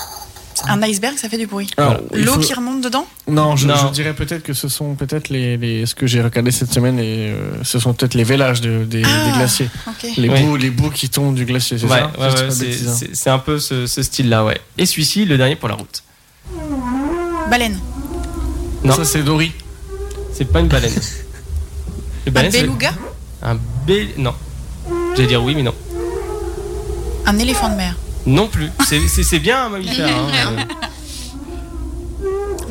[SPEAKER 6] Un iceberg, ça fait du bruit.
[SPEAKER 8] Alors, il
[SPEAKER 6] L'eau
[SPEAKER 8] faut-
[SPEAKER 6] qui remonte dedans
[SPEAKER 8] Non, je,
[SPEAKER 4] Non.
[SPEAKER 8] je dirais peut-être que ce sont peut-être les, les- ce que j'ai regardé cette semaine et euh, ce sont peut-être les vélages de- des,
[SPEAKER 6] Ah.
[SPEAKER 8] des glaciers,
[SPEAKER 6] Ok.
[SPEAKER 8] les
[SPEAKER 4] Oui.
[SPEAKER 8] bouts, les bouts qui tombent du glacier. C'est
[SPEAKER 4] Ouais,
[SPEAKER 8] ça
[SPEAKER 4] ouais,
[SPEAKER 8] Je dis
[SPEAKER 4] ouais,
[SPEAKER 8] pas de
[SPEAKER 4] c'est-
[SPEAKER 8] bêtises, hein.
[SPEAKER 4] c'est c'est un peu ce, ce style-là, ouais. Et celui-ci, le dernier pour la route.
[SPEAKER 6] Baleine.
[SPEAKER 4] Non.
[SPEAKER 8] Ça c'est Dory.
[SPEAKER 4] C'est pas une baleine. Une
[SPEAKER 6] Un
[SPEAKER 4] baleine, c'est-
[SPEAKER 6] beluga
[SPEAKER 4] Un bé... Non. J'allais dire oui, mais non.
[SPEAKER 6] Un éléphant de mer.
[SPEAKER 4] Non plus. C'est- C'est c'est bien un mammifère. hein.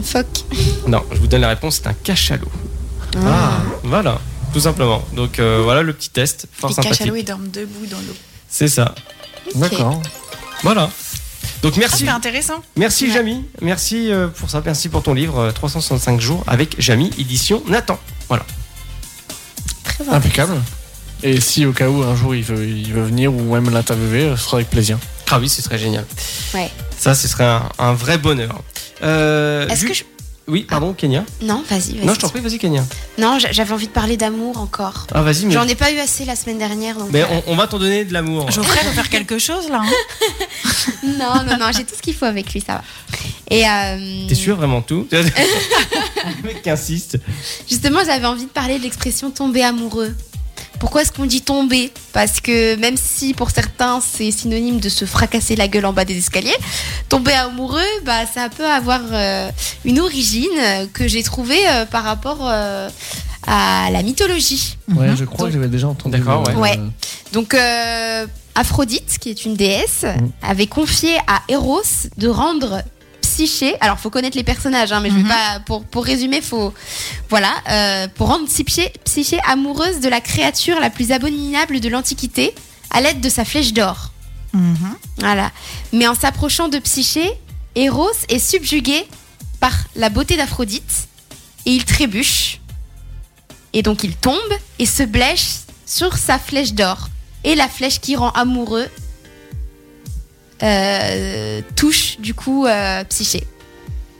[SPEAKER 7] Phoque.
[SPEAKER 4] Euh, Non, je vous donne la réponse, c'est un cachalot.
[SPEAKER 8] Ah.
[SPEAKER 4] Voilà, tout simplement. Donc euh, voilà le petit test, fort
[SPEAKER 6] Les
[SPEAKER 4] sympathique.
[SPEAKER 6] cachalots, ils dorment debout dans l'eau.
[SPEAKER 4] C'est ça.
[SPEAKER 8] D'accord.
[SPEAKER 4] Voilà. Donc
[SPEAKER 6] Ah,
[SPEAKER 4] merci,
[SPEAKER 6] c'était intéressant.
[SPEAKER 4] merci
[SPEAKER 6] Ouais.
[SPEAKER 4] Jamy, merci euh, pour ça, merci pour ton livre euh, 365 jours avec Jamy, édition Nathan.
[SPEAKER 7] Très
[SPEAKER 8] Impeccable. Et si au cas où un jour il veut, il veut venir ou même l'interviewer, euh, ce sera avec plaisir.
[SPEAKER 4] Ah oui, ce serait génial.
[SPEAKER 7] Ouais.
[SPEAKER 4] Ça, ce serait un, un vrai bonheur. Euh,
[SPEAKER 7] Est-ce
[SPEAKER 4] Ju-
[SPEAKER 7] que je.
[SPEAKER 4] Oui, pardon, Kenya.
[SPEAKER 7] Non, vas-y, vas-y.
[SPEAKER 4] Non, je t'en prie, vas-y, Kenya.
[SPEAKER 7] Non, j'a- j'avais envie de parler d'amour encore.
[SPEAKER 4] Ah, vas-y, mais,
[SPEAKER 7] J'en ai pas eu assez la semaine dernière. Donc
[SPEAKER 4] mais
[SPEAKER 7] euh,
[SPEAKER 4] on, on va t'en donner de l'amour.
[SPEAKER 6] Geoffrey veut faire quelque chose là. hein.
[SPEAKER 7] Non, non, non, j'ai tout ce qu'il faut avec lui, ça va. Et. euh,
[SPEAKER 4] T'es sûr vraiment tout Le mec qui insiste.
[SPEAKER 7] Justement, j'avais envie de parler de l'expression tomber amoureux. Pourquoi est-ce qu'on dit tomber Parce que même si pour certains c'est synonyme de se fracasser la gueule en bas des escaliers, tomber amoureux, bah, ça peut avoir euh, une origine euh, que j'ai trouvée euh, par rapport euh, à la mythologie.
[SPEAKER 8] Ouais, je crois
[SPEAKER 7] Mhm. Donc-
[SPEAKER 8] que j'avais déjà entendu. euh,
[SPEAKER 4] D'accord,
[SPEAKER 8] le-
[SPEAKER 7] ouais.
[SPEAKER 8] le-
[SPEAKER 7] Donc euh, Aphrodite, qui est une déesse, avait confié à Eros de rendre Psyché. Alors faut connaître les personnages, hein, mais je
[SPEAKER 6] Mhm.
[SPEAKER 7] vais pas pour pour résumer, faut voilà euh, pour rendre Psyché, Psyché amoureuse de la créature la plus abominable de l'Antiquité à l'aide de sa flèche d'or.
[SPEAKER 6] Mhm.
[SPEAKER 7] Voilà. Mais en s'approchant de Psyché, Eros est subjugué par la beauté d'Aphrodite et il trébuche. Et donc il tombe et se blesse sur sa flèche d'or. Et la flèche qui rend amoureux euh, touche du coup euh, Psyché.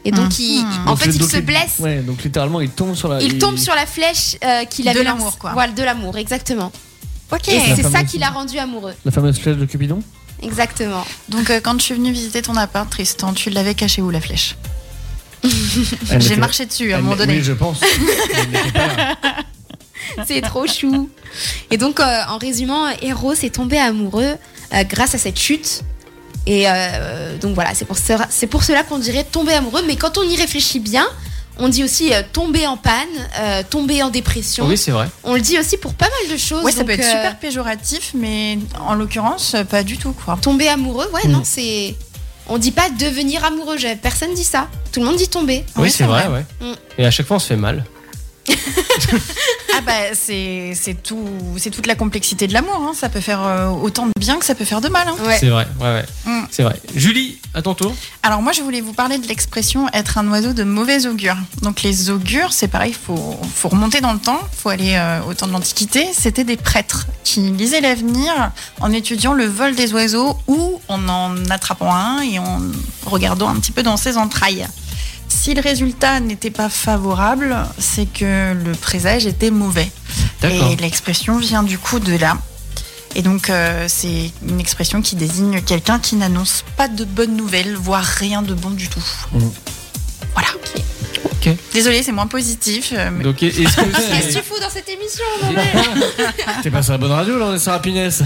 [SPEAKER 7] Et donc, il,
[SPEAKER 6] Mhm.
[SPEAKER 7] en
[SPEAKER 8] Donc,
[SPEAKER 7] fait,
[SPEAKER 8] le-
[SPEAKER 7] il
[SPEAKER 8] donc
[SPEAKER 7] se blesse
[SPEAKER 8] Ouais, donc littéralement Ah, il tombe sur la.
[SPEAKER 7] il tombe sur la flèche euh, qu'il
[SPEAKER 6] De
[SPEAKER 7] avait
[SPEAKER 6] l'amour,
[SPEAKER 7] lancée.
[SPEAKER 6] quoi.
[SPEAKER 7] Voilà, de l'amour, exactement.
[SPEAKER 6] Ok.
[SPEAKER 7] Et c'est
[SPEAKER 8] fameuse-
[SPEAKER 7] ça qui l'a rendu amoureux.
[SPEAKER 8] la fameuse flèche de Cupidon.
[SPEAKER 7] Exactement.
[SPEAKER 6] Donc euh, quand je suis venue visiter ton appart, Tristan, tu l'avais caché où la flèche
[SPEAKER 8] Elle
[SPEAKER 6] J'ai
[SPEAKER 8] était-
[SPEAKER 6] marché dessus à un
[SPEAKER 8] elle-
[SPEAKER 6] moment donné.
[SPEAKER 8] Oui, je pense. Elle n'était pas là.
[SPEAKER 7] C'est trop chou. Et donc, euh, en résumant, Eros est tombé amoureux euh, grâce à cette chute. Et euh, donc voilà, c'est pour, cela- c'est pour cela qu'on dirait tomber amoureux. Mais quand on y réfléchit bien, on dit aussi euh, tomber en panne, euh, tomber en dépression.
[SPEAKER 4] Oui, c'est vrai.
[SPEAKER 7] On le dit aussi pour pas mal de choses.
[SPEAKER 6] Ouais, ça peut
[SPEAKER 7] donc,
[SPEAKER 6] être
[SPEAKER 7] euh,
[SPEAKER 6] super péjoratif, mais en l'occurrence, pas du tout quoi.
[SPEAKER 7] Tomber amoureux, ouais,
[SPEAKER 8] Mm.
[SPEAKER 7] non, c'est. On dit pas devenir amoureux, j'ai- personne dit ça. Tout le monde dit tomber.
[SPEAKER 6] Oui,
[SPEAKER 4] oui,
[SPEAKER 6] c'est
[SPEAKER 4] c'est vrai, ouais.
[SPEAKER 7] Mm.
[SPEAKER 4] Et à chaque fois, on se fait mal.
[SPEAKER 6] Ah bah c'est c'est tout, c'est toute la complexité de l'amour. hein. Ça peut faire euh, autant de bien que ça peut faire de mal. hein.
[SPEAKER 7] Ouais.
[SPEAKER 4] C'est vrai, ouais, ouais.
[SPEAKER 6] Mm.
[SPEAKER 4] C'est vrai. Julie, à ton tour.
[SPEAKER 6] Alors moi je voulais vous parler de l'expression être un oiseau de mauvais augure. Donc les augures, c'est pareil, faut faut remonter dans le temps, faut aller euh, au temps de l'Antiquité. C'était des prêtres qui lisaient l'avenir en étudiant le vol des oiseaux ou en en attrapant un et en regardant un petit peu dans ses entrailles. Si le résultat n'était pas favorable, c'est que le présage était mauvais.
[SPEAKER 4] D'accord.
[SPEAKER 6] Et l'expression vient du coup de là. Et donc, euh, c'est une expression qui désigne quelqu'un qui n'annonce pas de bonnes nouvelles, voire rien de bon du tout.
[SPEAKER 8] Mhm.
[SPEAKER 6] Voilà.
[SPEAKER 4] Mm. Ok.
[SPEAKER 6] Désolée, c'est moins positif. euh, mais-
[SPEAKER 4] Donc, est-ce que
[SPEAKER 7] Qu'est-ce que
[SPEAKER 4] c'est
[SPEAKER 7] tu fous Ah, dans cette émission
[SPEAKER 8] T'es passé à la bonne radio là, on est sur Happiness.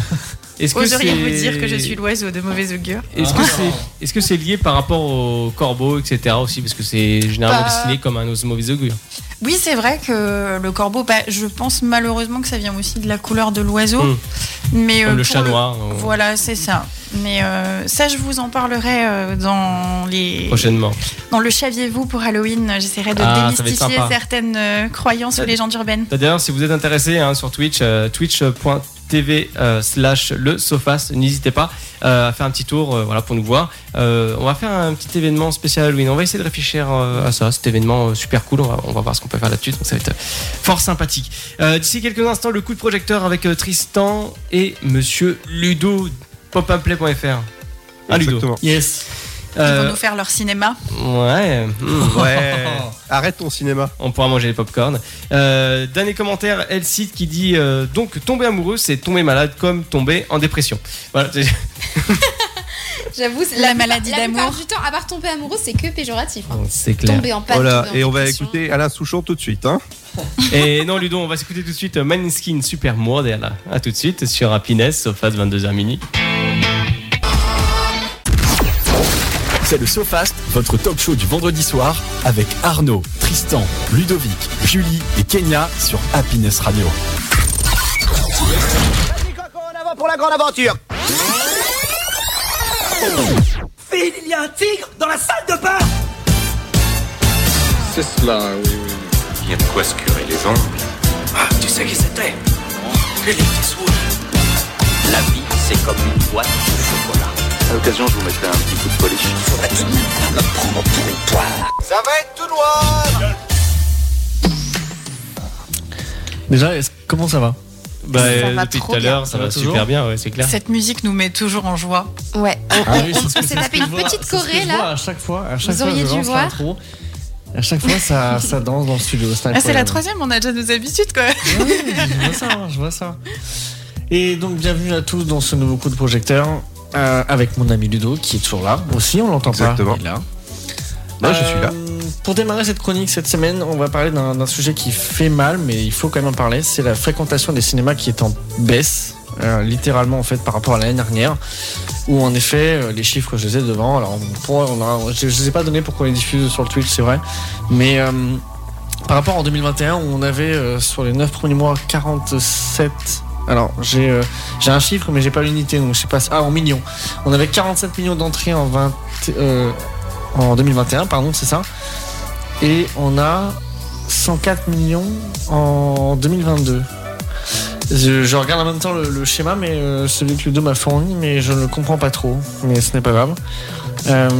[SPEAKER 4] est-ce que c'est-
[SPEAKER 6] Oseriez-vous dire que je suis l'oiseau de mauvais augure
[SPEAKER 4] Est-ce que c'est est-ce que c'est lié par rapport au corbeau, etc. aussi Parce que c'est généralement
[SPEAKER 6] Bah.
[SPEAKER 4] dessiné comme un os mauvais
[SPEAKER 7] euh,
[SPEAKER 4] augure.
[SPEAKER 6] Oui, c'est vrai que le corbeau, bah, je pense malheureusement que ça vient aussi de la couleur de l'oiseau.
[SPEAKER 4] Mhm.
[SPEAKER 6] Mais, euh,
[SPEAKER 4] Comme le
[SPEAKER 6] pour
[SPEAKER 4] chat noir. euh,
[SPEAKER 6] Voilà, c'est ça. Mais euh, ça, je vous en parlerai euh, dans les
[SPEAKER 4] Prochainement.
[SPEAKER 6] Dans le chaviez-vous pour Halloween, j'essaierai de
[SPEAKER 4] Ah, ça va être
[SPEAKER 6] démystifier
[SPEAKER 4] sympa.
[SPEAKER 6] certaines euh, croyances ou
[SPEAKER 4] Ça-
[SPEAKER 6] légendes urbaines.
[SPEAKER 4] D'ailleurs, si vous êtes intéressé hein, sur Twitch, euh, twitch.tv
[SPEAKER 3] twitch.tv euh, slash le Sofast. N'hésitez pas euh, à faire un petit tour euh, voilà, pour nous voir. Euh, on va faire un petit événement spécial Halloween. On va essayer de réfléchir euh, à ça, cet événement euh, super cool. On va, on va voir ce qu'on peut faire là-dessus. Donc ça va être euh, fort sympathique. Euh, D'ici quelques instants, le coup de projecteur avec euh, Tristan et Monsieur Ludo, popupplay.fr. Ah, Ludo.
[SPEAKER 5] Exactement.
[SPEAKER 8] Yes.
[SPEAKER 6] Ils vont
[SPEAKER 3] Euh,
[SPEAKER 6] nous faire leur cinéma.
[SPEAKER 3] ouais. hmm.
[SPEAKER 5] Ouais. Arrête ton cinéma.
[SPEAKER 3] on pourra manger les popcorn. Euh, dernier commentaire, Elsie qui dit euh, donc tomber amoureux, c'est tomber malade comme tomber en dépression. Voilà, c'est-
[SPEAKER 7] J'avoue, c'est-
[SPEAKER 6] La
[SPEAKER 7] plupart-
[SPEAKER 6] maladie
[SPEAKER 7] la plupart
[SPEAKER 6] d'amour.
[SPEAKER 7] du temps, à part tomber amoureux, c'est que péjoratif. hein.
[SPEAKER 3] c'est clair.
[SPEAKER 7] Tomber en panne.
[SPEAKER 5] voilà.
[SPEAKER 7] tomber en
[SPEAKER 5] Et on va
[SPEAKER 7] dépression.
[SPEAKER 5] écouter Alain Souchon tout de suite. Hein.
[SPEAKER 3] Et non, Ludo, on va s'écouter tout de suite euh, Maneskin Super Mordella. À tout de suite sur Happiness, Sofas 22h mini.
[SPEAKER 2] C'est le SoFast, votre talk show du vendredi soir avec Arnaud, Tristan, Ludovic, Julie et Kenya sur Happiness Radio.
[SPEAKER 4] Tu sais qui c'était Clint Eastwood. La vie, c'est comme une boîte de chocolat. À l'occasion, je vous mettrai un petit coup de polish. Il faudrait tout de même la prendre pour une poire. Ça va être tout noir
[SPEAKER 8] Déjà, est-ce- comment ça va
[SPEAKER 3] Bah,
[SPEAKER 7] Ça
[SPEAKER 3] euh,
[SPEAKER 7] va
[SPEAKER 3] depuis
[SPEAKER 7] trop
[SPEAKER 3] tout à l'heure,
[SPEAKER 7] bien.
[SPEAKER 3] ça
[SPEAKER 8] Ça
[SPEAKER 3] va
[SPEAKER 8] va
[SPEAKER 3] super
[SPEAKER 8] toujours
[SPEAKER 3] bien, ouais, c'est clair.
[SPEAKER 6] Cette musique nous met toujours en joie.
[SPEAKER 7] Ouais.
[SPEAKER 8] Ah oui,
[SPEAKER 7] on s'est tapé une petite Corée là.
[SPEAKER 8] À chaque fois, à
[SPEAKER 7] chaque
[SPEAKER 8] chaque
[SPEAKER 7] Vous fois, auriez je dû lance voir.
[SPEAKER 8] À chaque fois, ça, ça danse dans le studio.
[SPEAKER 6] Ah, c'est la troisième, on a déjà nos habitudes quoi.
[SPEAKER 8] Oui, je vois ça, hein, je vois ça. Et donc, bienvenue à tous dans ce nouveau coup de projecteur euh, avec mon ami Ludo qui est toujours là. Aussi, on l'entend pas.
[SPEAKER 5] Exactement.
[SPEAKER 8] Il est là.
[SPEAKER 5] Moi, je suis là.
[SPEAKER 8] Euh, Pour démarrer cette chronique cette semaine, on va parler d'un d'un sujet qui fait mal, mais il faut quand même en parler. C'est la fréquentation des cinémas qui est en baisse, euh, littéralement en fait par rapport à l'année dernière, où en effet euh, les chiffres je les ai devant. Alors on pourra- on aura- je, je les ai pas donnés pour qu'on les diffuse sur le Twitch, c'est vrai, mais euh, par rapport en 2021 où on avait euh, sur les 9 premiers mois 47. Alors j'ai euh, j'ai un chiffre mais j'ai pas l'unité donc je sais pas ah en millions. On avait 47 millions d'entrées en 20 euh, en 2021, pardon, c'est ça. Et on a 104 millions en 2022. Je, je regarde en même temps le, le schéma, mais euh, celui que Ludo m'a fourni, mais je ne le comprends pas trop. Mais ce n'est pas grave. Euh,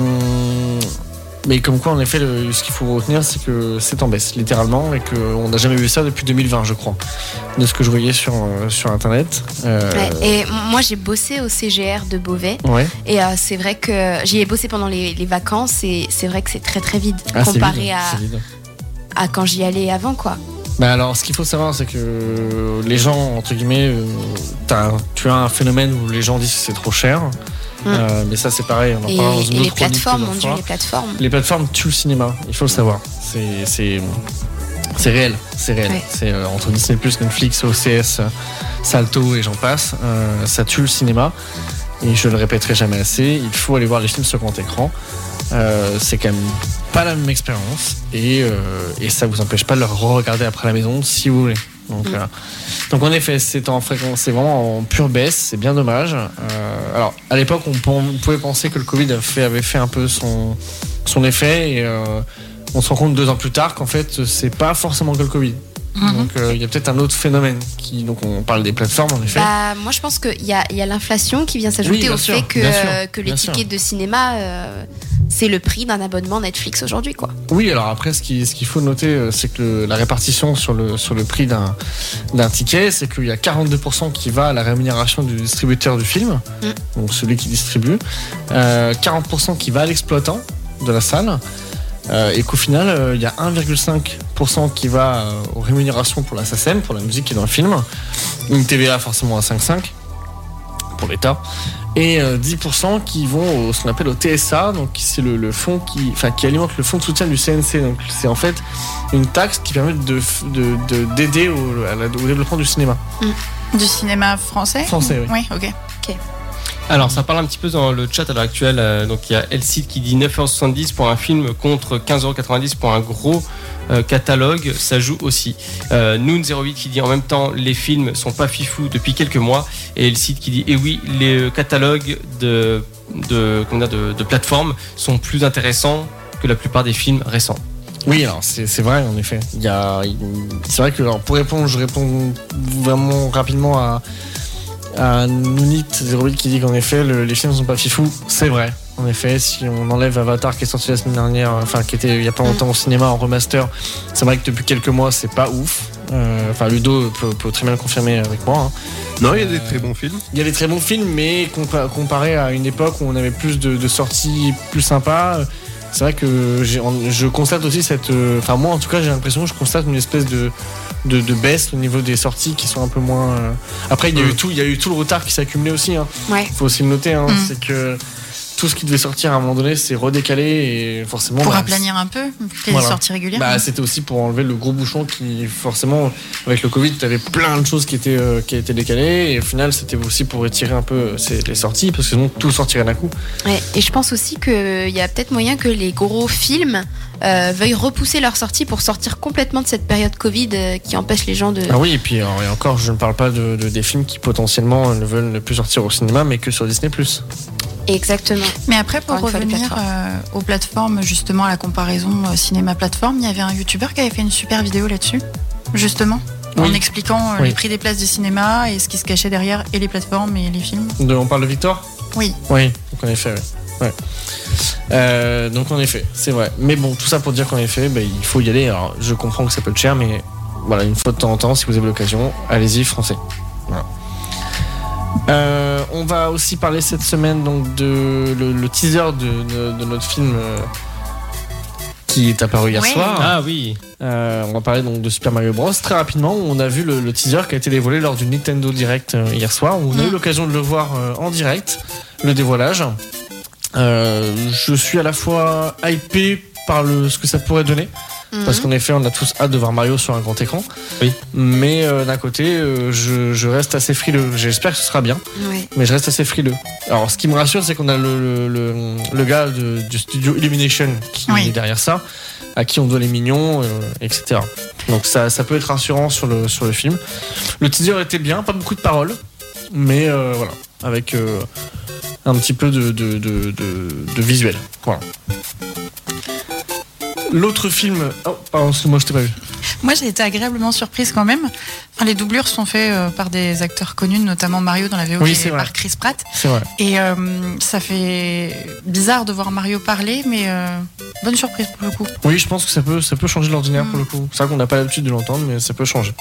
[SPEAKER 8] mais comme quoi, en effet, le- ce qu'il faut retenir, c'est que c'est en baisse, littéralement, et qu'on n'a jamais vu ça depuis 2020, je crois, de ce que je voyais sur, euh, sur Internet. Euh,
[SPEAKER 7] Ouais, et moi j'ai bossé au CGR de Beauvais
[SPEAKER 8] ouais.
[SPEAKER 7] et euh, c'est vrai que j'y ai bossé pendant les, les vacances et c'est vrai que c'est très très vide
[SPEAKER 8] Ah, c'est
[SPEAKER 7] comparé
[SPEAKER 8] vide,
[SPEAKER 7] à,
[SPEAKER 8] c'est vide.
[SPEAKER 7] à quand j'y allais avant quoi.
[SPEAKER 8] Bah alors, ce qu'il faut savoir, c'est que euh, les gens, entre guillemets, euh, t'as- tu as un phénomène où les gens disent que c'est trop cher. Euh, mais ça, c'est pareil. On en
[SPEAKER 7] Mm. Et,
[SPEAKER 8] parlera
[SPEAKER 7] et
[SPEAKER 8] dans une autre
[SPEAKER 7] les
[SPEAKER 8] chronique
[SPEAKER 7] plateformes,
[SPEAKER 8] plusieurs
[SPEAKER 7] mon dieu,
[SPEAKER 8] fois.
[SPEAKER 7] les plateformes.
[SPEAKER 8] Les plateformes tuent le cinéma, il faut le savoir. C'est- C'est c'est réel, c'est réel.
[SPEAKER 7] Ouais.
[SPEAKER 8] C'est euh, entre Disney+, Netflix, OCS, euh, Salto et j'en passe, euh, ça tue le cinéma. Et je le répéterai jamais assez, il faut aller voir les films sur grand écran. Euh, c'est quand même pas la même expérience et, euh, et ça vous empêche pas de le regarder après à la maison si vous voulez. Donc, euh, donc en effet, c'est en fréquence, c'est vraiment en pure baisse, c'est bien dommage. Euh, alors à l'époque, on, pen- on pouvait penser que le Covid a fait- avait fait un peu son, son effet et euh, on se rend compte deux ans plus tard qu'en fait, c'est pas forcément que le Covid. Donc euh, il y a peut-être un autre phénomène qui, donc on parle des plateformes en effet.
[SPEAKER 7] Bah, moi je pense qu'il y a, il y a l'inflation qui vient s'ajouter
[SPEAKER 8] Oui, bien
[SPEAKER 7] au
[SPEAKER 8] sûr,
[SPEAKER 7] fait que,
[SPEAKER 8] bien sûr,
[SPEAKER 7] euh, que les
[SPEAKER 8] bien
[SPEAKER 7] tickets
[SPEAKER 8] sûr.
[SPEAKER 7] de cinéma euh, c'est le prix d'un abonnement Netflix aujourd'hui quoi.
[SPEAKER 8] Oui, alors après, ce qui- ce qu'il faut noter, euh, c'est que le- la répartition sur le, sur le prix d'un d'un ticket, c'est qu'il y a 42% qui va à la rémunération du distributeur du film,
[SPEAKER 7] Mm.
[SPEAKER 8] donc celui qui distribue, euh, 40% qui va à l'exploitant de la salle, euh, et qu'au final, euh, il y a 1,5% qui va euh, aux rémunérations pour la SACEM, pour la musique qui est dans le film, une TVA forcément à 5,5 pour l'État et euh, 10% qui vont au, ce qu'on appelle au TSA, donc qui- c'est le, le fonds qui, enfin, qui alimente le fonds de soutien du CNC. Donc c'est en fait une taxe qui permet de f- de- de- d'aider au, à la- au développement du cinéma.
[SPEAKER 6] Du cinéma français
[SPEAKER 8] Français, oui.
[SPEAKER 6] Oui, ok.
[SPEAKER 3] Alors, ça parle un petit peu dans le chat à l'heure actuelle. euh, donc, il y a Elsie qui dit 9,70€ pour un film contre 15,90€ pour un gros euh, catalogue. Ça joue aussi. Euh, Noon08 qui dit en même temps les films sont pas fifous depuis quelques mois. Et Elsie qui dit et oui, les euh, catalogues de, de, comment dire, de, de plateformes sont plus intéressants que la plupart des films récents.
[SPEAKER 8] Oui, alors c'est c'est vrai en effet. Il y a, c'est vrai que alors, pour répondre, je réponds vraiment rapidement à à Nounit08 qui dit qu'en effet, le- les films ne sont pas fifous. C'est vrai. En effet, si on enlève Avatar qui est sorti la semaine dernière, enfin qui était il y a pas longtemps au cinéma en remaster, c'est vrai que depuis quelques mois, c'est pas ouf. Euh, Enfin, Ludo peut, peut très bien le confirmer avec moi. hein.
[SPEAKER 5] Non, il y a des très bons films.
[SPEAKER 8] Il y a des très bons films, mais compa- comparé à une époque où on avait plus de, de sorties plus sympas, euh, c'est vrai que j'ai- en- je constate aussi cette. euh, Enfin, moi en tout cas, j'ai l'impression que je constate une espèce de, de, de baisse au niveau des sorties qui sont un peu moins. euh. Après, il y, a eu tout, il y a eu tout le retard qui s'est accumulé aussi. Hein.
[SPEAKER 7] Ouais.
[SPEAKER 8] faut aussi le noter. hein,
[SPEAKER 6] Mm.
[SPEAKER 8] C'est que tout ce qui devait sortir à un moment donné s'est redécalé et forcément.
[SPEAKER 6] Pour
[SPEAKER 8] bah,
[SPEAKER 6] aplanir un peu, qu'il y ait
[SPEAKER 8] Voilà.
[SPEAKER 6] des sorties régulières.
[SPEAKER 8] bah, c'était aussi pour enlever le gros bouchon qui, forcément, avec le Covid, t'avais plein de choses qui étaient, euh, qui étaient décalées. Et au final, c'était aussi pour étirer un peu euh, ces- les sorties, parce que sinon, tout sortirait d'un coup.
[SPEAKER 7] Ouais, et je pense aussi qu'il y a peut-être moyen que les gros films euh, veuillent repousser leur sortie pour sortir complètement de cette période Covid euh, qui empêche les gens de.
[SPEAKER 8] Ah oui, et puis alors, et encore, je ne parle pas de, de- des films qui potentiellement ne veulent ne plus sortir au cinéma, mais que sur Disney.
[SPEAKER 7] Exactement.
[SPEAKER 6] Mais après, pour
[SPEAKER 7] Encore une fois, les
[SPEAKER 6] revenir euh, aux plateformes, justement à la comparaison euh, cinéma-plateforme, il y avait un youtubeur qui avait fait une super vidéo là-dessus, justement, en
[SPEAKER 8] Oui.
[SPEAKER 6] expliquant euh,
[SPEAKER 8] Oui.
[SPEAKER 6] les prix des places de cinéma et ce qui se cachait derrière, et les plateformes et les films.
[SPEAKER 8] De- on parle de Victor
[SPEAKER 6] Oui.
[SPEAKER 8] Oui, donc en effet, oui. Ouais. Euh, donc en effet, c'est vrai. Mais bon, tout ça pour dire qu'en effet, ben, il faut y aller. Alors, je comprends que ça peut être cher, mais voilà, une fois de temps en temps, si vous avez l'occasion, allez-y, français. Voilà. Euh, on va aussi parler cette semaine donc de le, le teaser de, de- de notre film euh, qui est apparu hier
[SPEAKER 6] Ouais.
[SPEAKER 8] soir.
[SPEAKER 3] Ah oui.
[SPEAKER 8] Euh, on va parler donc de Super Mario Bros. Très rapidement, on a vu le, le teaser qui a été dévoilé lors du Nintendo Direct euh, hier soir. On a
[SPEAKER 6] Mm.
[SPEAKER 8] eu l'occasion de le voir euh, en direct, le dévoilage. Euh, je suis à la fois hypé par le, ce que ça pourrait donner, parce qu'en effet, on a tous hâte de voir Mario sur un grand écran.
[SPEAKER 3] Oui.
[SPEAKER 8] Mais euh, d'un côté, euh, je, je reste assez frileux. J'espère que ce sera bien,
[SPEAKER 7] Mhm. Ouais.
[SPEAKER 8] mais je reste assez frileux. Alors, ce qui me rassure, c'est qu'on a le, le, le, le gars de- du studio Illumination qui
[SPEAKER 6] Oui.
[SPEAKER 8] est derrière ça, à qui on doit les mignons, euh, etc. Donc, ça, ça peut être rassurant sur le, sur le film. Le teaser était bien, pas beaucoup de paroles, mais euh, voilà, avec euh, un petit peu de, de, de, de- de visuel. Voilà. L'autre film. Oh, pardon, excuse-moi, je t'ai pas vu.
[SPEAKER 6] Moi, j'ai été agréablement surprise quand même. Enfin, les doublures sont faites euh, par des acteurs connus, notamment Mario dans la VO
[SPEAKER 8] Oui,
[SPEAKER 6] qui est
[SPEAKER 8] c'est vrai.
[SPEAKER 6] par Chris Pratt.
[SPEAKER 8] C'est vrai.
[SPEAKER 6] Et euh, ça fait bizarre de voir Mario parler, mais euh, bonne surprise pour le coup.
[SPEAKER 8] Oui, je pense que ça peut, ça peut changer l'ordinaire pour le coup. C'est vrai qu'on n'a pas l'habitude de l'entendre, mais ça peut changer.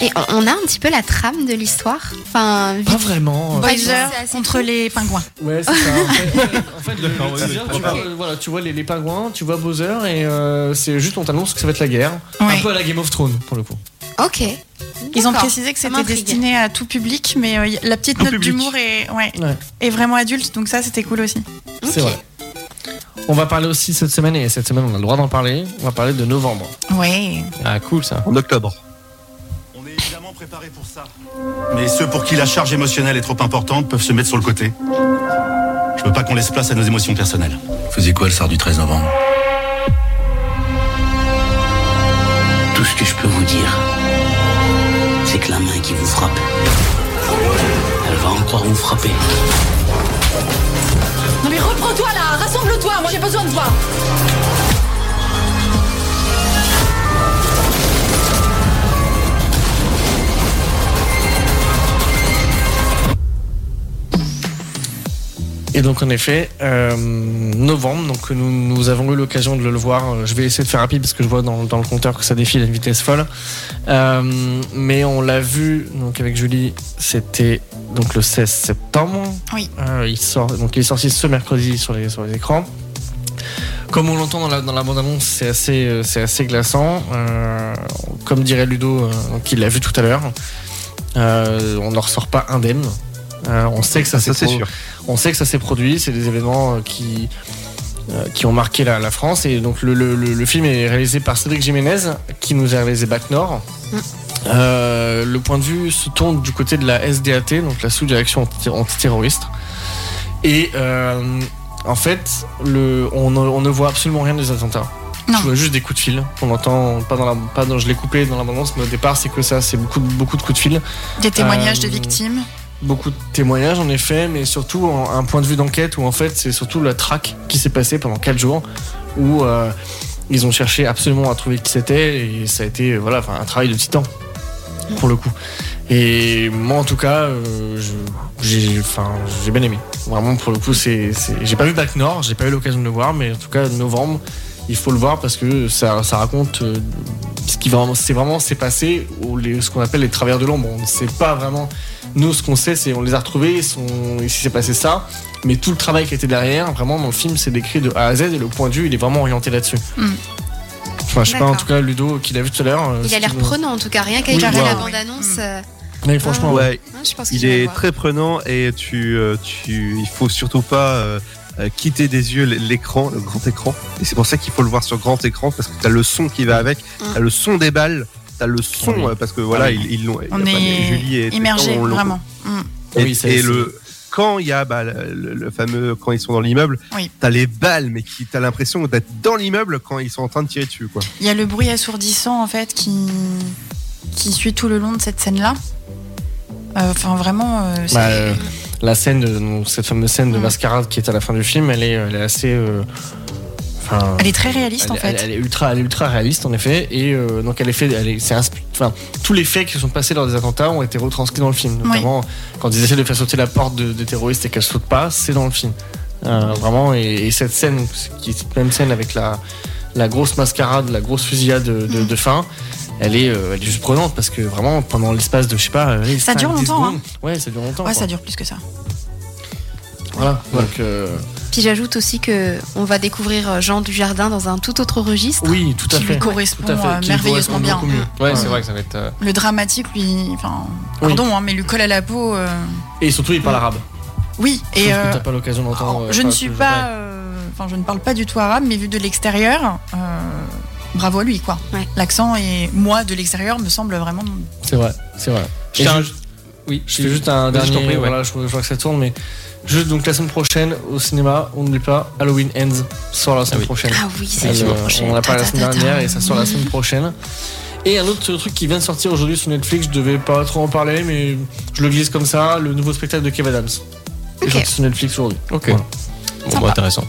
[SPEAKER 7] Et on- on a un petit peu la trame de l'histoire. Enfin, vite.
[SPEAKER 8] Pas vraiment.
[SPEAKER 7] Ouais,
[SPEAKER 6] Bowser
[SPEAKER 7] c'est assez
[SPEAKER 6] contre
[SPEAKER 7] cool.
[SPEAKER 6] les pingouins.
[SPEAKER 8] Ouais, c'est ça. En fait, en fait, le-
[SPEAKER 3] D'accord,
[SPEAKER 8] le
[SPEAKER 3] ouais,
[SPEAKER 8] teaser,
[SPEAKER 3] ouais,
[SPEAKER 8] tu,
[SPEAKER 3] pourquoi
[SPEAKER 8] vois, euh, voilà, tu vois les, les pingouins, tu vois Bowser, et euh, c'est juste on t'annonce que ça va être la guerre.
[SPEAKER 6] Ouais.
[SPEAKER 8] Un peu à la Game of Thrones pour le coup.
[SPEAKER 7] Ok.
[SPEAKER 6] Ils ont
[SPEAKER 7] D'accord.
[SPEAKER 6] précisé que
[SPEAKER 7] Ça
[SPEAKER 6] c'était
[SPEAKER 7] m'intrigue.
[SPEAKER 6] destiné à tout public, mais euh, y- la petite
[SPEAKER 5] Tout
[SPEAKER 6] note
[SPEAKER 5] public.
[SPEAKER 6] d'humour est, ouais,
[SPEAKER 8] Ouais.
[SPEAKER 6] est vraiment adulte, donc ça c'était cool aussi.
[SPEAKER 8] C'est
[SPEAKER 7] Ok.
[SPEAKER 8] vrai. On va parler aussi cette semaine, et cette semaine on a le droit d'en parler, on va parler de novembre.
[SPEAKER 6] Ouais.
[SPEAKER 3] Ah cool ça.
[SPEAKER 5] En octobre.
[SPEAKER 10] On est évidemment préparé pour ça. Mais ceux pour qui la charge émotionnelle est trop importante peuvent se mettre sur le côté. Je veux pas qu'on laisse place à nos émotions personnelles.
[SPEAKER 4] Faisais quoi le soir du 13 novembre Tout ce que je peux vous dire, c'est que la main qui vous frappe, elle va encore vous frapper.
[SPEAKER 11] Non mais reprends-toi là, Ah, rassemble-toi, moi j'ai besoin de toi.
[SPEAKER 8] Et donc en effet, euh, novembre, donc nous, nous avons eu l'occasion de le voir. Euh, Je vais essayer de faire rapide parce que je vois dans, dans le compteur que ça défile à une vitesse folle. Euh, mais on l'a vu donc avec Julie, c'était donc le 16 septembre.
[SPEAKER 6] Oui.
[SPEAKER 8] Euh, il sort donc il est sorti ce mercredi sur les sur les écrans. Comme on l'entend dans la, dans la bande-annonce, c'est assez, euh, c'est assez glaçant. Euh, comme dirait Ludo, euh, qui l'a vu tout à l'heure, euh, on n'en ressort pas indemne. Euh, on sait que ça,
[SPEAKER 5] Ça,
[SPEAKER 8] s'est
[SPEAKER 5] c'est
[SPEAKER 8] pro-
[SPEAKER 5] sûr.
[SPEAKER 8] on sait que ça s'est produit, c'est des événements euh, qui, euh, qui ont marqué la, la France. Et donc le, le- le- le film est réalisé par Cédric Jiménez, qui nous a réalisé Bac Nord. Euh, le point de vue se tourne du côté de la SDAT, donc la sous-direction anti- antiterroriste. Et euh, en fait, le, on, ne- on ne voit absolument rien des attentats.
[SPEAKER 6] Non.
[SPEAKER 8] Tu vois juste des coups de fil. On entend pas dans la, pas dans, je l'ai coupé dans l'abondance, mais au départ c'est que ça, c'est beaucoup, beaucoup de coups de fil
[SPEAKER 6] Des témoignages de
[SPEAKER 8] Euh,
[SPEAKER 6] victimes.
[SPEAKER 8] beaucoup de témoignages en effet, mais surtout en- un point de vue d'enquête où en fait c'est surtout la traque qui s'est passée pendant 4 jours où euh, ils ont cherché absolument à trouver qui c'était et ça a été euh, voilà enfin, un travail de titan pour le coup. Et moi, en tout cas, euh, je- j'ai enfin, j'ai bien aimé. Vraiment, pour le coup, c'est c'est- j'ai pas vu Bac Nord, j'ai pas eu l'occasion de le voir, mais en tout cas, novembre, il faut le voir parce que ça, ça raconte euh, ce qui vraiment c'est vraiment s'est passé ou les- ce qu'on appelle les travers de l'ombre. On ne sait pas vraiment. Nous, ce qu'on sait, c'est on les a retrouvés, ils sont, il s'est passé ça, mais tout le travail qui était derrière, vraiment, dans le film, c'est décrit de A à Z et le point de vue, il est vraiment orienté là-dessus.
[SPEAKER 9] Hmm.
[SPEAKER 8] Enfin, je sais pas,
[SPEAKER 9] D'accord.
[SPEAKER 8] en tout cas, Ludo, qui l'a vu tout à l'heure. euh,
[SPEAKER 9] Il a
[SPEAKER 8] si
[SPEAKER 9] l'air
[SPEAKER 8] tu veux-
[SPEAKER 9] prenant en tout cas, rien qu'avec
[SPEAKER 8] Oui,
[SPEAKER 9] la
[SPEAKER 8] voilà.
[SPEAKER 9] bande-annonce. euh,
[SPEAKER 8] Oui, franchement,
[SPEAKER 5] Ouais,
[SPEAKER 9] hein, je pense que
[SPEAKER 5] il
[SPEAKER 9] je vais le
[SPEAKER 5] est
[SPEAKER 9] voir.
[SPEAKER 5] très prenant et tu, euh, tu, il faut surtout pas euh, euh, quitter des yeux l'écran, le grand écran. Et c'est pour ça qu'il faut le voir sur grand écran parce que t'as le son qui va avec, t'as le son des balles, t'as le son
[SPEAKER 8] Oui.
[SPEAKER 5] euh, parce que voilà,
[SPEAKER 8] Ah
[SPEAKER 5] ils ils l'ont.
[SPEAKER 6] On
[SPEAKER 5] enfin, Julie et
[SPEAKER 6] est
[SPEAKER 5] Tristan
[SPEAKER 6] immergé,
[SPEAKER 5] l'ont-
[SPEAKER 6] vraiment. Mm.
[SPEAKER 5] Et,
[SPEAKER 8] Oui, ça,
[SPEAKER 5] et
[SPEAKER 8] c'est-
[SPEAKER 5] le quand il y a bah, le, le fameux quand ils sont dans l'immeuble,
[SPEAKER 6] Oui.
[SPEAKER 5] t'as les balles, mais qui t'as l'impression d'être dans l'immeuble quand ils sont en train de tirer dessus, quoi.
[SPEAKER 6] Il y a le bruit assourdissant en fait qui, qui suit tout le long de cette scène-là. Euh, Enfin, vraiment, euh, c'est-
[SPEAKER 8] Bah, euh, la scène, de- donc, cette fameuse scène de Mascarade qui est à la fin du film, elle est, elle est assez. euh, enfin,
[SPEAKER 6] elle est très réaliste en
[SPEAKER 8] elle-
[SPEAKER 6] fait.
[SPEAKER 8] elle- elle est ultra, elle est ultra réaliste en effet, et euh, donc elle est fait, elle est- c'est inspi- enfin, tous les faits qui se sont passés lors des attentats ont été retranscrits dans le film. Notamment quand ils essaient de faire sauter la porte de- des terroristes et qu'elle saute pas, c'est dans le film. Euh, vraiment, et, et cette scène, qui est cette même scène avec la, la grosse mascarade, la grosse fusillade de,
[SPEAKER 6] Mm.
[SPEAKER 8] de- de fin, elle est, euh, elle est juste prenante parce que vraiment pendant l'espace de je sais pas, euh, allez,
[SPEAKER 6] Ça
[SPEAKER 8] cinq,
[SPEAKER 6] dure
[SPEAKER 8] dix
[SPEAKER 6] longtemps, hein.
[SPEAKER 8] secondes, ouais, ça dure longtemps.
[SPEAKER 6] Ouais,
[SPEAKER 8] quoi.
[SPEAKER 6] ça dure plus que ça.
[SPEAKER 8] Voilà, donc euh,
[SPEAKER 9] Puis j'ajoute aussi que on va
[SPEAKER 7] euh,
[SPEAKER 9] découvrir Jean Dujardin dans un tout autre registre.
[SPEAKER 8] oui, tout à
[SPEAKER 6] Qui lui
[SPEAKER 8] fait.
[SPEAKER 6] correspond
[SPEAKER 8] Tout à fait,
[SPEAKER 6] euh,
[SPEAKER 8] qui lui
[SPEAKER 6] merveilleusement
[SPEAKER 8] correspond
[SPEAKER 6] bien.
[SPEAKER 8] beaucoup mieux.
[SPEAKER 4] Ouais, c'est vrai que ça va être. euh,
[SPEAKER 6] Le dramatique, lui. Enfin,
[SPEAKER 8] Oui.
[SPEAKER 6] pardon, hein, mais lui colle à la peau. euh,
[SPEAKER 8] Et surtout, il parle arabe.
[SPEAKER 6] Oui,
[SPEAKER 8] Et
[SPEAKER 6] et. euh,
[SPEAKER 8] t'as pas l'occasion d'entendre. euh,
[SPEAKER 6] je ne
[SPEAKER 8] enfin,
[SPEAKER 6] suis
[SPEAKER 8] ce genre-
[SPEAKER 6] pas.
[SPEAKER 8] ouais.
[SPEAKER 6] euh, Enfin, je ne parle pas du tout arabe, mais vu de l'extérieur, euh, bravo à lui, quoi.
[SPEAKER 9] Ouais.
[SPEAKER 6] L'accent et moi de l'extérieur me semble vraiment.
[SPEAKER 8] C'est vrai, c'est vrai.
[SPEAKER 4] je
[SPEAKER 8] Et
[SPEAKER 4] tiens à-
[SPEAKER 8] je-
[SPEAKER 4] Oui,
[SPEAKER 8] Je fais juste un
[SPEAKER 4] Vas-y, je
[SPEAKER 8] dernier.
[SPEAKER 4] t'en prie, ouais.
[SPEAKER 8] voilà, je, je vois que ça tourne, mais juste donc la semaine prochaine au cinéma, on n'oublie pas Halloween Ends sort la semaine
[SPEAKER 4] Ah oui.
[SPEAKER 8] prochaine.
[SPEAKER 9] Ah oui, c'est
[SPEAKER 8] Elle,
[SPEAKER 9] sûr.
[SPEAKER 8] euh, On en a parlé la semaine dernière et ça sort la semaine prochaine. Et un autre truc qui vient de sortir aujourd'hui sur Netflix, je devais pas trop en parler, mais je le glisse comme ça, le nouveau spectacle de Kev Adams. Il est
[SPEAKER 9] Ok.
[SPEAKER 8] sorti sur Netflix aujourd'hui.
[SPEAKER 4] Ok.
[SPEAKER 8] Voilà.
[SPEAKER 4] Bon, bah, intéressant.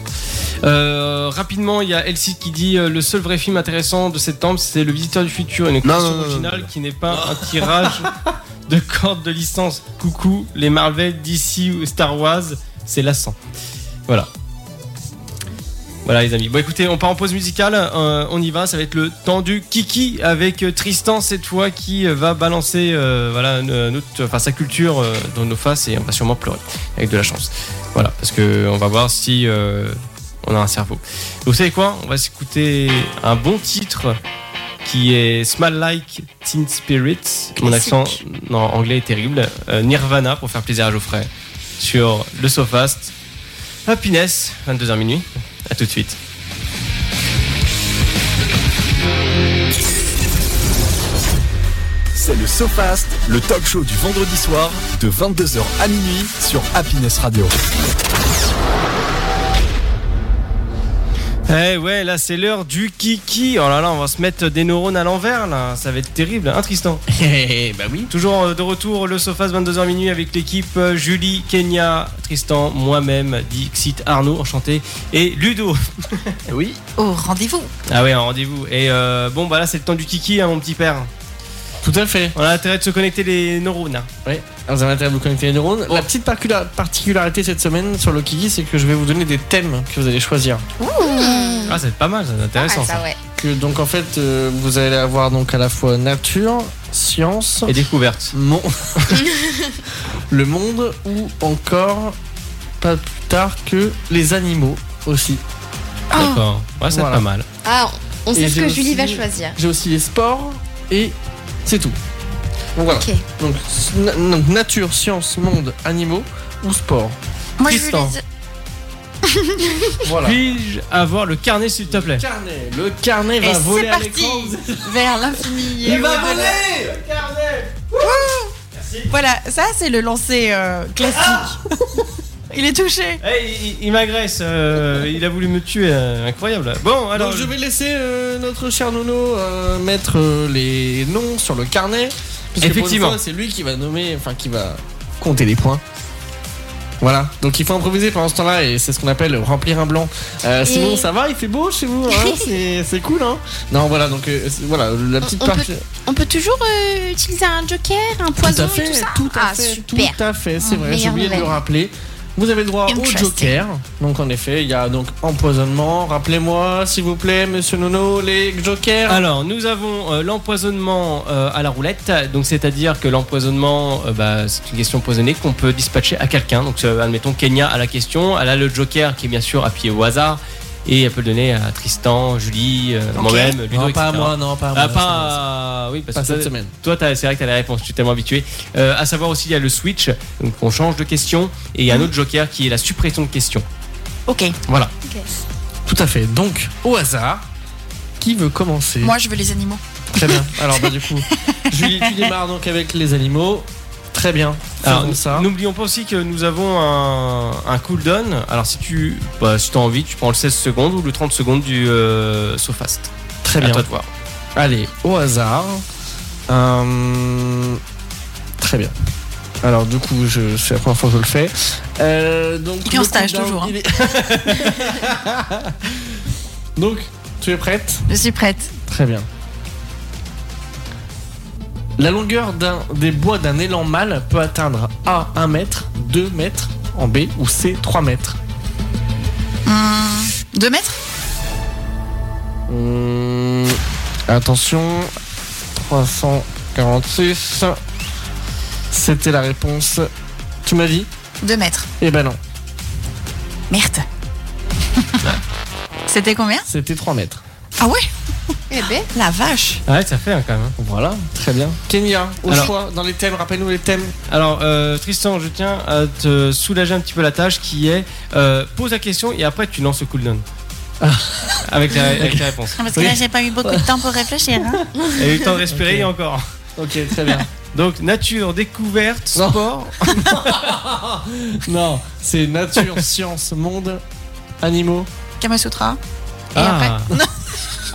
[SPEAKER 4] Euh, rapidement, il y a Elsie qui dit euh, le seul vrai film intéressant de septembre, c'est Le Visiteur du Futur, une création
[SPEAKER 5] non, non,
[SPEAKER 4] originale
[SPEAKER 5] non, non.
[SPEAKER 4] qui n'est pas un tirage de cordes de licence. Coucou, les Marvel, DC ou Star Wars, c'est lassant. Voilà. Voilà les amis. Bon écoutez, on part en pause musicale, euh, on y va, ça va être le temps du Kiki avec euh, Tristan cette fois qui euh, va balancer euh, voilà, euh, notre, enfin, sa culture euh, dans nos faces et on va sûrement pleurer avec de la chance. Voilà, parce que on va voir si euh, on a un cerveau. Vous savez quoi On va s'écouter un bon titre qui est Smell Like Teen Spirit. Mon
[SPEAKER 9] Classique.
[SPEAKER 4] accent non, anglais est terrible. Euh, Nirvana pour faire plaisir à Geoffrey sur le Sofast. Happiness, 22h minuit. À tout de suite.
[SPEAKER 2] C'est le SoFast, le talk show du vendredi soir de 22h à minuit sur Happiness Radio.
[SPEAKER 4] Eh ouais, là c'est l'heure du kiki. Oh là là, on va se mettre des neurones à l'envers là. Ça va être terrible, hein Tristan
[SPEAKER 8] bah oui.
[SPEAKER 4] Toujours euh, de retour le Sofas 22h minuit avec l'équipe euh, Julie, Kenya, Tristan, moi-même, Dixit, Arnaud, enchanté, et Ludo.
[SPEAKER 5] Oui.
[SPEAKER 6] Au rendez-vous.
[SPEAKER 4] Ah ouais, un rendez-vous. Et euh, bon, bah là c'est le temps du kiki, hein, mon petit père.
[SPEAKER 8] Tout à fait.
[SPEAKER 4] On a intérêt de se connecter les neurones.
[SPEAKER 9] Mm.
[SPEAKER 4] hein.
[SPEAKER 8] Ouais, vous avez intérêt à vous connecter les neurones. La petite parcula- particularité cette semaine sur le Kiki, c'est que je vais vous donner des thèmes que vous allez choisir.
[SPEAKER 4] Ah, ça va être pas mal, ça c'est
[SPEAKER 9] Ah,
[SPEAKER 4] intéressant.
[SPEAKER 9] ça,
[SPEAKER 4] ça.
[SPEAKER 9] ouais.
[SPEAKER 8] Que donc en fait, euh, vous allez avoir donc à la fois nature, science,
[SPEAKER 4] Et découverte.
[SPEAKER 8] mon- le monde ou encore pas plus tard que les animaux aussi.
[SPEAKER 4] D'accord. Ouais, c'est
[SPEAKER 8] Voilà.
[SPEAKER 4] pas mal.
[SPEAKER 9] Ah, on
[SPEAKER 8] Et
[SPEAKER 9] sait ce
[SPEAKER 8] j'ai
[SPEAKER 9] que Julie
[SPEAKER 8] aussi-
[SPEAKER 9] va choisir.
[SPEAKER 8] J'ai aussi les sports et c'est tout. Donc voilà.
[SPEAKER 9] Ok.
[SPEAKER 8] Donc, s- na- donc, nature, science, monde, animaux ou sport.
[SPEAKER 6] Moi, je veux
[SPEAKER 4] Tristan.
[SPEAKER 6] les-
[SPEAKER 8] Voilà.
[SPEAKER 4] Puis-je avoir le carnet s'il te plaît
[SPEAKER 8] Le carnet, le carnet va
[SPEAKER 6] Et
[SPEAKER 8] voler
[SPEAKER 6] c'est
[SPEAKER 8] à l'écran.
[SPEAKER 6] parti vers l'infini. et au-delà.
[SPEAKER 4] voler
[SPEAKER 6] Voilà, ça c'est le lancer euh, classique. Il est touché.
[SPEAKER 4] Hey, il- il, il m'agresse, euh, il a voulu me tuer, euh, incroyable. Bon, alors.
[SPEAKER 8] Donc je vais laisser euh, notre cher Nono euh, mettre euh, les noms sur le carnet. Parce que pour une
[SPEAKER 4] Effectivement.
[SPEAKER 8] fois, C'est lui qui va nommer, enfin qui va compter les points. Voilà, donc il faut improviser pendant ce temps-là et c'est ce qu'on appelle remplir un blanc. Euh, sinon,
[SPEAKER 7] Et-
[SPEAKER 8] ça va, il fait beau chez vous, hein, c'est c'est cool, hein Non, voilà, donc euh, c'est- voilà, la petite
[SPEAKER 7] On
[SPEAKER 8] partie.
[SPEAKER 7] peut, on peut toujours euh, utiliser un joker, un poison,
[SPEAKER 8] à fait,
[SPEAKER 7] et tout ça.
[SPEAKER 8] tout à
[SPEAKER 7] ah,
[SPEAKER 8] fait,
[SPEAKER 7] super.
[SPEAKER 8] Tout à fait, c'est
[SPEAKER 7] Oh,
[SPEAKER 8] vrai, j'ai
[SPEAKER 7] meilleure
[SPEAKER 8] oublié de le
[SPEAKER 7] nouvelle.
[SPEAKER 8] rappeler. Vous avez le droit au
[SPEAKER 7] Interesting.
[SPEAKER 8] Joker. Donc en effet, il y a donc empoisonnement. Rappelez-moi, s'il vous plaît, monsieur Nono, les Jokers.
[SPEAKER 3] Alors, nous avons euh, l'empoisonnement euh, à la roulette. Donc, c'est-à-dire que l'empoisonnement, euh, bah, c'est une question poisonnée qu'on peut dispatcher à quelqu'un. Donc, euh, admettons, Kenya a la question. Elle a le Joker qui est bien sûr appuyé au hasard. Et elle peut le donner à Tristan, Julie, euh, moi-même, Ludo,
[SPEAKER 8] Non, pas à
[SPEAKER 3] etc..
[SPEAKER 8] moi, non, pas à moi.
[SPEAKER 3] Ah, pas, oui, parce
[SPEAKER 8] Pas
[SPEAKER 3] que
[SPEAKER 8] cette
[SPEAKER 3] toi-
[SPEAKER 8] semaine.
[SPEAKER 3] Toi, t'as- c'est vrai que tu as la réponse, tu es tellement habitué. Euh, à savoir aussi, il y a le switch, donc on change de question, et il y a un autre joker qui est la suppression de question.
[SPEAKER 6] Ok.
[SPEAKER 3] Voilà.
[SPEAKER 8] Tout à fait. Donc, au hasard, qui veut commencer
[SPEAKER 6] Moi, je veux les animaux.
[SPEAKER 8] Très bien. Alors, bah, du coup, Julie, tu démarres donc avec les animaux. Très bien.
[SPEAKER 3] Alors,
[SPEAKER 8] Faisons ça.
[SPEAKER 3] N'oublions pas aussi que nous avons un, un cooldown. Alors, si tu bah, si as envie, tu prends le 16 secondes ou le 30 secondes du euh, Sofast.
[SPEAKER 8] Très
[SPEAKER 3] À
[SPEAKER 8] bien.
[SPEAKER 3] toi de voir.
[SPEAKER 8] Allez, au hasard. Euh, Très bien. Alors, du coup, je... c'est la première fois que je le fais. Euh, donc,
[SPEAKER 6] Il est en
[SPEAKER 8] le
[SPEAKER 6] stage
[SPEAKER 8] cooldown,
[SPEAKER 6] toujours. hein.
[SPEAKER 8] il est- Donc, tu es prête
[SPEAKER 6] Je suis prête.
[SPEAKER 8] Très bien. La longueur d'un- des bois d'un élan mâle peut atteindre A 1 mètre, 2 mètres en B ou C 3 mètres.
[SPEAKER 6] Hum, deux mètres
[SPEAKER 8] Hum, attention, 346. C'était la réponse. Tu m'as dit
[SPEAKER 6] Deux mètres.
[SPEAKER 8] Eh ben non,
[SPEAKER 6] Merde. C'était combien
[SPEAKER 8] c'était 3 mètres.
[SPEAKER 6] Ah ouais
[SPEAKER 7] Eh ben,
[SPEAKER 6] La vache.
[SPEAKER 3] Ah ouais, ça fait hein, quand même. hein.
[SPEAKER 8] Voilà, très bien. Kenya, au
[SPEAKER 3] Alors-
[SPEAKER 8] choix, dans les thèmes, rappelle-nous les thèmes.
[SPEAKER 3] Alors, euh, Tristan, je tiens à te soulager un petit peu la tâche qui est euh, pose la question et après tu lances le cooldown. Ah. avec la, avec la réponse.
[SPEAKER 6] Parce que là, j'ai pas eu beaucoup de temps pour réfléchir. hein.
[SPEAKER 3] Et eu le temps de respirer et encore.
[SPEAKER 8] Ok, très bien.
[SPEAKER 3] Donc, nature, découverte,
[SPEAKER 8] Non.
[SPEAKER 3] sport.
[SPEAKER 8] non, c'est nature, science, monde, animaux.
[SPEAKER 6] Kama Sutra. Et
[SPEAKER 3] Ah.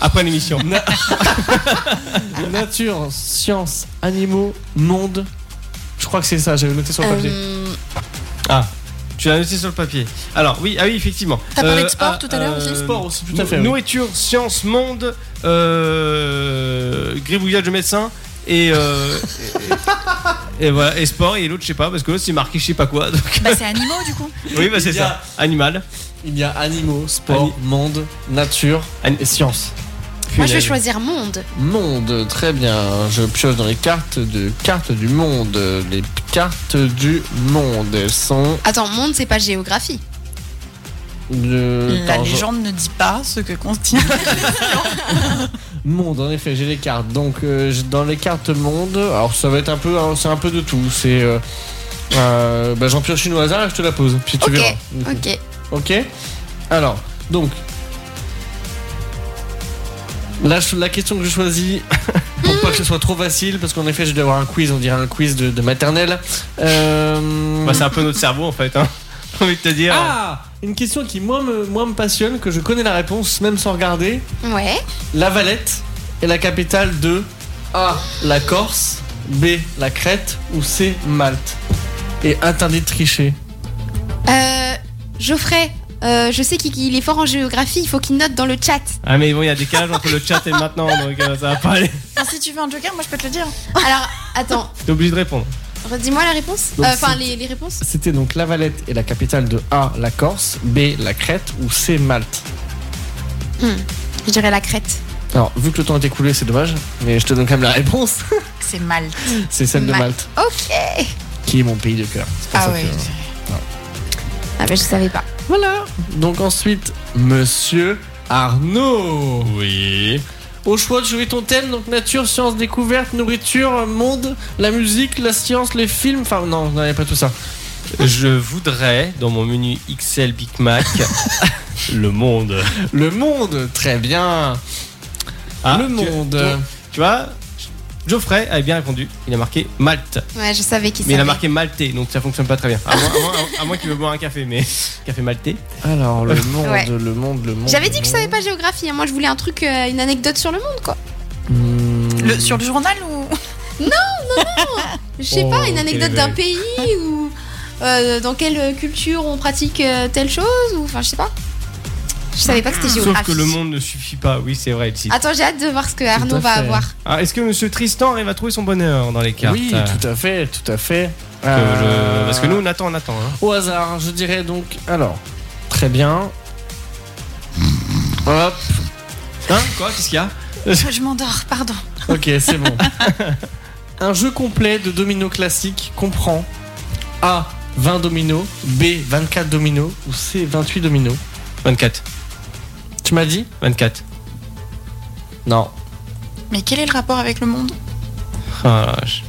[SPEAKER 3] Après l'émission.
[SPEAKER 8] Nature, science, animaux, monde. Je crois que c'est ça, j'avais noté sur le papier.
[SPEAKER 7] euh,
[SPEAKER 3] Tu l'as noté sur le papier. Alors oui, ah oui, effectivement. Euh, ah,
[SPEAKER 6] T'as parlé de sport tout à l'heure aussi
[SPEAKER 8] Sport aussi, tout à fait, oui.
[SPEAKER 3] Nourriture, science, monde, euh, gribouillage de médecin et, euh, et, et voilà et sport et l'autre je sais pas parce que l'autre c'est marqué je sais pas quoi. Donc,
[SPEAKER 6] après- Bah, c'est animaux du coup.
[SPEAKER 3] oui, bah c'est
[SPEAKER 8] Il y a-
[SPEAKER 3] ça. Animal.
[SPEAKER 8] Il y a animaux, sport,
[SPEAKER 3] Ani-
[SPEAKER 8] monde, nature
[SPEAKER 3] Ani-
[SPEAKER 8] et science.
[SPEAKER 7] moi, je vais
[SPEAKER 3] Punaise.
[SPEAKER 7] choisir monde.
[SPEAKER 8] Monde, très bien. Je pioche dans les cartes de cartes du monde. Les cartes du monde, elles sont
[SPEAKER 7] Attends, monde, c'est pas géographie.
[SPEAKER 8] de.
[SPEAKER 6] La
[SPEAKER 8] Euh, Attends, je-
[SPEAKER 6] légende ne dit pas ce que contient.
[SPEAKER 8] Monde, en effet, j'ai les cartes. Donc, euh, j'ai- dans les cartes monde, alors ça va être un peu, hein, c'est un peu de tout. C'est. euh, euh, bah, J'en pioche une au hasard et je te la pose. Puis tu
[SPEAKER 7] Ok,
[SPEAKER 8] verras. du coup.
[SPEAKER 7] Ok.
[SPEAKER 8] Ok Alors, donc. La, ch- la question que je choisis, pour pas que ce soit trop facile, parce qu'en effet, je vais avoir un quiz, on dirait un quiz de, de maternelle. Euh,
[SPEAKER 3] Bah, c'est un peu notre cerveau en fait. Hein. J'ai envie de te dire.
[SPEAKER 8] ah Une question qui, moi me, moi, me passionne, que je connais la réponse, même sans regarder.
[SPEAKER 7] Ouais.
[SPEAKER 8] La Valette est la capitale de A. La Corse, B. La Crète, ou C. Malte. Et interdit de tricher.
[SPEAKER 7] Euh, Geoffrey, euh, je sais qu'il qu'il est fort en géographie, il faut qu'il note dans le chat.
[SPEAKER 3] Ah mais bon, il y a des décalage entre le chat et le maintenant donc euh, ça va pas aller.
[SPEAKER 6] Enfin, si tu veux un joker, moi je peux te le dire.
[SPEAKER 7] Alors, attends,
[SPEAKER 3] T'es obligé de répondre.
[SPEAKER 7] redis-moi la réponse.
[SPEAKER 8] Donc,
[SPEAKER 7] Euh, Enfin,
[SPEAKER 8] c'est-
[SPEAKER 7] les, les réponses.
[SPEAKER 8] C'était donc la Valette et la capitale de A, la Corse, B, la Crète ou C, Malte.
[SPEAKER 7] Je dirais la crête.
[SPEAKER 8] Alors, vu que le temps est écoulé, c'est dommage, mais je te donne quand même la réponse.
[SPEAKER 6] C'est mal.
[SPEAKER 4] Ah,
[SPEAKER 8] C'est celle de
[SPEAKER 7] Malte.
[SPEAKER 8] Malte,
[SPEAKER 7] Ok.
[SPEAKER 8] qui est mon pays de cœur. C'est pour
[SPEAKER 6] Ah
[SPEAKER 8] ça
[SPEAKER 6] ouais.
[SPEAKER 8] que-
[SPEAKER 7] Ah, ben, je savais pas.
[SPEAKER 8] Voilà. Donc ensuite, monsieur Arnaud.
[SPEAKER 3] Oui.
[SPEAKER 8] Au choix de jouer ton thème, donc nature, sciences, découverte, nourriture, monde, la musique, la science, les films. Enfin, non, non, il n'y a pas tout ça.
[SPEAKER 3] Je voudrais dans mon menu XL Big Mac le monde.
[SPEAKER 8] Le monde, très bien.
[SPEAKER 3] Ah,
[SPEAKER 8] le
[SPEAKER 3] tu-
[SPEAKER 8] monde.
[SPEAKER 3] Tu vois, Geoffrey avait bien répondu. Il a marqué Malte.
[SPEAKER 7] Ouais, je savais qu'il
[SPEAKER 3] Mais il
[SPEAKER 7] savait.
[SPEAKER 3] a marqué Maltais, donc ça fonctionne pas très bien. À moins, à moins- à moins qu'il veuille boire un café, mais café Maltais.
[SPEAKER 8] Alors, le monde,
[SPEAKER 7] Ouais.
[SPEAKER 8] le monde, le monde.
[SPEAKER 7] J'avais dit que je
[SPEAKER 8] le
[SPEAKER 7] savais
[SPEAKER 8] monde.
[SPEAKER 7] pas géographie, hein. moi je voulais un truc, euh, une anecdote sur le monde quoi.
[SPEAKER 8] Hmm.
[SPEAKER 6] Le, sur le journal ou
[SPEAKER 7] Je sais
[SPEAKER 8] Oh,
[SPEAKER 7] pas,
[SPEAKER 3] ok,
[SPEAKER 7] une
[SPEAKER 4] Oh,
[SPEAKER 7] anecdote
[SPEAKER 3] ouais.
[SPEAKER 7] d'un pays ou. euh, dans quelle culture on pratique euh, telle chose ou enfin je sais pas. Je savais pas que c'était
[SPEAKER 4] Sauf
[SPEAKER 7] géographie.
[SPEAKER 4] que le monde ne suffit pas, oui, c'est vrai. Elsie.
[SPEAKER 7] Attends, j'ai hâte de voir ce que Arnaud va avoir.
[SPEAKER 4] Ah, Est-ce que monsieur Tristan arrive à trouver son bonheur dans les cartes
[SPEAKER 8] Oui,
[SPEAKER 4] euh,
[SPEAKER 8] tout à fait, tout à fait.
[SPEAKER 4] que
[SPEAKER 8] Euh,
[SPEAKER 4] je- Parce que nous, on attend, on attend. hein.
[SPEAKER 8] Au hasard, je dirais donc. Alors, très bien. Hop.
[SPEAKER 4] Hein Quoi Qu'est-ce qu'il y a
[SPEAKER 6] Je m'endors, pardon.
[SPEAKER 8] Ok, c'est bon. Un jeu complet de dominos classique comprend A. 20 dominos, B. 24 dominos ou C. 28 dominos.
[SPEAKER 4] 24.
[SPEAKER 8] Tu m'as dit
[SPEAKER 4] 24.
[SPEAKER 8] Non.
[SPEAKER 6] Mais quel est le rapport avec le monde
[SPEAKER 4] Ah, la vache.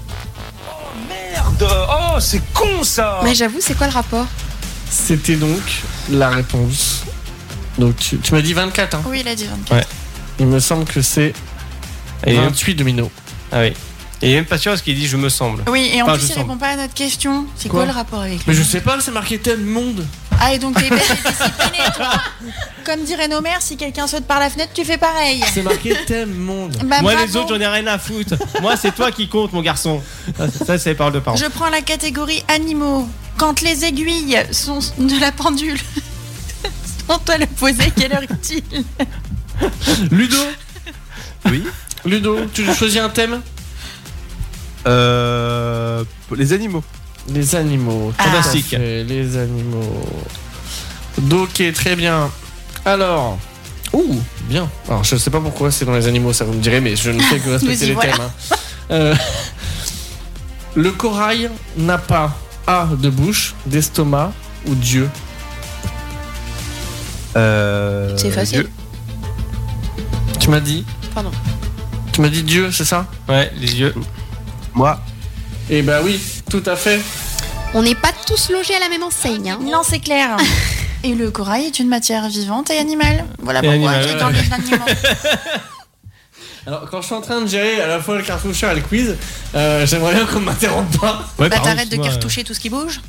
[SPEAKER 9] Merde Oh, c'est con ça
[SPEAKER 7] Mais j'avoue, c'est quoi le rapport
[SPEAKER 8] C'était donc la réponse. Donc tu, tu m'as dit 24, hein
[SPEAKER 6] Oui, il a dit 24.
[SPEAKER 8] Il me semble que c'est
[SPEAKER 4] Et-
[SPEAKER 8] 28 dominos.
[SPEAKER 4] Ah oui. Et il est même pas sûr parce qu'il dit je me semble.
[SPEAKER 6] Oui, et en
[SPEAKER 4] Enfin,
[SPEAKER 6] plus,
[SPEAKER 4] Ah, je
[SPEAKER 6] il
[SPEAKER 4] sens.
[SPEAKER 6] répond pas à notre question. C'est
[SPEAKER 8] Quoi
[SPEAKER 6] quoi, le rapport avec
[SPEAKER 8] Mais
[SPEAKER 6] le
[SPEAKER 8] je
[SPEAKER 6] monde
[SPEAKER 8] sais pas, c'est marqué tel monde.
[SPEAKER 6] Ah, et donc t'es hyper discipliné, toi Comme dirait nos mères, si quelqu'un saute par la fenêtre, tu fais pareil.
[SPEAKER 8] C'est marqué tel monde.
[SPEAKER 6] Bah,
[SPEAKER 4] Moi,
[SPEAKER 6] bravo.
[SPEAKER 4] les autres, j'en ai rien à foutre. Moi, c'est toi qui compte, mon garçon. Ça, Ça, c'est les paroles de parents.
[SPEAKER 6] Je prends la catégorie animaux. Quand les aiguilles sont de la pendule sont à l'opposé, quelle heure est-il
[SPEAKER 8] Ludo
[SPEAKER 5] Oui.
[SPEAKER 8] Ludo, tu choisis un thème
[SPEAKER 5] Euh, les animaux.
[SPEAKER 8] Les animaux. tout à
[SPEAKER 4] Fantastique.
[SPEAKER 8] fait, Les animaux. Ok, très bien. Alors. Ouh, bien. Alors, je sais pas pourquoi c'est dans les animaux, ça vous me direz, mais je ne fais que
[SPEAKER 6] Nous
[SPEAKER 8] respecter
[SPEAKER 6] y
[SPEAKER 8] les
[SPEAKER 6] voilà.
[SPEAKER 8] thèmes. hein. Euh, le corail n'a pas A de bouche, d'estomac ou Dieu.
[SPEAKER 5] Euh,
[SPEAKER 7] C'est facile.
[SPEAKER 5] Dieu.
[SPEAKER 8] Tu m'as dit
[SPEAKER 7] Pardon.
[SPEAKER 8] Tu m'as dit Dieu, c'est ça
[SPEAKER 4] Ouais, les yeux.
[SPEAKER 5] Moi,
[SPEAKER 8] Eh bah oui, tout à fait.
[SPEAKER 7] On n'est pas tous logés à la même enseigne. hein.
[SPEAKER 6] Non, c'est clair. Et le corail est une matière vivante et animale. Voilà
[SPEAKER 4] Et
[SPEAKER 6] pourquoi
[SPEAKER 4] animale,
[SPEAKER 6] j'ai
[SPEAKER 4] ouais.
[SPEAKER 6] dans l'animal.
[SPEAKER 8] Alors, quand je suis en train de gérer à la fois le cartoucheur et le quiz, euh, j'aimerais bien qu'on m'interrompe pas.
[SPEAKER 4] Ouais,
[SPEAKER 6] Bah
[SPEAKER 4] par
[SPEAKER 6] t'arrêtes de
[SPEAKER 4] contre, moi, euh,
[SPEAKER 6] cartoucher tout ce qui bouge.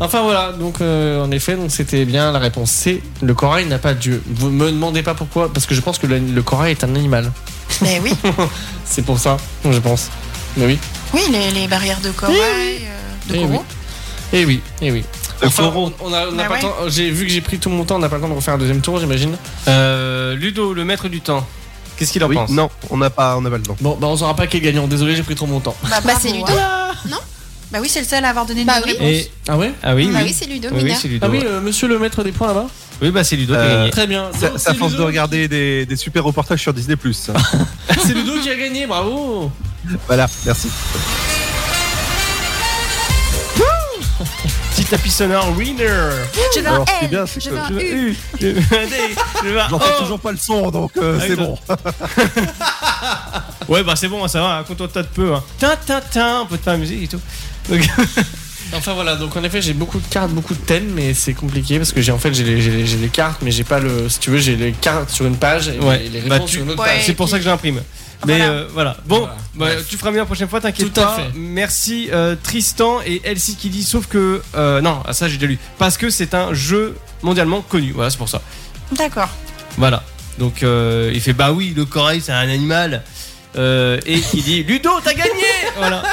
[SPEAKER 8] Enfin voilà, donc euh, en effet, donc c'était bien la réponse C. Le corail n'a pas Dieu. Vous me demandez pas pourquoi, parce que je pense que le, le corail est un animal.
[SPEAKER 6] Mais Ben oui,
[SPEAKER 8] C'est pour ça, je pense. Mais oui.
[SPEAKER 6] oui, les, les barrières de corail, euh, de
[SPEAKER 8] Eh oui.
[SPEAKER 6] coraux.
[SPEAKER 8] Et oui, et oui. Enfin,
[SPEAKER 4] Corot.
[SPEAKER 8] on, on a, on a
[SPEAKER 6] Ah
[SPEAKER 8] pas
[SPEAKER 6] ouais.
[SPEAKER 8] le temps- J'ai vu que j'ai pris tout mon temps, on n'a pas le temps de refaire un deuxième tour, j'imagine.
[SPEAKER 4] Euh, Ludo, le maître du temps. Qu'est-ce qu'il en
[SPEAKER 5] oui,
[SPEAKER 4] pense
[SPEAKER 5] non, on n'a pas, on n'a pas le temps.
[SPEAKER 8] Bon, bah on saura pas qui est gagnant. Désolé, j'ai pris trop mon temps.
[SPEAKER 6] Bah,
[SPEAKER 7] Bah,
[SPEAKER 6] bravo,
[SPEAKER 7] c'est Ludo.
[SPEAKER 6] hein. Bah oui, c'est le seul à avoir donné une
[SPEAKER 7] Bah
[SPEAKER 6] bonne
[SPEAKER 7] oui.
[SPEAKER 6] réponse.
[SPEAKER 4] Et...
[SPEAKER 8] Ah ouais
[SPEAKER 4] Ah oui,
[SPEAKER 7] Bah oui,
[SPEAKER 4] oui.
[SPEAKER 7] c'est Ludo,
[SPEAKER 4] Oui,
[SPEAKER 7] Mina.
[SPEAKER 4] c'est Ludo.
[SPEAKER 8] Ah oui,
[SPEAKER 4] ouais.
[SPEAKER 8] euh, monsieur le maître des points là-bas.
[SPEAKER 4] Oui, bah c'est Ludo qui a
[SPEAKER 5] Euh,
[SPEAKER 4] gagné.
[SPEAKER 8] Très bien.
[SPEAKER 5] Ça,
[SPEAKER 8] Donc,
[SPEAKER 5] ça
[SPEAKER 8] c'est
[SPEAKER 5] force de
[SPEAKER 8] Ludo-
[SPEAKER 5] regarder des, des super reportages sur Disney Plus.
[SPEAKER 8] C'est Ludo qui a gagné, bravo.
[SPEAKER 5] voilà, merci.
[SPEAKER 4] Petit tapis sonore winner.
[SPEAKER 7] Oh.
[SPEAKER 6] Je veux un
[SPEAKER 5] Alors, ce qui est
[SPEAKER 6] L,
[SPEAKER 5] bien, c'est
[SPEAKER 6] je
[SPEAKER 5] que
[SPEAKER 6] veux un
[SPEAKER 4] Je veux
[SPEAKER 6] U. Oh.
[SPEAKER 4] U. Je veux un D. Je veux un
[SPEAKER 5] J'en
[SPEAKER 4] O.
[SPEAKER 5] fais toujours pas le son, donc euh,
[SPEAKER 4] Ah,
[SPEAKER 5] c'est
[SPEAKER 4] oui,
[SPEAKER 5] bon.
[SPEAKER 4] Ouais, bah c'est bon, ça va, contente-toi de peu. Hein. Tin, tin, tin, on peut te faire la musique et tout. Donc,
[SPEAKER 8] Enfin voilà, donc en effet j'ai beaucoup de cartes, beaucoup de thèmes, mais c'est compliqué parce que j'ai en fait j'ai les, j'ai les- j'ai les cartes, mais j'ai pas le. Si tu veux, j'ai les cartes sur une page et
[SPEAKER 4] Ouais.
[SPEAKER 8] les- les
[SPEAKER 4] Bah,
[SPEAKER 8] réponses
[SPEAKER 4] tu-
[SPEAKER 8] sur une autre
[SPEAKER 6] Ouais.
[SPEAKER 8] page.
[SPEAKER 4] c'est pour ça que j'imprime. Mais
[SPEAKER 6] Voilà.
[SPEAKER 4] euh, voilà. Bon,
[SPEAKER 8] Voilà.
[SPEAKER 4] bah,
[SPEAKER 8] Bref.
[SPEAKER 4] tu feras mieux la prochaine fois, t'inquiète
[SPEAKER 8] Tout à
[SPEAKER 4] pas.
[SPEAKER 8] fait.
[SPEAKER 4] Merci euh, Tristan et Elsie qui dit sauf que euh, non, ah, ça j'ai déjà lu. Parce que c'est un jeu mondialement connu. Voilà, c'est pour ça.
[SPEAKER 6] D'accord.
[SPEAKER 4] Voilà. Donc euh, il fait bah oui, le corail c'est un animal. Euh, et qui dit Ludo, t'as gagné Voilà.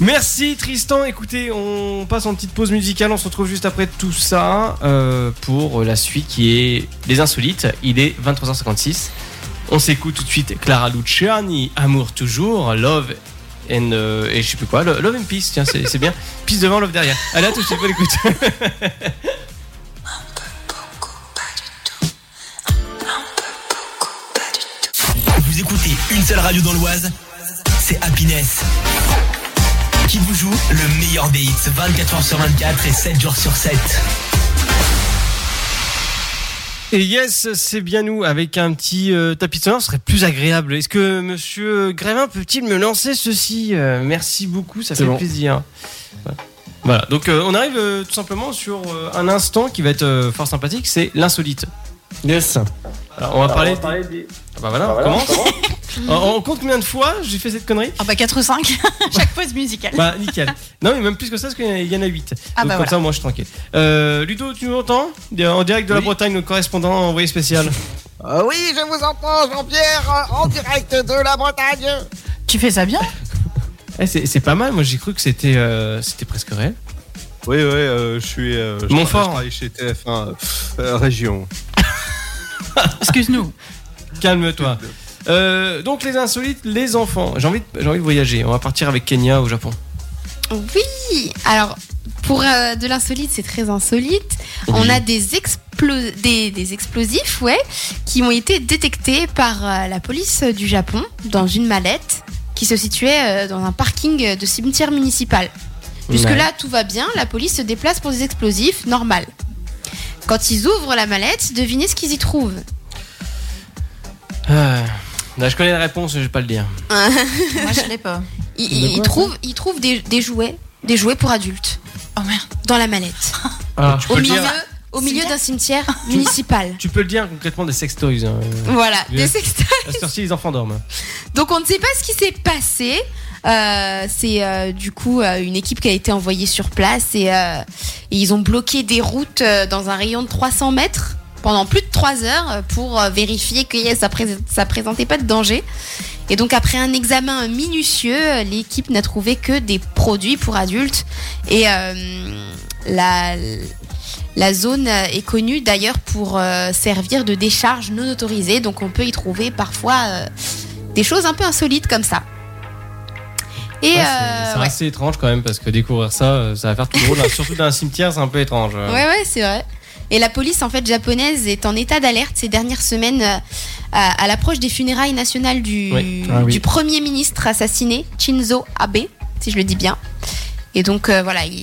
[SPEAKER 4] Merci Tristan. Écoutez, on passe en petite pause musicale. On se retrouve juste après tout ça euh, pour la suite qui est Les Insolites. Il est 23h56. On s'écoute tout de suite Clara Luciani, Amour toujours, Love and. euh, et je sais plus quoi, Lo- Love and Peace. Tiens, c'est c'est bien. Peace devant, Love derrière. Allez, à tout de suite, bonne écoute.
[SPEAKER 2] Vous écoutez une seule radio dans l'Oise, c'est Happiness. Qui vous joue le meilleur des hits 24h sur 24 et 7 jours sur 7.
[SPEAKER 4] Et yes, c'est bien nous, avec un petit euh, tapis de sonore, ce serait plus agréable. Est-ce que monsieur Grévin peut-il me lancer ceci Euh, Merci beaucoup, ça
[SPEAKER 8] C'est
[SPEAKER 4] fait
[SPEAKER 8] bon.
[SPEAKER 4] plaisir. Voilà. Voilà, donc euh, on arrive euh, tout simplement sur euh, un instant qui va être euh, fort sympathique, c'est l'insolite.
[SPEAKER 8] Yes.
[SPEAKER 4] Alors, on va parler. des- Ah bah voilà, on commence. on, on compte combien de fois j'ai fait cette connerie
[SPEAKER 6] Ah bah 4 ou 5, chaque pause musicale.
[SPEAKER 4] Bah nickel. non, mais même plus que ça, parce qu'il y en a- il y en a 8.
[SPEAKER 6] Ah
[SPEAKER 4] donc
[SPEAKER 6] bah
[SPEAKER 4] comme
[SPEAKER 6] voilà.
[SPEAKER 4] ça, moi je suis tranquille. Euh, Ludo, tu nous entends En direct de la
[SPEAKER 5] Oui.
[SPEAKER 4] Bretagne, notre correspondant envoyé spécial.
[SPEAKER 12] oui, je vous entends, Jean-Pierre, en direct de la Bretagne.
[SPEAKER 6] Tu fais ça bien
[SPEAKER 4] Eh, c'est c'est pas mal, moi j'ai cru que c'était euh, c'était presque réel.
[SPEAKER 5] Oui, oui, euh, je suis. euh, je
[SPEAKER 4] Montfort.
[SPEAKER 5] travaille- Je travaille chez TF1 euh, Région.
[SPEAKER 6] Excuse-nous.
[SPEAKER 4] Calme-toi. Euh, donc les insolites, les enfants. J'ai envie, de- j'ai envie de voyager. On va partir avec Kenya au Japon.
[SPEAKER 9] Oui, alors pour euh, de l'insolite, c'est très insolite. On a des, explo- des, des explosifs ouais, qui ont été détectés par euh, la police du Japon dans une mallette qui se situait euh, dans un parking de cimetière municipal. Jusque-là, tout va bien, la police se déplace pour des explosifs, normal. Quand ils ouvrent la mallette, devinez ce qu'ils y trouvent.
[SPEAKER 4] Ah. Là, je connais la réponse, je vais pas le dire.
[SPEAKER 6] Moi, je l'ai pas.
[SPEAKER 9] Ils,
[SPEAKER 4] De quoi,
[SPEAKER 9] ils trouvent, ils trouvent des, des jouets, des jouets pour adultes.
[SPEAKER 6] Oh merde.
[SPEAKER 9] Dans la mallette.
[SPEAKER 4] Ah, tu,
[SPEAKER 9] Au
[SPEAKER 4] peux le
[SPEAKER 9] milieu,
[SPEAKER 4] dire,
[SPEAKER 9] au milieu d'un cimetière municipal.
[SPEAKER 4] tu peux le dire concrètement des sex toys. hein.
[SPEAKER 9] Voilà,
[SPEAKER 4] Oui.
[SPEAKER 9] des sextoys.
[SPEAKER 4] À cette heure-ci, les enfants dorment.
[SPEAKER 9] Donc on ne sait pas ce qui s'est passé. Euh, c'est euh, du coup euh, une équipe qui a été envoyée sur place et, euh, et ils ont bloqué des routes euh, dans un rayon de 300 mètres pendant plus de 3 heures euh, pour euh, vérifier que euh, ça, pré- ça présentait pas de danger. Et donc après un examen minutieux, euh, l'équipe n'a trouvé que des produits pour adultes et euh, la, la zone euh, est connue d'ailleurs pour euh, servir de décharge non autorisée, donc on peut y trouver parfois euh, des choses un peu insolites comme ça. Et
[SPEAKER 4] Ouais, c'est
[SPEAKER 9] euh,
[SPEAKER 4] c'est
[SPEAKER 9] ouais.
[SPEAKER 4] assez étrange quand même parce que découvrir ça, euh, ça va faire tout drôle. hein. Surtout dans un cimetière, c'est un peu étrange. euh.
[SPEAKER 9] Ouais, ouais, c'est vrai. Et la police en fait japonaise est en état d'alerte ces dernières semaines euh, à, à l'approche des funérailles nationales du,
[SPEAKER 4] Oui. Ah oui.
[SPEAKER 9] du premier ministre assassiné Shinzo Abe, si je le dis bien. Et donc euh, voilà, il,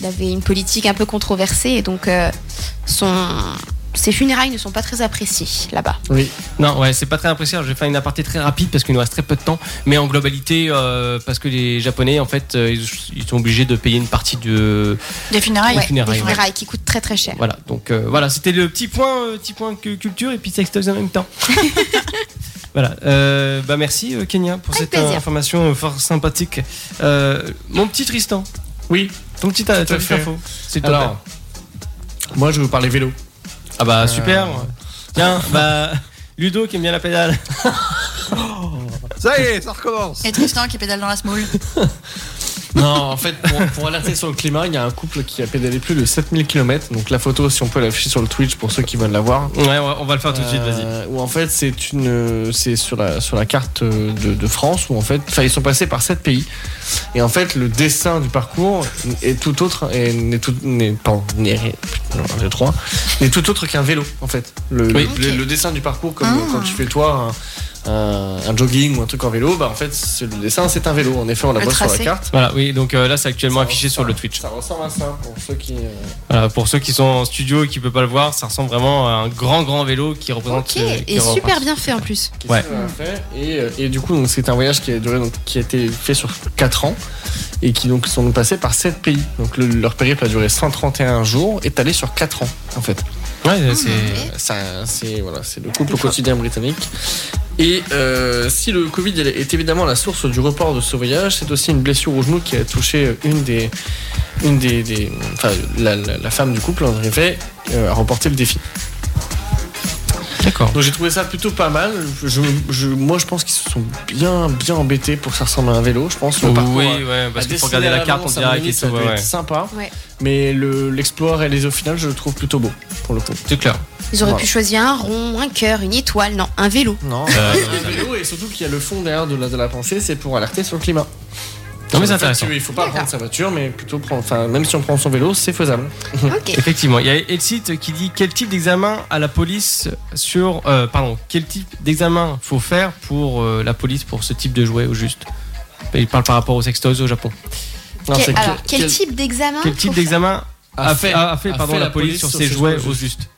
[SPEAKER 9] il avait une politique un peu controversée et donc euh, son ses funérailles ne sont pas très appréciées là-bas.
[SPEAKER 8] Oui.
[SPEAKER 4] Non, ouais, c'est pas très impressionnant. Je vais faire une aparté très rapide parce qu'il nous reste très peu de temps. Mais en globalité, euh, parce que les Japonais, en fait, euh, ils, ils sont obligés de payer une partie de.
[SPEAKER 6] Des funérailles.
[SPEAKER 4] Des funérailles,
[SPEAKER 9] des
[SPEAKER 4] ouais.
[SPEAKER 9] funérailles qui coûtent très très cher.
[SPEAKER 4] Voilà, donc euh, voilà, c'était le petit point, euh, petit point cu- culture et puis sextoys en même temps. voilà, euh, bah merci euh, Kenya pour cette euh,
[SPEAKER 9] plaisir.
[SPEAKER 4] information euh, fort sympathique. Euh, mon petit Tristan,
[SPEAKER 8] Oui.
[SPEAKER 4] ton petit, ta
[SPEAKER 8] Tout à
[SPEAKER 4] petite
[SPEAKER 8] fait.
[SPEAKER 4] info, c'est toi.
[SPEAKER 8] Alors, euh, moi, je vais vous parler vélo.
[SPEAKER 4] Ah bah
[SPEAKER 3] Euh,
[SPEAKER 4] super. Tiens, bah Ludo qui aime bien la pédale.
[SPEAKER 5] Ça y est, ça recommence.
[SPEAKER 6] Et Tristan qui pédale dans la smoule.
[SPEAKER 8] Non, en fait, pour, pour alerter sur le climat, il y a un couple qui a pédalé plus de 7000 km. Donc la photo, si on peut l'afficher sur le Twitch pour ceux qui veulent la voir.
[SPEAKER 4] Ouais, on va, on va le faire tout de suite, vas-y.
[SPEAKER 8] Euh, Où en fait, c'est une, euh, c'est sur la sur la carte euh, de, de France où en fait, enfin, ils sont passés par sept pays. Et en fait, le dessin du parcours est tout autre et n'est tout n'est pas n'est rien- putain, un, deux, trois, n'est tout autre qu'un vélo en fait. Le, le-
[SPEAKER 4] Oui.
[SPEAKER 8] le- le dessin du parcours comme
[SPEAKER 6] Ah.
[SPEAKER 8] euh, quand tu fais toi. Un, un- un jogging ou un truc en vélo, bah en fait c'est- le dessin c'est un vélo. En effet, on la
[SPEAKER 6] Le
[SPEAKER 8] voit sur la
[SPEAKER 6] tracé.
[SPEAKER 8] carte.
[SPEAKER 4] Voilà, oui, donc euh, là c'est actuellement
[SPEAKER 8] Ça
[SPEAKER 4] affiché sur
[SPEAKER 8] ressemble-
[SPEAKER 4] le Twitch.
[SPEAKER 8] Ça ressemble à ça pour ceux qui. euh,
[SPEAKER 4] Voilà, pour ceux qui sont en studio et qui ne peuvent pas le voir, ça ressemble vraiment à un grand grand vélo qui représente.
[SPEAKER 9] Ok,
[SPEAKER 4] euh, qui
[SPEAKER 9] et
[SPEAKER 4] représente-
[SPEAKER 9] super bien fait en plus.
[SPEAKER 8] qui
[SPEAKER 4] Ouais.
[SPEAKER 8] sont, euh, faits. Et, euh, et du coup, donc, c'est un voyage qui a, duré, donc, qui a été fait sur 4 ans et qui donc sont passés par 7 pays. Donc le- leur périple a duré 131 jours, étalé sur 4 ans en fait.
[SPEAKER 4] Ouais, c'est.
[SPEAKER 8] Euh, ça, c'est voilà, c'est le couple au quotidien britannique. Et euh, si le Covid elle est évidemment la source du report de ce voyage, c'est aussi une blessure au genou qui a touché une des, une des, des- enfin, la, la- la femme du couple, en effet, euh, a remporté le défi.
[SPEAKER 4] D'accord.
[SPEAKER 8] Donc j'ai trouvé ça plutôt pas mal. Je, je- moi, je pense qu'ils se sont bien, bien embêtés pour que ça ressemble à un vélo. Je pense le parcours
[SPEAKER 4] Oui,
[SPEAKER 8] à-
[SPEAKER 3] euh,
[SPEAKER 4] ouais, parce
[SPEAKER 8] à
[SPEAKER 4] que pour
[SPEAKER 8] dessiner
[SPEAKER 4] regarder
[SPEAKER 8] à
[SPEAKER 4] la carte, on
[SPEAKER 8] l'avance, à
[SPEAKER 4] dirait
[SPEAKER 8] mon avis,
[SPEAKER 4] qu'il se
[SPEAKER 8] ça doit
[SPEAKER 4] ouais, ouais.
[SPEAKER 8] être sympa.
[SPEAKER 9] Ouais.
[SPEAKER 8] Mais le- l'exploit réalisé au final, je le trouve plutôt beau pour le coup.
[SPEAKER 4] C'est clair.
[SPEAKER 9] Ils auraient
[SPEAKER 8] Voilà.
[SPEAKER 9] pu choisir un rond, un cœur, une étoile, non, un vélo.
[SPEAKER 8] Non.
[SPEAKER 4] Euh,
[SPEAKER 8] Un vélo et surtout qu'il y a le fond derrière de la, de la pensée, c'est pour alerter sur le climat.
[SPEAKER 4] Non, mais
[SPEAKER 8] Sur
[SPEAKER 4] c'est
[SPEAKER 8] le fait
[SPEAKER 4] intéressant.
[SPEAKER 8] que Il faut pas
[SPEAKER 9] D'accord.
[SPEAKER 8] prendre sa voiture, mais plutôt prendre, enfin, même si on prend son vélo, c'est faisable.
[SPEAKER 9] Ok.
[SPEAKER 4] Effectivement, il y a Elsit qui dit quel type d'examen à la police sur euh, pardon quel type d'examen faut faire pour euh, la police pour ce type de jouet au juste. Il parle par rapport aux sextoys au Japon.
[SPEAKER 8] Non,
[SPEAKER 9] Quel-
[SPEAKER 8] c'est que-
[SPEAKER 9] alors, quel,
[SPEAKER 8] quel-
[SPEAKER 9] type
[SPEAKER 7] Ah,
[SPEAKER 9] d'examen
[SPEAKER 4] Quel type
[SPEAKER 9] faut faire
[SPEAKER 4] d'examen a fait, a fait,
[SPEAKER 8] a
[SPEAKER 4] pardon
[SPEAKER 8] fait
[SPEAKER 4] la, police, sur ces jouets au juste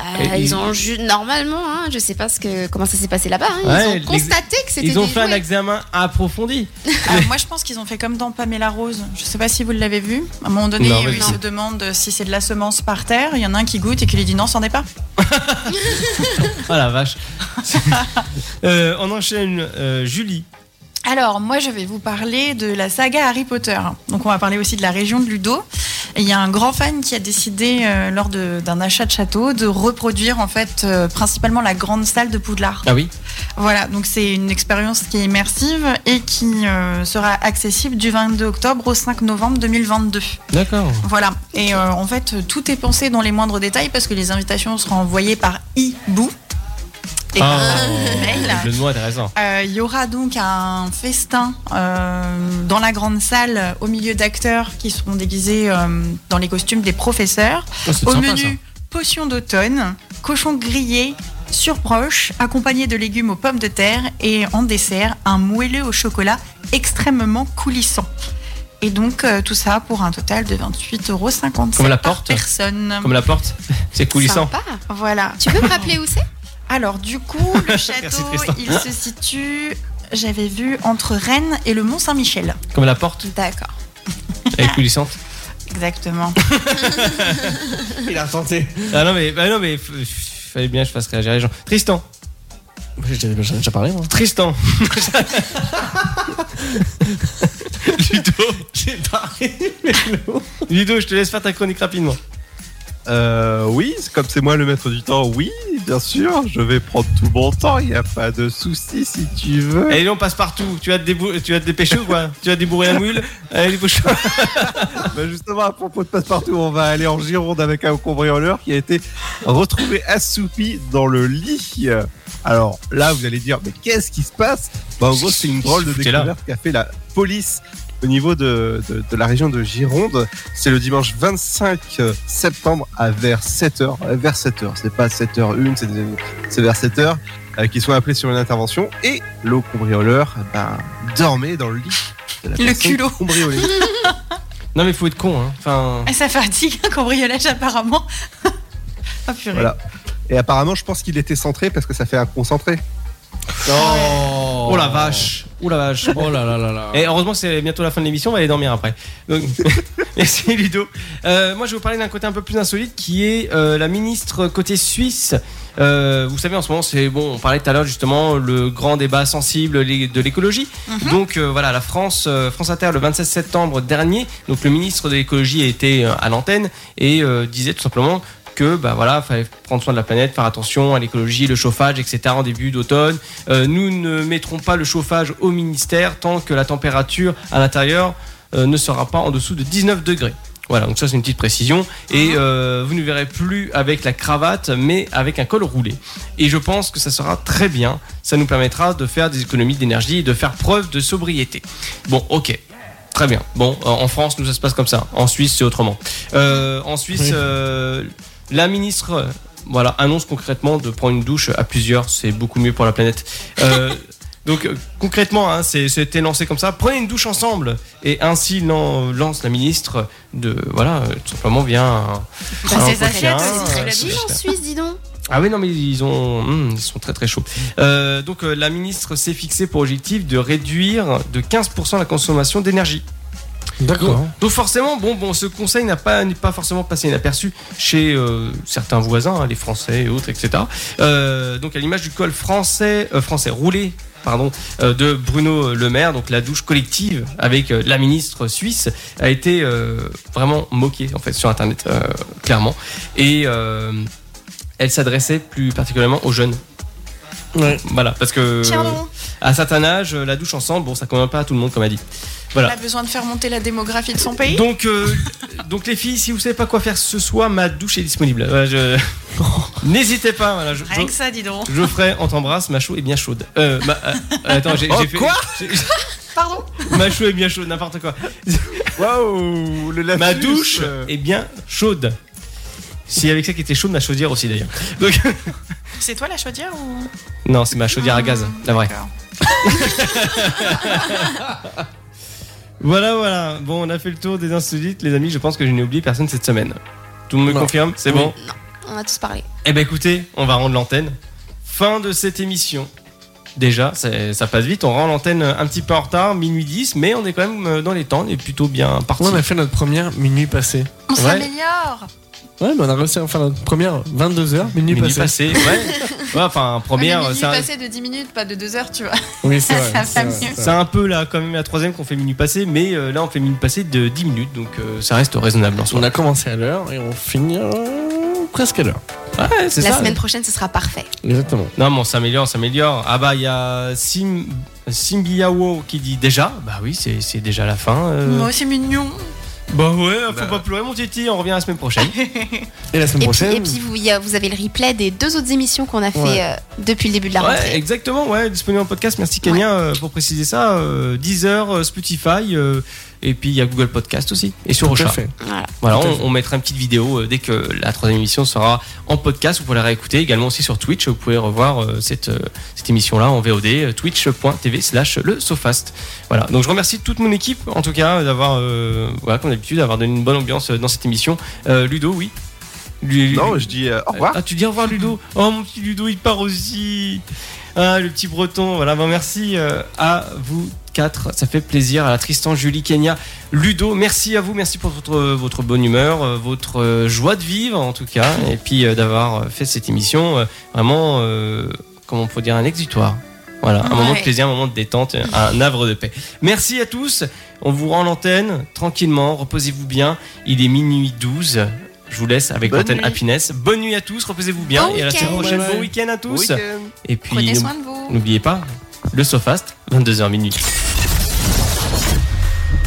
[SPEAKER 9] Euh,
[SPEAKER 4] Et ils-
[SPEAKER 9] Ils ont ju- normalement, hein, je sais pas ce que, comment ça s'est passé là-bas. hein,
[SPEAKER 4] Ouais,
[SPEAKER 9] ils ont
[SPEAKER 4] les-
[SPEAKER 9] constaté que c'était
[SPEAKER 4] Ils ont
[SPEAKER 9] des
[SPEAKER 4] fait un
[SPEAKER 9] jouets.
[SPEAKER 4] examen approfondi.
[SPEAKER 6] Ah, moi, je pense qu'ils ont fait comme dans Pamela Rose. Je sais pas si vous l'avez vu. À un moment donné,
[SPEAKER 4] Non,
[SPEAKER 6] ils
[SPEAKER 4] vas-y.
[SPEAKER 6] se demandent si c'est de la semence par terre. Il y en a un qui goûte et qui lui dit non, c'en est pas.
[SPEAKER 4] Ah la vache. Euh, on enchaîne euh, Julie.
[SPEAKER 6] Alors, moi, je vais vous parler de la saga Harry Potter. Donc, on va parler aussi de la région de Ludo. Et il y a un grand fan qui a décidé, euh, lors de- d'un achat de château, de reproduire en fait euh, principalement la grande salle de Poudlard.
[SPEAKER 3] Ah oui
[SPEAKER 6] Voilà, donc c'est une expérience qui est immersive et qui euh, sera accessible du 22 octobre au 5 novembre 2022.
[SPEAKER 3] D'accord.
[SPEAKER 6] Voilà, et euh, en fait, tout est pensé dans les moindres détails parce que les invitations seront envoyées par e-boo. Et
[SPEAKER 3] Ah,
[SPEAKER 6] par mail.
[SPEAKER 3] le mot intéressant.
[SPEAKER 6] Euh, Il y aura donc un festin euh, dans la grande salle au milieu d'acteurs qui seront déguisés euh, dans les costumes des professeurs.
[SPEAKER 3] Oh, c'est
[SPEAKER 6] au
[SPEAKER 3] sympa,
[SPEAKER 6] menu,
[SPEAKER 3] ça.
[SPEAKER 6] potions d'automne, cochon grillé, surproche, accompagné de légumes aux pommes de terre et en dessert, un moelleux au chocolat extrêmement coulissant. Et donc euh, tout ça pour un total de 28,50 euros
[SPEAKER 3] Comme la
[SPEAKER 6] par
[SPEAKER 3] porte
[SPEAKER 6] personne.
[SPEAKER 3] Comme la porte, c'est coulissant.
[SPEAKER 7] Sympa.
[SPEAKER 6] Ah. Voilà.
[SPEAKER 7] Tu peux me rappeler où c'est
[SPEAKER 6] Alors du coup, le château,
[SPEAKER 3] Tristan.
[SPEAKER 6] il se situe, j'avais vu, entre Rennes et le Mont-Saint-Michel.
[SPEAKER 3] Comme la porte,
[SPEAKER 6] D'accord.
[SPEAKER 3] elle est coulissante.
[SPEAKER 6] Exactement.
[SPEAKER 8] Il a tenté.
[SPEAKER 3] Ah non, mais, bah non, mais f- f- fallait bien que je fasse réagir les gens. Tristan,
[SPEAKER 8] J'en ai déjà parlé, moi.
[SPEAKER 3] Tristan,
[SPEAKER 8] J'ai parlé.
[SPEAKER 3] Ludo, je te laisse faire ta chronique rapidement.
[SPEAKER 5] Euh, oui, c'est comme c'est moi le maître du temps, oui, bien sûr, je vais prendre tout mon temps, il n'y a pas de souci si tu veux.
[SPEAKER 3] Allez, on passe partout. Tu vas te, débou- tu vas te dépêcher ou quoi Tu vas débourrer la moule Allez, les bouchons.
[SPEAKER 5] Bah, justement, à propos de passe-partout, on va aller en Gironde avec un cambrioleur qui a été retrouvé assoupi dans le lit. Alors là, vous allez dire, mais qu'est-ce qui se passe bah, En gros, c'est une drôle de
[SPEAKER 3] Foutez là.
[SPEAKER 5] découverte qu'a fait la police au niveau de, de- de la région de Gironde. C'est le dimanche 25 septembre à vers 7h. euh, Vers 7h, c'est pas 7h1, c'est- c'est vers 7h euh, qu'ils sont appelés sur une intervention et le cambrioleur bah, dormait dans le lit. de la
[SPEAKER 6] Le
[SPEAKER 5] personne
[SPEAKER 6] culot.
[SPEAKER 5] cambriolée.
[SPEAKER 3] Non, mais faut être con. Hein. Enfin,
[SPEAKER 6] Et ça fatigue un cambriolage apparemment. Ah purée.
[SPEAKER 5] Voilà. Et apparemment, je pense qu'il était centré parce que ça fait un concentré.
[SPEAKER 8] Oh.
[SPEAKER 3] oh la vache. Oh la vache.
[SPEAKER 8] Oh là là là là.
[SPEAKER 3] Et heureusement, c'est bientôt la fin de l'émission, on va aller dormir après. Donc, merci Ludo. Euh, moi, je vais vous parler d'un côté un peu plus insolite qui est euh, la ministre côté suisse. Euh, vous savez, en ce moment, c'est bon, on parlait tout à l'heure justement le grand débat sensible les- de l'écologie. Donc euh, voilà, la France, euh, France Inter, le 27 septembre dernier, donc le ministre de l'écologie était euh, à l'antenne et euh, disait tout simplement que bah voilà fallait prendre soin de la planète faire attention à l'écologie le chauffage etc en début d'automne euh, nous ne mettrons pas le chauffage au ministère tant que la température à l'intérieur euh, ne sera pas en dessous de 19 degrés. Voilà, donc ça c'est une petite précision. Et euh, vous ne verrez plus avec la cravate, mais avec un col roulé. Et je pense que ça sera très bien. Ça nous permettra de faire des économies d'énergie et de faire preuve de sobriété. Bon, ok. Très bien. Bon, euh, en France, nous, ça se passe comme ça. En Suisse, c'est autrement. Euh, en Suisse,
[SPEAKER 8] Oui.
[SPEAKER 3] euh, la ministre euh, voilà, annonce concrètement de prendre une douche à plusieurs. C'est beaucoup mieux pour la planète. Euh, donc euh, concrètement, hein, c'est- c'était lancé comme ça. Prenez une douche ensemble et ainsi lan- lance la ministre de voilà euh, tout simplement vient. un-
[SPEAKER 6] Bah,
[SPEAKER 3] un
[SPEAKER 6] ces
[SPEAKER 3] entretien,
[SPEAKER 6] assiettes,
[SPEAKER 3] euh,
[SPEAKER 6] c'est très
[SPEAKER 3] c'est-
[SPEAKER 6] bien.
[SPEAKER 7] Vive en Suisse, dis donc.
[SPEAKER 3] ah oui, non, mais ils, ont, hum, ils sont très très chauds. Euh, donc euh, la ministre s'est fixée pour objectif de réduire de 15% la consommation d'énergie. Donc, donc forcément, bon, bon, ce conseil n'a pas, n'est pas forcément passé inaperçu chez euh, certains voisins, hein, les Français et autres, etc. Euh, donc à l'image du col français, euh, français roulé, pardon, euh, de Bruno Le Maire, donc la douche collective avec euh, la ministre suisse a été euh, vraiment moquée en fait sur Internet, euh, clairement, et euh, elle s'adressait plus particulièrement aux jeunes.
[SPEAKER 8] Ouais.
[SPEAKER 3] Voilà, parce que
[SPEAKER 6] Tiens
[SPEAKER 3] euh,
[SPEAKER 6] donc,
[SPEAKER 3] à un certain âge, euh, la douche ensemble, bon, ça convient pas à tout le monde comme a dit.
[SPEAKER 6] on a besoin de faire monter la démographie de son pays.
[SPEAKER 3] Donc, euh, donc les filles, si vous savez pas quoi faire ce soir, ma douche est disponible. Voilà, je- N'hésitez pas. Voilà, je,
[SPEAKER 6] Rien que ça, dis donc.
[SPEAKER 3] je- Geoffrey, on t'embrasse. Ma chou est bien chaude. Euh, ma- euh, attends, j'ai
[SPEAKER 5] Oh,
[SPEAKER 3] j'ai fait.
[SPEAKER 5] quoi
[SPEAKER 3] j'ai-
[SPEAKER 6] Pardon
[SPEAKER 3] ma chou est bien chaude, n'importe quoi.
[SPEAKER 5] Waouh le lapsus,
[SPEAKER 3] Ma douche
[SPEAKER 5] euh,
[SPEAKER 3] est bien chaude. Si avec ça qui était chaude, ma chaudière aussi d'ailleurs. Donc,
[SPEAKER 6] C'est toi la chaudière ou
[SPEAKER 3] non, c'est ma chaudière à gaz, la vraie.
[SPEAKER 6] D'accord.
[SPEAKER 3] Voilà, voilà. Bon, on a fait le tour des insolites, les amis. Je pense que je n'ai oublié personne cette semaine. Tout le monde me
[SPEAKER 8] Non.
[SPEAKER 3] confirme, c'est
[SPEAKER 8] Oui.
[SPEAKER 3] bon.
[SPEAKER 7] On a tous parlé.
[SPEAKER 3] Eh ben écoutez, on va rendre l'antenne. Fin de cette émission. Déjà, c'est- ça passe vite. On rend l'antenne un petit peu en retard, minuit 10, mais on est euh, quand même dans les temps. On est plutôt bien parti.
[SPEAKER 8] Ouais, on a fait notre première minuit passée.
[SPEAKER 6] On
[SPEAKER 3] Ouais.
[SPEAKER 6] s'améliore.
[SPEAKER 8] Ouais, mais on a réussi à faire notre première 22h, minuit,
[SPEAKER 3] Minuit passé,
[SPEAKER 8] passé.
[SPEAKER 3] ouais. Ouais, enfin, première,
[SPEAKER 6] Ouais, mais
[SPEAKER 3] c'est
[SPEAKER 6] minuit
[SPEAKER 3] un-
[SPEAKER 6] passé de 10 minutes, pas de 2 heures, tu vois.
[SPEAKER 8] Oui, c'est
[SPEAKER 6] Ça
[SPEAKER 8] vrai.
[SPEAKER 6] va
[SPEAKER 8] c'est vrai,
[SPEAKER 6] mieux.
[SPEAKER 8] c'est vrai.
[SPEAKER 3] c'est un peu là, quand même, la troisième qu'on fait minuit passé, mais euh, là, on fait minuit passé de 10 minutes, donc euh, ça reste raisonnable en soi.
[SPEAKER 8] On a commencé à l'heure et on finit euh, presque à l'heure.
[SPEAKER 3] Ouais, c'est
[SPEAKER 7] La
[SPEAKER 3] ça.
[SPEAKER 7] semaine prochaine, ce sera parfait.
[SPEAKER 8] Exactement.
[SPEAKER 3] Non, mais on s'améliore, on s'améliore. Ah bah, il y a Sim... Simbiawo qui dit déjà. Bah oui, c'est c'est déjà la fin. euh.
[SPEAKER 6] Moi, c'est mignon.
[SPEAKER 3] Bah ouais, faut pas pleurer, mon titi, on revient la semaine prochaine.
[SPEAKER 8] Et la semaine
[SPEAKER 7] Et puis,
[SPEAKER 8] prochaine.
[SPEAKER 7] et puis, vous, il y a- vous avez le replay des deux autres émissions qu'on a fait
[SPEAKER 8] Ouais.
[SPEAKER 7] euh, depuis le début de la
[SPEAKER 3] Ouais,
[SPEAKER 7] rentrée.
[SPEAKER 3] exactement, ouais, disponible en podcast. Merci Kenya euh, pour préciser ça. Euh, Deezer, euh, Spotify, euh, et puis il y a Google Podcast aussi. Et sur
[SPEAKER 8] Tout à
[SPEAKER 3] Ocha.
[SPEAKER 8] fait.
[SPEAKER 7] Voilà.
[SPEAKER 3] Voilà,
[SPEAKER 8] Tout à
[SPEAKER 3] on,
[SPEAKER 8] fait.
[SPEAKER 3] on mettra une petite vidéo euh, dès que la troisième émission sera en podcast. Vous pourrez la réécouter également aussi sur Twitch. Vous pouvez revoir euh, cette, euh, cette émission-là en VOD, euh, twitch.tv slash le Sofast. Voilà, donc je remercie toute mon équipe, en tout cas, d'avoir, euh, voilà, comme d'habitude, d'avoir donné une bonne ambiance euh, dans cette émission. Euh, Ludo, oui Lu-
[SPEAKER 5] Non, je dis euh, au revoir.
[SPEAKER 3] ah, tu dis au revoir Ludo. Oh, mon petit Ludo, il part aussi. Ah, le petit breton. Voilà, ben, merci euh, à vous quatre. Ça fait plaisir. À la Tristan, Julie, Kenya, Ludo. Merci à vous. Merci pour votre, votre bonne humeur, euh, votre euh, joie de vivre, en tout cas. Et puis euh, d'avoir euh, fait cette émission. euh, vraiment, euh, comment on peut dire, un exitoire. Voilà, un moment de
[SPEAKER 6] Ouais.
[SPEAKER 3] plaisir, un moment de détente, un havre de paix. Merci à tous. On vous rend l'antenne tranquillement. Reposez-vous bien. Il est minuit 12. Je vous laisse avec
[SPEAKER 5] Bonne
[SPEAKER 3] l'antenne
[SPEAKER 5] nuit.
[SPEAKER 3] Happiness. Bonne nuit à tous. Reposez-vous bien.
[SPEAKER 7] Bon
[SPEAKER 3] et à la semaine
[SPEAKER 7] week-end.
[SPEAKER 3] prochaine.
[SPEAKER 8] Bye bye.
[SPEAKER 3] Bon week-end à tous.
[SPEAKER 5] Week-end.
[SPEAKER 3] Et puis,
[SPEAKER 6] Prenez
[SPEAKER 3] n'oub-
[SPEAKER 6] soin de vous.
[SPEAKER 3] n'oubliez pas, le SoFast, 22h minuit.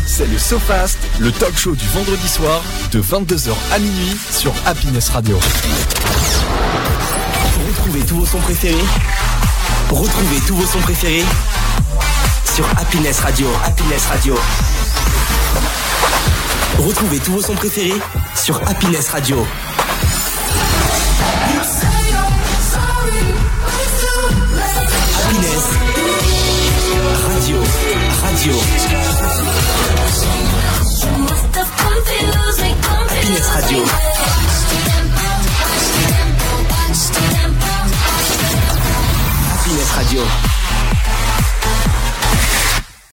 [SPEAKER 2] C'est le SoFast, le talk show du vendredi soir de 22h à minuit sur Happiness Radio.
[SPEAKER 1] Retrouvez tous vos sons préférés. Retrouvez tous vos sons préférés sur Happiness Radio. Happiness Radio. Retrouvez tous vos sons préférés sur Happiness Radio. Happiness Radio. Radio. Happiness Radio. Happiness Radio.